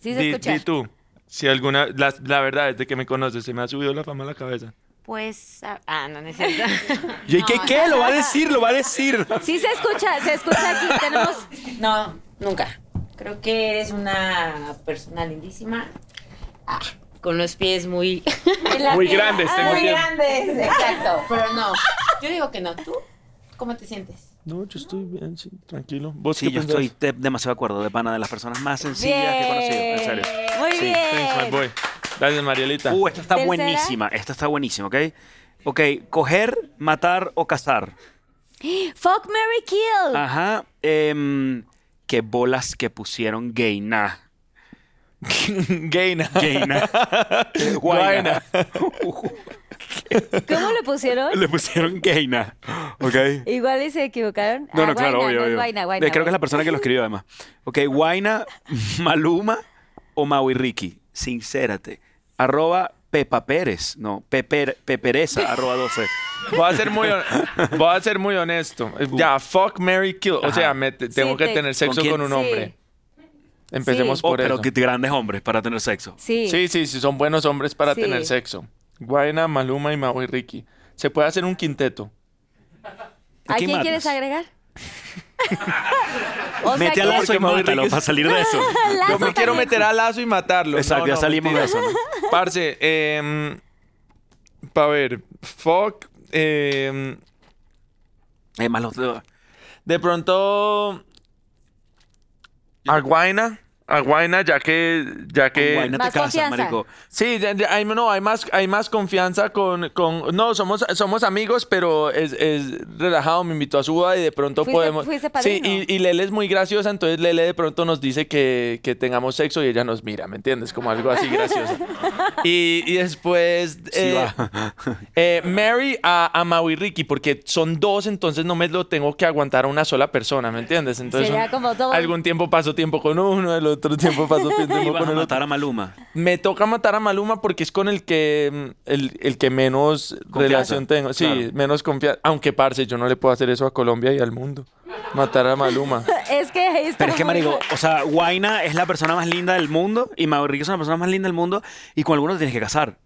S1: Sí se
S3: Di-
S1: escucha.
S3: di tú. Si alguna, la, la verdad, desde que me conoces, se me ha subido la fama a la cabeza.
S6: Pues. ah, Ah, no, no es cierto.
S4: ¿Y qué, qué? Lo va a decir, lo va a decir.
S1: Sí se escucha, se escucha aquí. Tenemos...
S6: No, nunca. Creo que eres una persona lindísima. Ah, con los pies muy.
S1: en la
S3: Muy
S1: tierra.
S3: Este, grandes, tengo
S1: Ay,
S3: que-
S6: grandes, exacto. Pero no. Yo digo que no. ¿Tú? ¿Cómo te sientes?
S3: No, yo estoy bien, sí, tranquilo. ¿Vos
S4: Sí,
S3: qué
S4: yo
S3: pensás?
S4: estoy de- demasiado de acuerdo, de pana, de las personas más sencillas que he conocido, en serio.
S1: Bien. Muy
S4: Sí,
S1: bien.
S3: Thanks, my boy. Gracias, Marielita.
S4: Uh, esta está
S1: ¿Tercera?
S4: buenísima, esta está buenísima, ¿ok? Ok, coger, matar o cazar.
S1: Fuck Mary Kill.
S4: Ajá, em, qué bolas que pusieron gaina.
S3: Gaina.
S4: Gaina. Guaina.
S1: ¿Cómo le pusieron?
S4: Le pusieron gaina, ¿ok?
S1: Igual y se equivocaron.
S4: No,
S1: Ah,
S4: no,
S1: Guayna,
S4: claro, obvio,
S1: no es
S4: obvio.
S1: Guayna,
S4: Eh,
S1: Guayna,
S4: Creo que es la
S1: Guayna.
S4: persona que lo escribió además. Ok, Guaina, Maluma o Maui Ricky. Sincérate. Arroba Pepa Pérez. No, Peper, Pepereza, arroba 12.
S3: Voy a ser muy, hon- voy a ser muy honesto. Ya, fuck, Mary kill. O sea, me te- tengo
S1: Sí,
S3: que
S1: te-
S3: tener sexo
S4: quién?
S3: con, un
S1: Sí.
S3: hombre. Empecemos
S1: Sí.
S4: Oh,
S3: por
S4: pero
S3: eso.
S4: qué grandes hombres para tener sexo.
S1: Sí.
S3: Sí, sí, sí, son buenos hombres para
S1: Sí.
S3: tener sexo. Guayna, Maluma y Maui Ricky. Se puede hacer un quinteto.
S1: ¿A
S4: quién
S1: quién
S4: matas?
S1: quieres agregar? O sea,
S4: Mete
S1: ¿quién-
S4: al lazo y
S3: Porque Maui
S4: mátalo
S3: Ricky-
S4: para salir de eso.
S1: Lazo
S3: Yo me quiero
S1: también.
S3: meter al lazo y matarlo.
S4: Exacto,
S3: No,
S4: ya
S3: no,
S4: salimos de
S3: mentira.
S4: eso. ¿no?
S3: Parce, eh, para ver, fuck. em,
S4: Eh, más los dos.
S3: de pronto. Aguaina. Aguaina, ya que. Ya que
S4: Guaina te
S1: Más
S4: casas,
S1: confianza.
S4: marico.
S3: Sí, ya- ya hay, no, hay más, hay más confianza con, con- no, somos, somos amigos, pero es, es relajado, me invitó a su boda y de pronto
S1: Fuiste-
S3: podemos.
S1: fuiste
S3: sí,
S1: padrino.
S3: y, y Lele es muy graciosa, entonces Lele de pronto nos dice que, que tengamos sexo y ella nos mira, ¿me entiendes? Como algo así gracioso. Y, y después
S4: Sí,
S3: eh,
S4: va.
S3: eh, Mary a, a Maui Ricky, porque son dos, entonces no me lo tengo que aguantar a una sola persona, ¿me entiendes? Entonces
S1: Sería
S3: un-
S1: como todo.
S3: algún tiempo paso tiempo con uno, el otro tiempo paso
S4: Y
S3: tiempo
S4: vas
S3: con
S4: a
S3: el otro.
S4: matar a Maluma.
S3: Me toca matar a Maluma porque es con el que mm, el, el que menos relación tengo. Sí,
S4: claro.
S3: menos confianza. Aunque, parce, yo no le puedo hacer eso a Colombia y al mundo. Matar a Maluma.
S1: Es que ahí está
S4: Pero es que,
S1: muy-
S4: marico, o sea, Guaina es la persona más linda del mundo y Maui Ricky es una persona más linda del mundo y con alguno te tienes que casar.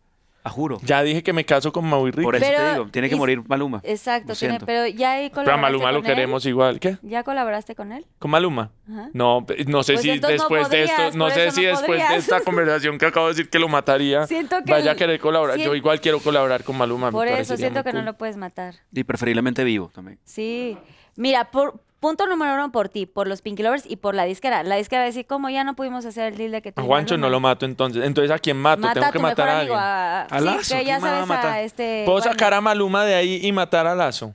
S4: A juro.
S3: Ya dije que me caso con Maui Ricky.
S4: Por eso te
S1: Pero-
S4: digo, tiene que
S1: y-
S4: morir Maluma.
S1: Exacto,
S4: Lo
S1: tiene-
S4: siento.
S1: pero ya ahí
S3: Pero a
S1: colaboraste
S3: Maluma lo
S1: con él.
S3: queremos igual. ¿Qué?
S1: ¿Ya colaboraste con él?
S3: ¿Con Maluma?
S1: Ajá.
S3: No, pe- no sé
S1: Pues
S3: si
S1: entonces no
S3: después de
S1: podrías,
S3: esto, no
S1: por
S3: sé
S1: eso
S3: si
S1: no
S3: después de
S1: podrías.
S3: esta conversación que acabo de decir que lo mataría,
S1: Siento que
S3: vaya
S1: el-
S3: a querer colaborar. Yo
S1: sien-
S3: igual quiero colaborar con Maluma. me
S1: Por eso
S3: parecería
S1: siento
S3: muy
S1: que no
S3: cool.
S1: lo puedes matar.
S4: Y preferiblemente vivo también.
S1: Sí. Mira, por punto número uno por ti, por los Pinky Lovers y por la disquera. La disquera va a decir, como ya no pudimos hacer el deal de que tú...
S3: A
S1: y
S3: Juancho no
S1: Maluma".
S3: lo mato entonces. Entonces, ¿a quién mato?
S1: Mata
S3: Tengo
S1: a
S3: que
S1: tu
S3: matar
S1: mejor
S3: a
S1: amigo,
S3: alguien.
S1: a,
S4: ¿A
S1: sí,
S4: Lazo?
S1: que
S4: ¿Quién
S1: ya
S4: más va a
S1: sabes
S4: matar?
S1: a este...
S3: Puedo
S1: Juan.
S3: sacar a Maluma de ahí y matar a Lazo.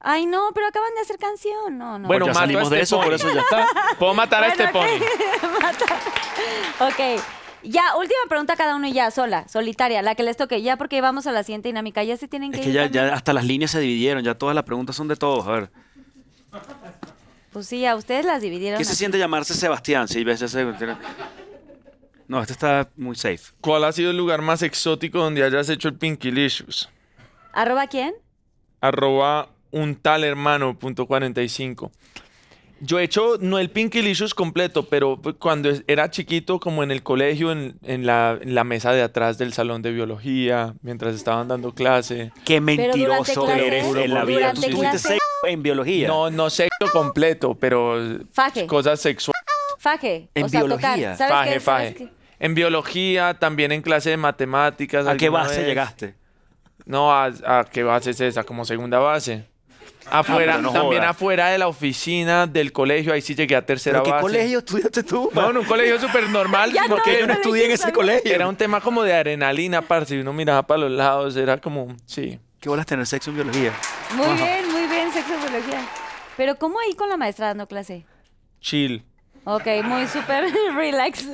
S1: Ay, no, pero acaban de hacer canción. No, no.
S3: Bueno,
S4: Pues
S3: mato
S4: ya
S3: a
S4: salimos de
S3: este
S4: eso, por
S3: pony.
S4: eso ya está.
S3: Puedo matar a este
S1: Bueno,
S3: pony.
S1: Ok. Ya, última pregunta cada uno y ya, sola, solitaria, la que les toque, ya porque vamos a la siguiente dinámica, ya se tienen que
S4: Es que
S1: ir
S4: ya,
S1: también.
S4: ya hasta las líneas se dividieron, ya todas las preguntas son de todos. A ver,
S1: Pues sí, a ustedes las dividieron.
S4: ¿qué se
S1: así.
S4: siente llamarse Sebastián? Sí, ves, ya se- No, este está muy safe.
S3: ¿Cuál ha sido el lugar más exótico donde hayas hecho el Pinkilicious?
S1: ¿Arroba quién?
S3: Arroba un tal hermano punto 45. Yo he hecho, no el Pinkilicious completo, pero cuando es- era chiquito, como en el colegio, en, en la, en la mesa de atrás del salón de biología, mientras estaban dando clase.
S4: Qué
S1: durante
S4: mentiroso
S1: clase-
S4: eres en la vida.
S1: durante
S4: Tú tuviste
S1: clase-
S4: sexo en biología.
S3: No, no sexo completo, pero
S1: Faje.
S3: cosas sexuales.
S1: Faje.
S4: En
S1: o sea,
S4: biología.
S1: tocar. ¿Sabes
S3: Faje,
S1: qué? ¿Sabes
S3: faje.
S1: qué?
S3: En biología, también en clase de matemáticas.
S4: ¿A qué
S3: alguna
S4: base
S3: vez.
S4: llegaste?
S3: No, a, a qué base es esa, como segunda base. Afuera,
S4: pero Ah, no
S3: también
S4: joda.
S3: afuera de la oficina del colegio, ahí sí llegué a tercera
S4: ¿Pero qué
S3: base.
S4: colegio estudiaste tú?
S3: No, en un colegio súper normal,
S1: Ya
S3: porque
S4: Que yo no
S1: Pero
S4: estudié en
S1: yo
S4: ese
S1: sabía.
S4: colegio.
S3: era un tema como de adrenalina, parce, y uno miraba para los lados, era como, sí.
S4: ¿Qué bolas tener sexo en biología?
S1: Muy bien, muy bien, sexo y biología. Pero ¿cómo ahí con la maestra dando clase?
S3: Chill.
S1: Ok, muy súper relax.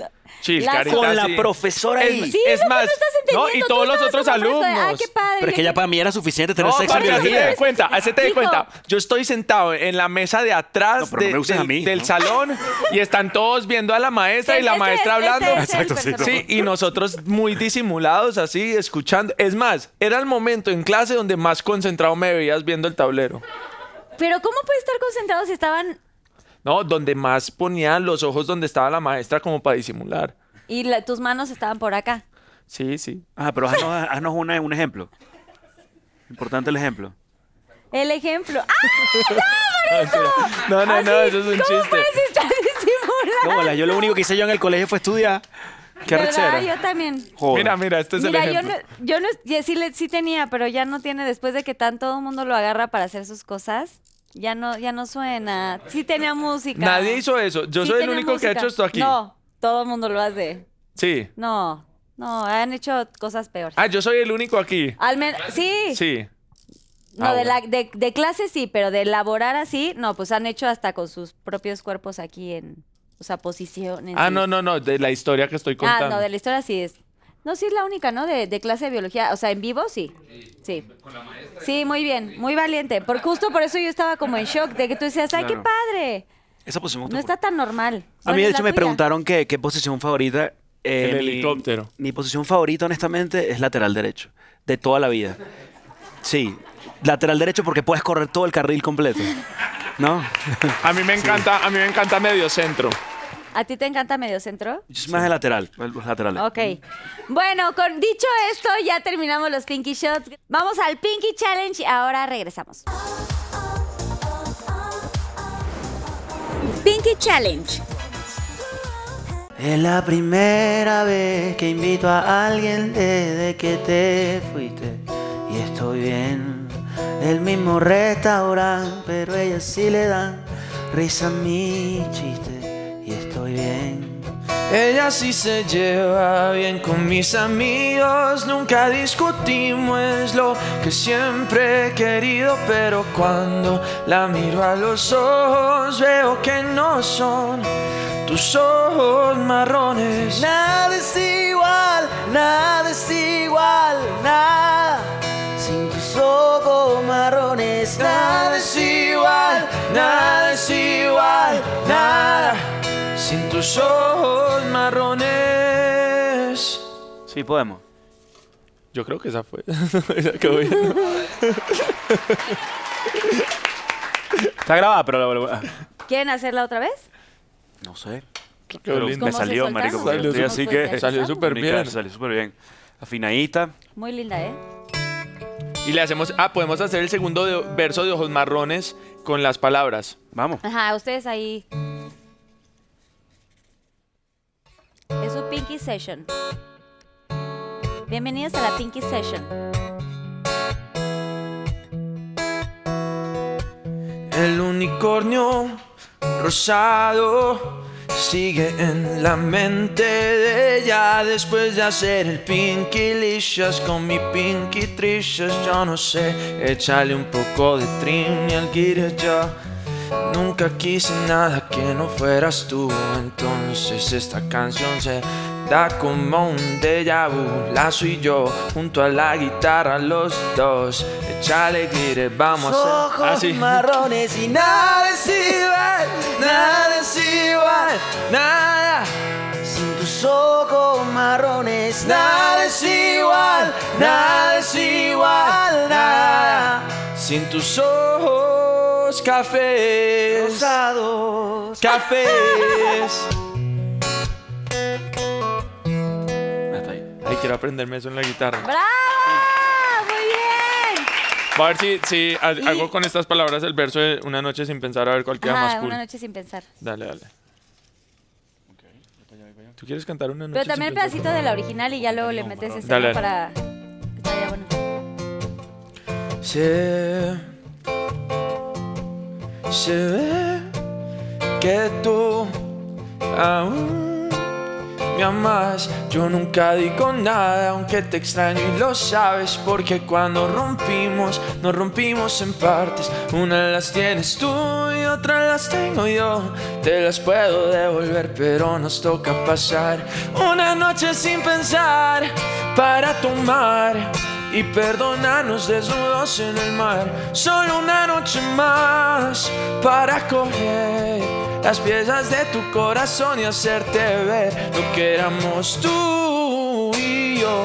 S3: Chill,
S1: Lazo.
S3: carita.
S4: Con la
S3: sí.
S4: profesora
S3: Es-
S4: ahí.
S1: Sí,
S3: Es
S1: es
S3: más,
S1: más, no estás
S3: no,
S1: entendiendo.
S3: y
S1: tú
S3: todos los
S1: estabas
S3: otros
S1: como fresco de, Ah,
S3: alumnos.
S1: qué padre.
S4: Pero es que ya para mí era suficiente tener
S3: No,
S4: sexo en
S3: parce, hazte
S4: biología.
S3: de cuenta, hazte de
S1: Hijo.
S3: cuenta. Yo estoy sentado en la mesa de
S4: No,
S3: atrás
S4: pero no
S3: de-
S4: me uses
S3: del,
S4: a mí,
S3: del
S4: ¿no?
S3: salón y están todos viendo a la maestra y la
S1: Este-
S3: maestra
S1: este-
S3: hablando.
S1: este es el
S4: Exacto, sí,
S1: personaje.
S3: Sí, y nosotros muy disimulados así, escuchando. Es más, era el momento en clase donde más concentrado me veías viendo el tablero.
S1: Pero ¿cómo puede estar concentrado si estaban
S3: No, donde más ponían los ojos donde estaba la maestra como para disimular.
S1: y la- tus manos estaban por acá?
S3: Sí, sí.
S4: Ah, pero haznos, haznos una- un ejemplo. Importante el ejemplo.
S1: El ejemplo. ¡Ah!
S3: No, no, no,
S1: Así,
S3: eso es un
S1: ¿Cómo
S3: chiste.
S1: puedes estar disimulando?
S4: No, bola, yo lo único que hice yo en el colegio fue estudiar.
S7: Qué
S1: ¿Verdad?
S7: rechera.
S1: Yo también.
S7: Joder.
S3: Mira, mira, este es
S1: Mira,
S3: el
S1: yo
S3: ejemplo.
S1: no, yo no, ya sí, le- sí tenía, pero ya no tiene, después de que tanto todo el mundo lo agarra para hacer sus cosas, ya no, ya no suena. Sí tenía música.
S3: Nadie hizo eso. Yo
S1: Sí
S3: soy el
S1: tenía
S3: único que ha
S1: música.
S3: hecho esto aquí.
S1: No, todo el mundo lo hace.
S3: Sí.
S1: No, no, han hecho cosas peores.
S3: Ah, yo soy el único aquí.
S1: Al menos, sí.
S3: Sí.
S1: No,
S3: Ah,
S1: de,
S3: bueno.
S1: la, de, de clase sí, pero de elaborar así, no, pues han hecho hasta con sus propios cuerpos aquí en, o sea, posiciones.
S3: Ah,
S1: y-
S3: no, no, no, de la historia que estoy
S1: Ah,
S3: contando.
S1: no, de la historia sí es. No, sí es la única, ¿no? De, de clase de biología. O sea, en vivo sí. Sí. Sí, muy bien, muy valiente. Por justo por eso yo estaba como en shock, de que tú decías, ¡ay, qué
S7: Claro.
S1: padre!
S7: Esa posición
S1: No está tan normal.
S7: A
S1: ¿Cuál
S7: mí, de
S1: es la
S7: hecho, me
S1: tuya?
S7: preguntaron qué, qué posición favorita. eh,
S3: El
S7: mi-
S3: helicóptero.
S7: Mi posición favorita, honestamente, es lateral derecho. De toda la vida. Sí. Lateral derecho porque puedes correr todo el carril completo. ¿No?
S3: A mí me encanta, a mí me encanta medio centro.
S1: ¿A ti te encanta medio centro?
S7: Yo soy más de lateral. Los laterales.
S1: Ok. Bueno, con dicho esto, ya terminamos los Pinky Shots. Vamos al Pinky Challenge y ahora regresamos.
S8: Pinky Challenge.
S7: Es la primera vez que invito a alguien desde que te fuiste. Y estoy bien. El mismo restaurante, pero ellas sí le dan risa a mi chiste. Y estoy bien.
S4: Ella sí se lleva bien con mis amigos, nunca discutimos, es lo que siempre he querido, pero cuando la miro a los ojos veo que no son tus ojos marrones.
S7: Nada es igual, nada es igual, nada. Sin tus ojos marrones,
S4: Nada es igual, nada es igual, nada sin tus ojos marrones.
S7: Sí, podemos.
S3: Yo creo que esa fue. esa quedó bien.
S7: Está grabada, pero la vuelvo a-
S1: ¿Quieren hacerla otra vez?
S7: No sé.
S3: Quedó
S7: Pero
S3: linda.
S7: me
S1: ¿Cómo se
S7: salió,
S1: soltaron?
S7: marico, porque
S3: Salió
S7: estoy
S3: su-
S7: así que...
S3: Salió súper
S7: Única,
S3: bien.
S7: Salió súper bien. Afinadita.
S1: Muy linda, ¿eh?
S3: Y le hacemos. Ah, podemos hacer el segundo de- verso de ojos marrones con las palabras.
S7: Vamos.
S1: Ajá, ustedes ahí. Es su Pinky Session. Bienvenidos a la Pinky Session.
S4: El unicornio rosado sigue en la mente de ella después de hacer el Pinky Licious con mi Pinky Tricious. Yo no sé, échale un poco de trim y al guire ya. Nunca quise nada que no fueras tú, entonces esta canción se da como un déjà vu. Lazo y yo, junto a la guitarra, los dos. Échale guire, vamos a hacer.
S3: Ah, sí.
S4: marrones y nada es igual, nada es igual, nada. Sin tus ojos marrones, nada es igual, nada es igual, nada. Sin tus ojos cafés, cafés.
S7: Hasta ahí.
S3: Ay, quiero aprenderme eso en la guitarra.
S1: ¡Bravo! ¡Muy bien!
S3: Va a ver si, si ha- hago con estas palabras el verso de Una noche sin pensar, a ver cuál queda más
S1: Ajá,
S3: cool.
S1: una noche sin pensar.
S3: Dale, dale. ¿Tú quieres cantar una noche
S1: Pero también el
S3: sin pensar?
S1: pedacito de la original y ya luego le metes ese
S3: Dale,
S1: ¿no? para. Estaría bueno.
S4: Se, se ve que tú aún me amas. Yo nunca digo nada, aunque te extraño y lo sabes. Porque cuando rompimos, nos rompimos en partes. Una las tienes tú y otra las tengo yo. Te las puedo devolver, pero nos toca pasar una noche sin pensar para tomar y perdonarnos desnudos en el mar. Solo una noche más para coger las piezas de tu corazón y hacerte ver lo que éramos tú y yo.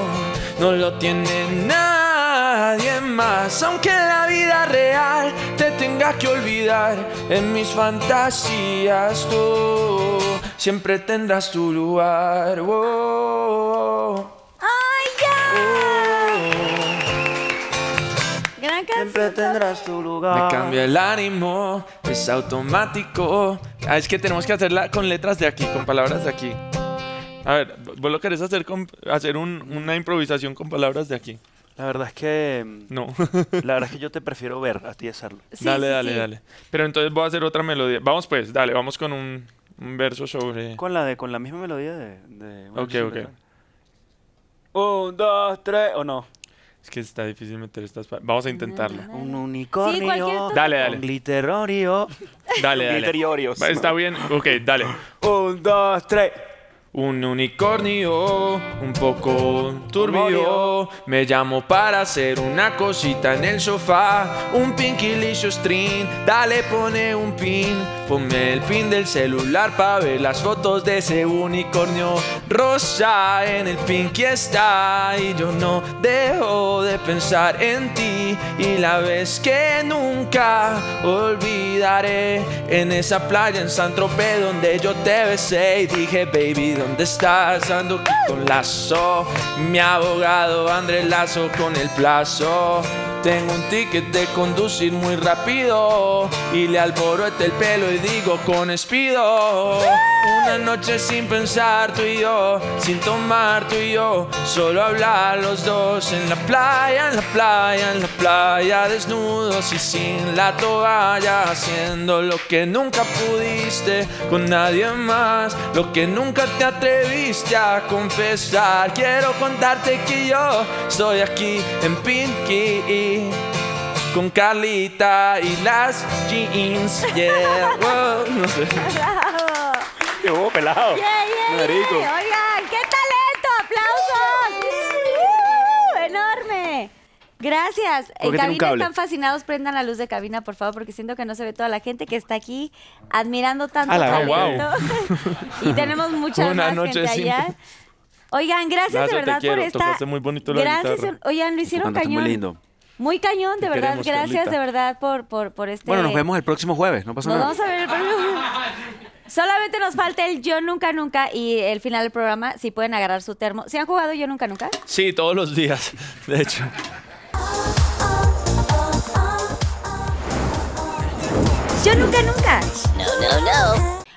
S4: No lo tiene nadie más, aunque en la vida real te tenga que olvidar. En mis fantasías tú siempre tendrás tu lugar. Oh,
S1: ¡Ay, ya!
S4: oh.
S1: Gran canción.
S7: Siempre tendrás tu
S4: Me
S1: Ah.
S7: lugar.
S4: cambia el ánimo, es automático.
S3: Ah, es que tenemos que hacerla con letras de aquí, con palabras de aquí. A ver, ¿vos lo querés hacer, con, hacer un- una improvisación con palabras de aquí?
S4: La verdad es que. mm,
S3: No.
S4: La verdad es que yo te prefiero ver a ti hacerlo.
S1: Sí,
S3: dale,
S1: sí,
S3: dale,
S1: sí.
S3: dale. Pero entonces voy a hacer otra melodía. Vamos pues, dale, vamos con un, un verso sobre...
S4: Con la de, con la misma melodía de. de una
S3: Ok,
S4: canción
S3: ok.
S4: de Drake. Un, dos, tres. O no.
S3: Es que está difícil meter estas... pa- Vamos a intentarlo.
S4: Un
S1: cualquier
S4: unicornio.
S1: cosa.
S3: Dale, dale.
S4: Un glitter Oreo.
S3: Dale,
S4: Un
S3: dale.
S4: glitter Oreo.
S3: Va, Está bien, ok, dale.
S4: Un, dos, tres.
S3: Un unicornio, un poco turbio. Me llamo para hacer una cosita en el sofá. Un pinky liso string, dale, pone un pin. Ponme el pin del celular para ver las fotos de ese unicornio rosa. En el pinky está, y yo no dejo de pensar en ti. Y la vez que nunca olvidaré en esa playa en San Tropez donde yo te besé y dije, baby, ¿dónde estás? Ando aquí con lazo, mi abogado Andrés Lazo con el plazo. Tengo un ticket de conducir muy rápido y le alboroto el pelo y digo con espido. Una noche sin pensar tú y yo, sin tomar tú y yo, solo hablar los dos en la playa, en la playa, en la playa, desnudos y sin la toalla, haciendo lo que nunca pudiste con nadie más, lo que nunca te atreviste a confesar. Quiero contarte que yo estoy aquí en Pinky con Carlita y las jeans. Yeah, wow, no sé.
S4: ¡Qué
S3: oh,
S4: bobo pelado!
S1: ¡Yay, yay,
S4: Marico.
S1: yay! Oigan, qué talento, aplausos. ¡Uh! enorme. Gracias.
S4: qué
S1: En
S4: tiene
S1: cabina
S4: un cable?
S1: están fascinados. Prendan la luz de cabina, por favor, porque siento que no se ve toda la gente que está aquí admirando tanto
S4: A la
S3: gran-
S1: talento. y tenemos mucha
S3: Una
S1: más
S3: noche
S1: gente
S3: sin-
S1: allá. Oigan, gracias
S3: Lazo,
S1: de
S3: te
S1: verdad
S3: quiero,
S1: por esta.
S3: tocaste muy bonito la
S1: gracias.
S3: guitarra.
S1: Oigan, lo hicieron
S4: Tocando, está muy
S1: cañón.
S4: lindo.
S1: Muy cañón, de verdad.
S3: queremos,
S1: gracias
S3: Carlita.
S1: de verdad por, por, por este.
S4: Bueno, nos vemos el próximo jueves. No pasa
S1: Nos
S4: nada.
S1: vamos a ver el próximo. Solamente nos falta el Yo Nunca Nunca y el final del programa, si pueden agarrar su termo. ¿Se han jugado Yo Nunca Nunca?
S3: Sí, todos los días, de hecho.
S1: Yo Nunca Nunca.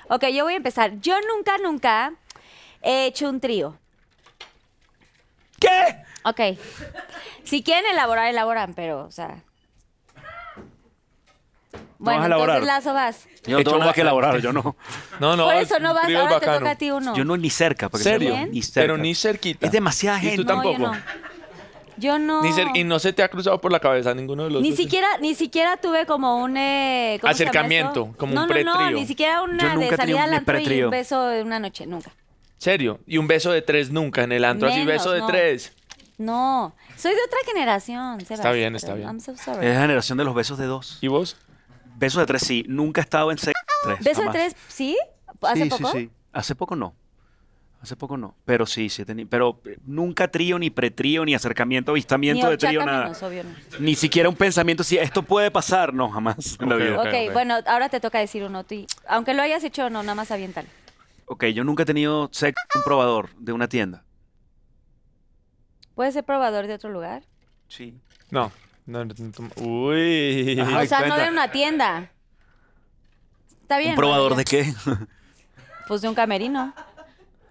S1: Ok, yo voy a empezar. Yo Nunca Nunca he hecho un trío.
S4: ¿Qué?
S1: Ok. Si quieren elaborar, elaboran, pero, o sea... Bueno,
S4: vas a elaborar.
S1: entonces Lazo vas.
S4: Yo no tengo nada que elaborar, yo no.
S3: No, no.
S1: Por eso
S3: es
S1: no
S3: un
S1: vas,
S3: trío
S1: ahora te
S3: bacano.
S1: toca a ti uno.
S4: Yo no ni cerca. Porque
S3: ¿Serio?
S4: soy- Ni cerca.
S3: Pero ni cerquita.
S4: Es demasiada
S3: Y tú
S4: gente.
S1: No, yo
S3: tampoco.
S1: no. Yo no.
S3: Ni cer- y no se te ha cruzado por la cabeza ninguno de los
S1: Ni
S3: dos.
S1: siquiera, ni siquiera tuve como un eh, ¿cómo se llama
S3: Acercamiento,
S1: esto?
S3: como
S1: no,
S3: un
S1: No, no,
S3: pretrío.
S1: ni siquiera una
S4: Yo nunca
S1: de
S4: he tenido
S1: salida al
S4: un
S1: antro y
S4: pretrío.
S1: un beso de una noche, nunca.
S3: Serio. Y un beso de tres nunca en el antro. así
S1: Menos,
S3: beso de
S1: no.
S3: tres.
S1: No, soy de otra generación, Sebas,
S3: Está bien, está
S1: pero
S3: bien.
S1: I'm so sorry.
S4: Es la generación de los besos de dos.
S3: ¿Y vos?
S4: Besos de tres, sí. Nunca he estado en se- tres.
S1: ¿Beso de
S4: jamás.
S1: tres? ¿Sí? ¿Hace
S4: sí,
S1: poco?
S4: Sí, sí. Hace poco no. Hace poco no. Pero sí, sí he tenido. Pero eh, nunca trío, ni pretrío, ni acercamiento,
S1: Ni
S4: avistamiento de
S1: horchata
S4: trío, nada.
S1: menos, obvio no.
S4: Ni siquiera un pensamiento si esto puede pasar. No, jamás en la
S3: Ok,
S4: vida.
S1: Ok, bueno, ahora te toca decir uno. tú y- aunque lo hayas hecho o no, nada más aviéntalo.
S4: Ok, yo nunca he tenido sexo con un probador de una tienda.
S1: ¿Puedes ser probador de otro lugar?
S4: Sí.
S3: No. No, no, no, no. Uy.
S4: Ajá. Ay,
S1: o sea, no
S4: Ah, cuenta.
S1: de una tienda. Está bien.
S4: ¿Un probador
S1: bueno,
S4: de
S1: ya.
S4: qué?
S1: Pues de un camerino.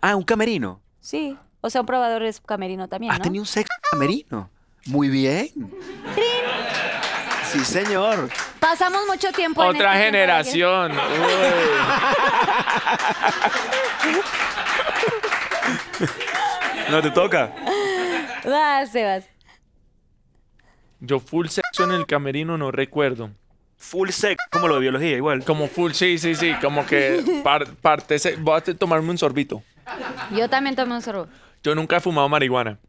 S4: ah, un camerino.
S1: Sí. O sea, un probador es camerino también,
S4: ¿Has
S1: ¿no?
S4: tenido un sexo con camerino? Muy bien. Sí, señor.
S1: Pasamos mucho tiempo en
S3: Otra
S1: este tiempo de guerra.
S3: generación. Uy.
S4: No te toca.
S1: Vas, Sebas.
S3: Yo full sexo en el camerino no recuerdo.
S4: Full sex, como lo de biología, igual.
S3: Como full, sí, sí, sí. Como que par- parte. se- Voy a te- tomarme un sorbito.
S1: Yo también tomé un sorbo.
S3: Yo nunca he fumado marihuana.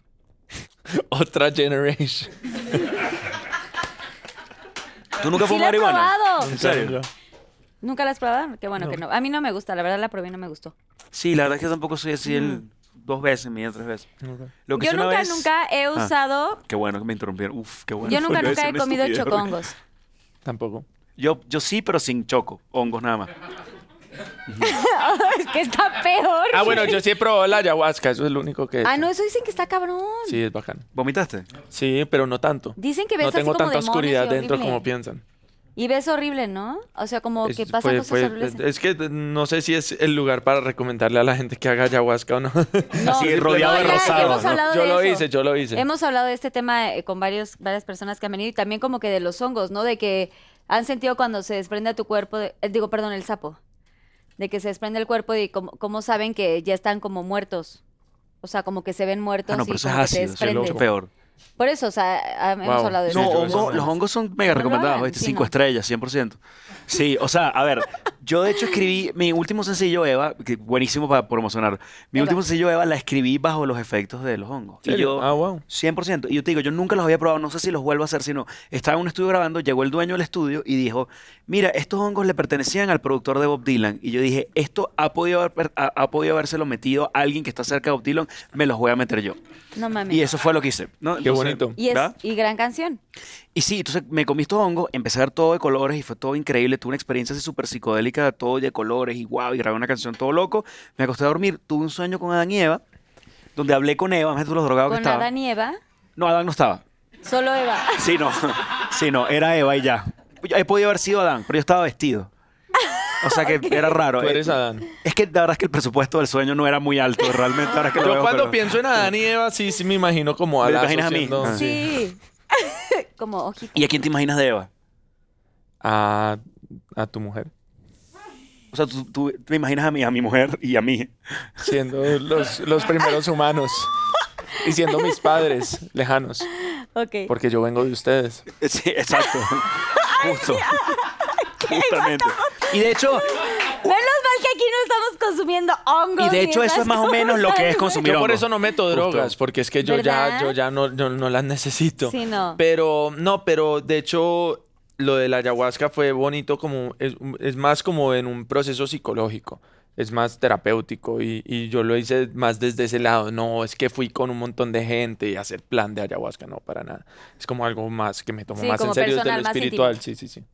S3: Otra generation.
S4: ¿Tú nunca
S1: Sí
S4: fumas
S1: la he
S4: marihuana?
S1: probado.
S4: ¿En serio?
S1: ¿Nunca la has probado? Qué bueno que no. A mí no me gusta, la verdad la probé y no me gustó.
S4: Sí, la verdad es que tampoco soy así el dos veces, mira, tres veces. Lo que
S1: Yo
S4: hice una
S1: nunca,
S4: vez-
S1: nunca he
S4: Ah,
S1: usado...
S4: qué bueno que me interrumpieron. Uf, qué bueno.
S1: yo nunca,
S4: Iba a
S1: nunca he
S4: decir una
S1: comido
S4: estupidez.
S1: chocongos.
S3: Tampoco.
S4: Yo, yo sí, pero sin choco. Hongos nada más.
S1: es que está peor.
S3: Ah, bueno, yo sí he probado la ayahuasca. Eso es lo único que. he
S1: Ah,
S3: hecho.
S1: no, eso dicen que está cabrón.
S3: Sí, es bacán.
S4: ¿Vomitaste?
S3: Sí, pero no tanto.
S1: Dicen que ves
S3: No
S1: así
S3: tengo
S1: como
S3: tanta
S1: demonios y
S3: oscuridad dentro
S1: horrible.
S3: como piensan.
S1: Y ves horrible, ¿no? O sea, como
S3: Es-
S1: que pasan
S3: fue-
S1: cosas
S3: fue-
S1: horribles. en-
S3: es que no sé si es el lugar para recomendarle a la gente que haga ayahuasca o no.
S1: No,
S4: Así, rodeado de
S1: ya
S4: rosado,
S1: hemos
S4: ¿no?
S1: hablado
S3: yo
S1: de
S3: lo
S1: eso.
S3: hice, yo lo hice.
S1: Hemos hablado de este tema eh, con varios, varias personas que han venido y también como que de los hongos, ¿no? De que han sentido cuando se desprende a tu cuerpo, de- eh, digo, perdón, el sapo, de que se desprende el cuerpo y como, como saben que ya están como muertos. O sea, como que se ven muertos
S4: Ah, no,
S1: y
S4: pero eso es
S1: como que te
S4: ácido, eso es lo
S1: desprende.
S4: peor.
S1: Por eso, o sea, ah, hemos
S3: Wow.
S1: hablado de
S4: No,
S1: eso.
S4: hongo- los hongos son mega
S1: No lo
S4: recomendados,
S1: hagan,
S4: ¿viste?
S1: sí,
S4: Cinco
S1: no.
S4: estrellas, 100%. Sí, o sea, a ver, yo de hecho escribí mi último sencillo, Eva, que buenísimo para promocionar. Mi
S1: Eva.
S4: último sencillo, Eva, la escribí bajo los efectos de los hongos.
S3: ¿En
S4: Y
S3: serio?
S4: yo,
S3: Ah, wow.
S4: 100%. Y yo te digo, yo nunca los había probado, no sé si los vuelvo a hacer, sino estaba en un estudio grabando, llegó el dueño del estudio y dijo, mira, estos hongos le pertenecían al productor de Bob Dylan. Y yo dije, esto ha podido, haber, per- ha, ha podido habérselo metido a alguien que está cerca de Bob Dylan, me los voy a meter yo.
S1: No mames.
S4: Y eso fue lo que hice. ¿no?
S3: Qué
S4: Entonces,
S3: bonito.
S1: Y es-
S4: ¿verdad? Ah,
S1: y gran canción.
S4: Y sí, entonces me comí estos hongos, empecé a ver todo de colores y fue todo increíble. Tuve una experiencia así súper psicodélica, todo de colores y guau, y grabé una canción todo loco. Me acosté a dormir, tuve un sueño con Adán y Eva, donde hablé con Eva, imagínate los drogados que
S1: Con
S4: estaban.
S1: Adán y Eva,
S4: No, Adán no estaba.
S1: solo Eva.
S4: Sí, no, sí, no, era Eva y ya. He podido haber sido Adán, pero yo estaba vestido. O sea que era raro.
S3: Tú eres
S4: Eh,
S3: Adán.
S4: Es que la verdad es que el presupuesto del sueño no era muy alto, realmente. Ahora es que lo
S3: Yo
S4: veo,
S3: cuando
S4: pero-
S3: pienso en Adán y Eva, sí, sí me imagino como
S4: ¿Me
S3: Adán.
S4: imaginas a mí? Ah.
S1: Sí. como ojito.
S4: ¿Y a quién te imaginas de Eva?
S3: A, a tu mujer.
S4: O sea, tú, tú te imaginas a mi, a mi mujer y a mí.
S3: Siendo los, los primeros humanos. Y siendo mis padres lejanos.
S1: Ok.
S3: Porque yo vengo de ustedes.
S4: Sí, exacto. Justo. Justamente. Y de hecho,
S1: Menos mal que aquí no estamos consumiendo hongos.
S4: y de
S1: ni
S4: hecho eso
S1: esas
S4: es más o menos lo que es
S1: cosas.
S4: consumir
S3: Yo por
S4: hongo.
S3: eso no meto
S4: Justo.
S3: drogas, porque es que yo ya,
S1: ¿Verdad?
S3: yo ya no, no, no las necesito.
S1: Sí, no.
S3: Pero, no, pero de hecho, lo de la ayahuasca fue bonito como, es, es más como en un proceso psicológico. Es más terapéutico y, y yo lo hice más desde ese lado. No, es que fui con un montón de gente y hacer plan de ayahuasca, no, para nada. Es como algo más que me tomo
S1: Sí,
S3: más en
S1: como
S3: serio desde
S1: personal,
S3: lo
S1: más
S3: espiritual.
S1: íntimo.
S3: Sí, sí, sí.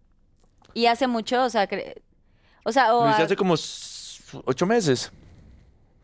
S1: Y hace mucho, o sea, cre- o sea, o,
S3: Lo hice
S1: a-
S3: hace como s- ocho meses.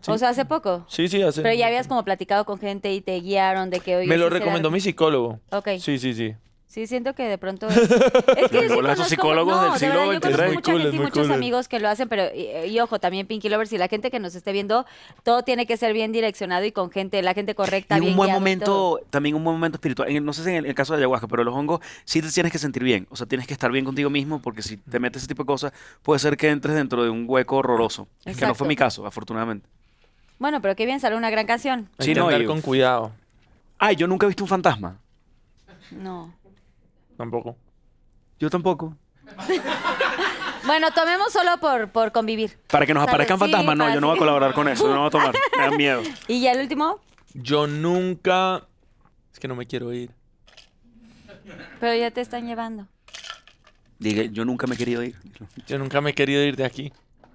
S3: sí.
S1: o sea, hace poco.
S3: Sí, sí, hace.
S1: Pero ya habías como platicado con gente y te guiaron de que hoy.
S3: Me lo recomendó mi psicólogo.
S1: Ok.
S3: Sí, sí, sí.
S1: Sí, siento que de pronto. Es, es que yo sí
S4: Los
S1: conozco-
S4: psicólogos
S1: no,
S4: del
S1: de
S4: siglo
S1: verdad, yo
S4: XXIII.
S1: conozco
S3: Muy
S1: mucha gente
S3: cool,
S1: y
S3: es muy
S1: muchos
S3: cool.
S1: amigos que lo hacen, pero. Y, y ojo, también Pinky Lovers y la gente que nos esté viendo, todo tiene que ser bien direccionado y con gente, la gente correcta.
S4: Y
S1: bien
S4: un buen
S1: guiado y todo.
S4: momento, también un buen momento espiritual. En el- no sé si en el, el caso de ayahuasca, pero los hongos sí te tienes que sentir bien. O sea, tienes que estar bien contigo mismo porque si te metes ese tipo de cosas, puede ser que entres dentro de un hueco horroroso. Que no
S1: Exacto.
S4: fue mi caso, afortunadamente.
S1: Bueno, pero qué bien, sale una gran canción.
S3: Hay
S4: Sí,
S3: que
S4: no,
S3: andar
S4: y-
S3: con cuidado.
S4: Ay, yo nunca he visto un fantasma.
S1: No.
S3: Tampoco.
S4: Yo tampoco.
S1: Bueno, tomemos solo por, por convivir.
S4: Para que nos
S1: Sale,
S4: aparezcan
S1: sí,
S4: fantasmas, no, yo no voy a
S1: fácil.
S4: colaborar con eso, no voy a tomar. Me da miedo.
S1: Y ya el último,
S3: Yo nunca. Es que no me quiero ir.
S1: pero ya te están llevando.
S4: Dije, yo nunca me he querido ir.
S3: Yo nunca me he querido ir de aquí.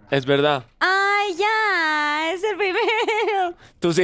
S3: Es verdad.
S1: ¡Ay, ya! Es el primero.
S3: Tú sí.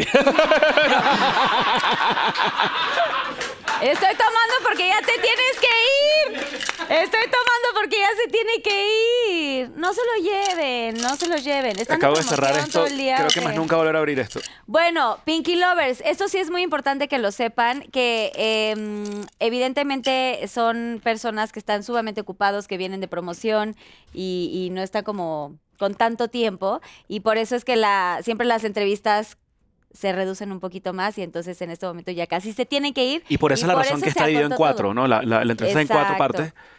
S1: Estoy tomando porque ya te tienes que ir. Estoy tomando porque ya se tiene que ir. No se lo lleven, no se lo lleven. Están
S4: Acabo de cerrar
S1: promoción
S4: esto.
S1: todo el día, eh.
S4: Creo
S1: ¿o
S4: que
S1: qué?
S4: más nunca volver a abrir esto.
S1: Bueno, Pinky Lovers, esto sí es muy importante que lo sepan, que eh, evidentemente son personas que están sumamente ocupados, que vienen de promoción y, y no están como con tanto tiempo y por eso es que la, siempre las entrevistas se reducen un poquito más y entonces en este momento ya casi se tienen que ir.
S4: Y por esa es la razón que
S1: se
S4: está dividido en
S1: acortó
S4: cuatro,
S1: todo.
S4: ¿no? La, la, la entrevista está en cuatro
S1: Exacto.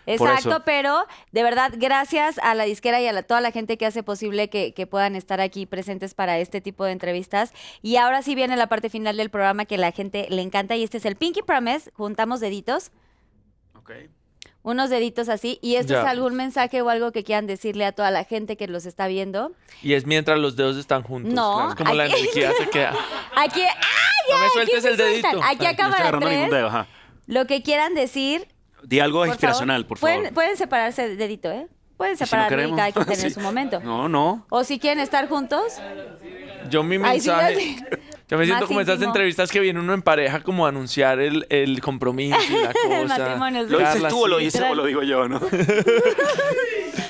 S4: partes. Por
S1: Exacto,
S4: eso.
S1: pero de verdad, gracias a la disquera y a la- toda la gente que hace posible que, que puedan estar aquí presentes para este tipo de entrevistas. Y ahora sí viene la parte final del programa que la gente le encanta y este es el Pinky Promise. Juntamos deditos, unos deditos así. Y esto
S3: Ya.
S1: es algún mensaje o algo que quieran decirle a toda la gente que los está viendo.
S3: Y es mientras los dedos están juntos.
S1: No,
S3: Es como la
S1: aquí-
S3: energía se queda.
S1: Aquí, ¡ah, ya!
S3: No me
S1: Aquí
S3: sueltes
S1: se
S3: el dedito.
S1: sueltan. Aquí
S4: Ay,
S1: a
S4: no estoy
S1: cámara
S4: agarrando ningún
S1: tres,
S4: dedo, ajá.
S1: Lo que quieran decir.
S4: Di algo
S1: por
S4: inspiracional, por favor.
S1: Pueden, pueden separarse de dedito, ¿eh? Pueden
S4: si no
S1: separarlo y
S4: queremos?
S1: cada quien tener
S4: Sí.
S1: su momento.
S4: No, no.
S1: O si quieren estar juntos.
S3: Yo mi
S1: Ay, sí,
S3: mensaje.
S1: las-
S3: Yo me siento
S1: Más
S3: como esas
S1: íntimo.
S3: entrevistas que viene uno en pareja como a anunciar el, el compromiso y la cosa.
S1: matrimonio, sí.
S4: ¿Lo dices
S3: Carla,
S4: tú o lo
S3: sí.
S4: dices o lo digo yo, no?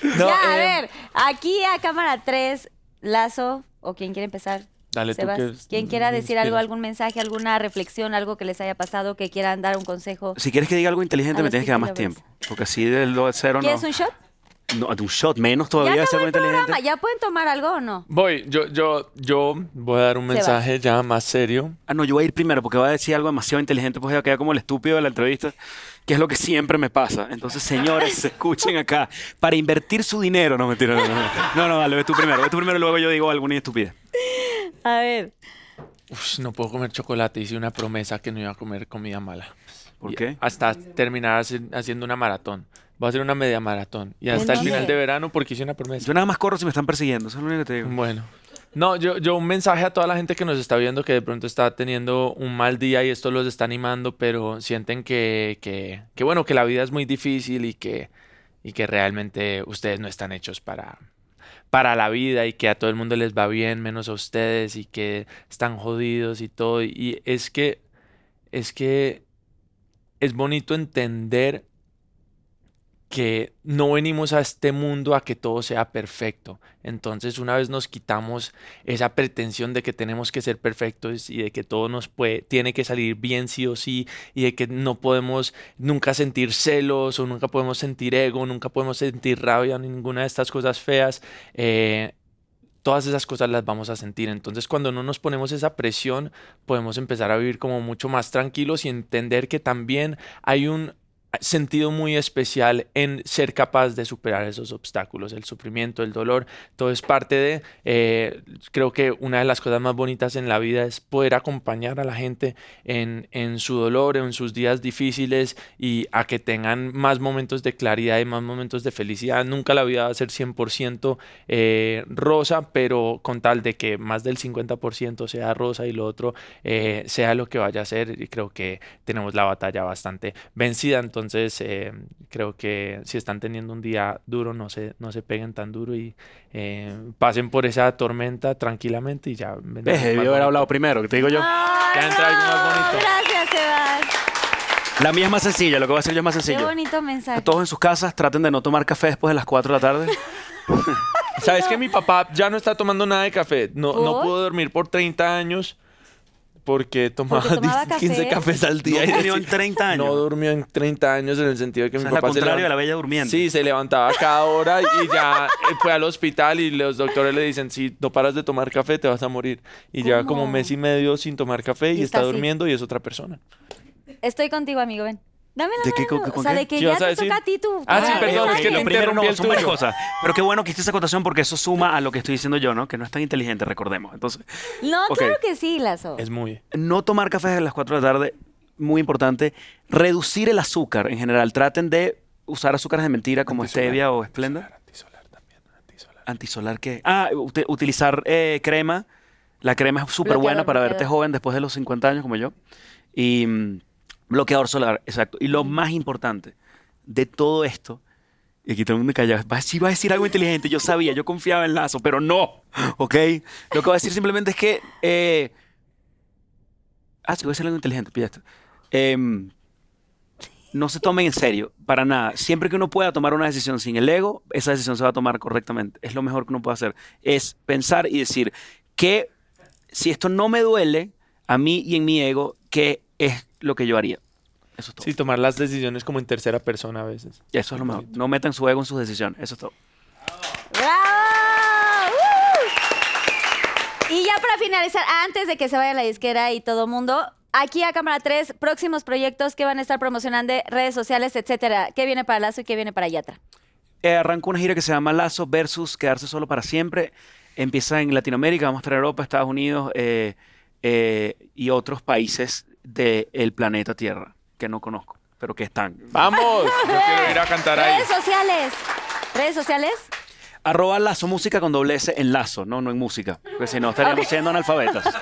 S3: No,
S1: ya, a
S3: eh,
S1: ver, aquí a cámara 3, Lazo, o quien quiere empezar,
S3: Dale, tú
S1: Sebas,
S3: que-
S1: quien quiera
S3: me
S1: decir algo,
S3: inspiras.
S1: algún mensaje, alguna reflexión, algo que les haya pasado, que quieran dar un consejo.
S4: Si quieres que diga algo inteligente,
S1: A
S4: me
S1: los
S4: tienes que dar más
S1: Pinky Lovers.
S4: tiempo. Porque así del lo de cero no.
S1: ¿Quieres un shot?
S4: No, de un shot menos todavía
S1: Ya
S4: de ser
S1: acabó
S4: algo
S1: el
S4: inteligente.
S1: programa, ¿ya pueden tomar algo o no?
S3: Voy, yo, yo, yo voy a dar un
S1: Sebas.
S3: mensaje ya más serio.
S4: Ah, no, yo voy a ir primero porque voy a decir algo demasiado inteligente, pues voy a quedar como el estúpido de la entrevista, que es lo que siempre me pasa. Entonces, señores, escuchen acá. Para invertir su dinero, no mentira, no, no, no. No, no, vale, ve tú primero, ve tú primero, luego yo digo alguna estúpida.
S1: A ver.
S3: Uf, no puedo comer chocolate. Hice una promesa que no iba a comer comida mala.
S4: ¿Por
S3: Y
S4: qué?
S3: Hasta terminar haci- haciendo una maratón. Voy a hacer una media maratón. Y hasta el
S1: dónde?
S3: final de verano porque hice una promesa.
S4: Yo nada más corro si me están persiguiendo, eso es lo único que te digo.
S3: Bueno. No, yo, yo un mensaje a toda la gente que nos está viendo que de pronto está teniendo un mal día y esto los está animando, pero sienten que, que, que bueno, que la vida es muy difícil y que, y que realmente ustedes no están hechos para, para la vida y que a todo el mundo les va bien, menos a ustedes y que están jodidos y todo. Y es que, es que es bonito entender que no venimos a este mundo a que todo sea perfecto. Entonces, una vez nos quitamos esa pretensión de que tenemos que ser perfectos y de que todo nos puede, tiene que salir bien sí o sí y de que no podemos nunca sentir celos o nunca podemos sentir ego, nunca podemos sentir rabia, ninguna de estas cosas feas. eh, todas esas cosas las vamos a sentir. Entonces, cuando no nos ponemos esa presión, podemos empezar a vivir como mucho más tranquilos y entender que también hay un sentido muy especial en ser capaz de superar esos obstáculos, el sufrimiento, el dolor, todo es parte de, eh, creo que una de las cosas más bonitas en la vida es poder acompañar a la gente en, en su dolor, en sus días difíciles y a que tengan más momentos de claridad y más momentos de felicidad. Nunca la vida va a ser 100% eh, rosa, pero con tal de que más del 50% sea rosa y lo otro eh, sea lo que vaya a ser, y creo que tenemos la batalla bastante vencida. Entonces, eh, creo que si están teniendo un día duro, no se, no se peguen tan duro y eh, pasen por esa tormenta tranquilamente y ya. vendrá
S4: Ves,
S3: algo más
S4: debió haber
S3: bonito.
S4: hablado primero, que te digo yo.
S1: ¡Ay,
S3: Ya entra algo más bonito.
S1: Gracias, Sebas.
S4: La mía es más sencilla, lo que voy a hacer yo es más
S1: Qué
S4: sencillo.
S1: bonito
S4: A
S1: mensaje.
S4: todos en sus casas, traten de no tomar café después de las 4 de la tarde.
S3: ¿Sabes que mi papá ya no está tomando nada de café? No, no
S1: ¿Por?
S3: pudo dormir por 30 años porque tomaba,
S1: tomaba
S3: 15
S1: café.
S3: cafés al
S4: No
S3: día. y
S4: durmió
S3: decía-
S4: en 30 años.
S3: No durmió en 30 años en el sentido de que
S4: O sea,
S3: mi
S4: es la
S3: papá se
S4: contraria
S3: levan-
S4: de la bella durmiente.
S3: Sí, se levantaba cada hora y ya eh, fue al hospital y los doctores le dicen, si no paras de tomar café te vas a morir. Y lleva como
S1: ¿Cómo?
S3: mes y medio sin tomar café y,
S1: Y está
S3: está,
S1: así.
S3: durmiendo y es otra persona.
S1: Estoy contigo, amigo, ven. Dame la
S4: ¿De qué,
S1: mano.
S4: con- con
S1: o sea,
S4: qué?
S1: de que
S3: ¿Qué
S1: ya
S3: vas a
S1: te
S3: decir?
S1: toca a ti tu...
S3: Ah, sí,
S1: tu
S3: perdón, es que
S1: mensaje.
S3: lo primero no,
S4: son varias
S3: tuyo.
S4: cosas. Pero qué bueno que hiciste esa acotación porque eso suma a lo que estoy diciendo yo, ¿no? Que no es tan inteligente, recordemos. Entonces,
S1: No,
S4: Ok.
S1: claro que sí, Lazo.
S3: Es muy...
S4: no tomar café a las 4 de la tarde, muy importante. Reducir el azúcar en general. Traten de usar azúcares de mentira como stevia o esplenda.
S3: Antisolar también, antisolar.
S4: Antisolar, ¿qué? Ah, ut- utilizar eh, crema. La crema es súper buena
S1: Bloqueador,
S4: para verte
S1: bloqueador.
S4: joven después de los 50 años como yo. Y mm, bloqueador solar, exacto. Y lo más importante de todo esto, y aquí todo el mundo callado, va, sí va a decir algo inteligente, yo sabía, yo confiaba en Lazo, pero no, ¿ok? Lo que voy a decir simplemente es que... eh, ah, sí, voy a decir algo inteligente, pilla esto. Em, no se tomen en serio, para nada. Siempre que uno pueda tomar una decisión sin el ego, esa decisión se va a tomar correctamente. Es lo mejor que uno puede hacer. Es pensar y decir que si esto no me duele a mí y en mi ego, ¿qué es lo que yo haría? Eso es todo.
S3: Sí, tomar las decisiones como en tercera persona a veces.
S4: Eso es lo mejor. No metan su ego en sus decisiones. Eso es todo.
S1: ¡Bravo! ¡Uh! Y ya para finalizar, antes de que se vaya la disquera y todo mundo, aquí a Cámara 3, próximos proyectos que van a estar promocionando, redes sociales, etcétera. ¿Qué viene para Lazo y qué viene para Yatra?
S4: Eh, arranco una gira que se llama Lazo versus Quedarse Solo para Siempre. Empieza en Latinoamérica, vamos a estar en Europa, Estados Unidos eh, eh, y otros países del planeta Tierra que no conozco, pero que están.
S3: ¡Vamos! Yo quiero ir a cantar ahí.
S1: Redes sociales. Redes sociales.
S4: Arroba Lazo Música con doble S en Lazo, no, no en música, porque si no estaríamos siendo analfabetas. Ok.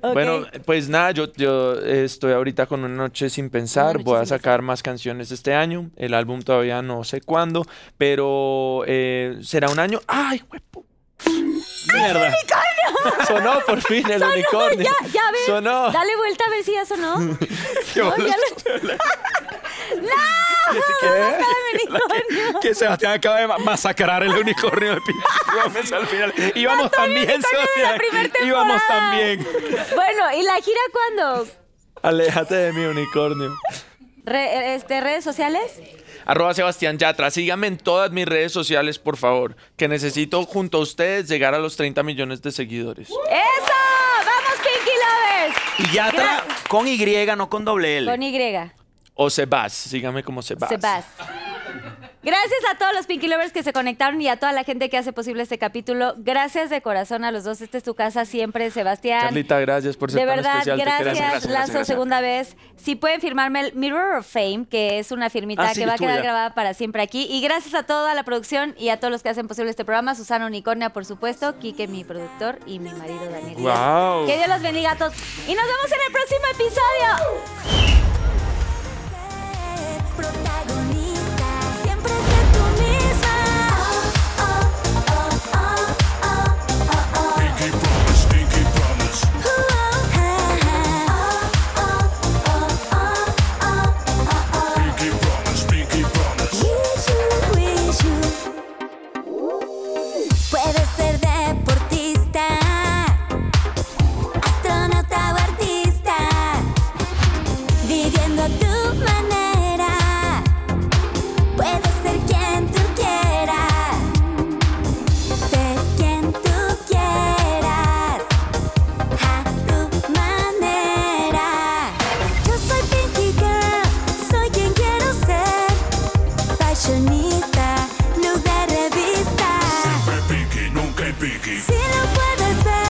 S1: Ok.
S3: Bueno, pues nada, yo, yo eh, estoy ahorita con una noche sin pensar. Voy a sacar más canciones este año. El álbum todavía no sé cuándo, pero eh, será un año. ¡Ay, huepo!
S4: Mierda.
S3: Sonó por fin el unicornio.
S1: Ya, ya ves.
S3: Sonó.
S1: Dale vuelta a ver si ya sonó. No, ya lo- ¡No! unicornio.
S9: Que Sebastián acaba de ma- masacrar el unicornio de Pinky Promise al final. Íbamos
S1: Mató
S9: tan
S1: el
S9: bien,
S1: unicornio de la
S9: Sebastián.
S1: primer temporada.
S9: Íbamos tan bien.
S1: Bueno, ¿y la gira cuándo?
S3: Aléjate de mi unicornio.
S1: Re- este, ¿Redes sociales?
S3: Arroba Sebastián Yatra. Síganme en todas mis redes sociales, por favor. Que necesito junto a ustedes llegar a los 30 millones de seguidores.
S1: ¡Eso! ¡Vamos, Pinky Lovers!
S4: Y Yatra con Y, no con doble L.
S1: Con Y.
S3: O Sebas. Síganme como Sebas.
S1: Sebas. Gracias a todos los Pinky Lovers que se conectaron y a toda la gente que hace posible este capítulo. Gracias de corazón a los dos. Esta es tu casa siempre, Sebastián.
S3: Carlita, gracias por ser
S1: de
S3: tan
S1: verdad,
S3: especial. Te
S1: gracias,
S3: queremos.
S1: Lazo, segunda vez. Si pueden firmarme el Mirror of Fame, que es una firmita
S4: Ah, sí,
S1: que va a
S4: tuya.
S1: quedar grabada para siempre aquí. Y gracias a toda la producción y a todos los que hacen posible este programa. Susana Unicornia, por supuesto, Quique, mi productor, y mi marido Daniel. Díaz.
S3: Guau.
S1: Que Dios los bendiga a todos. Y nos vemos en el próximo episodio.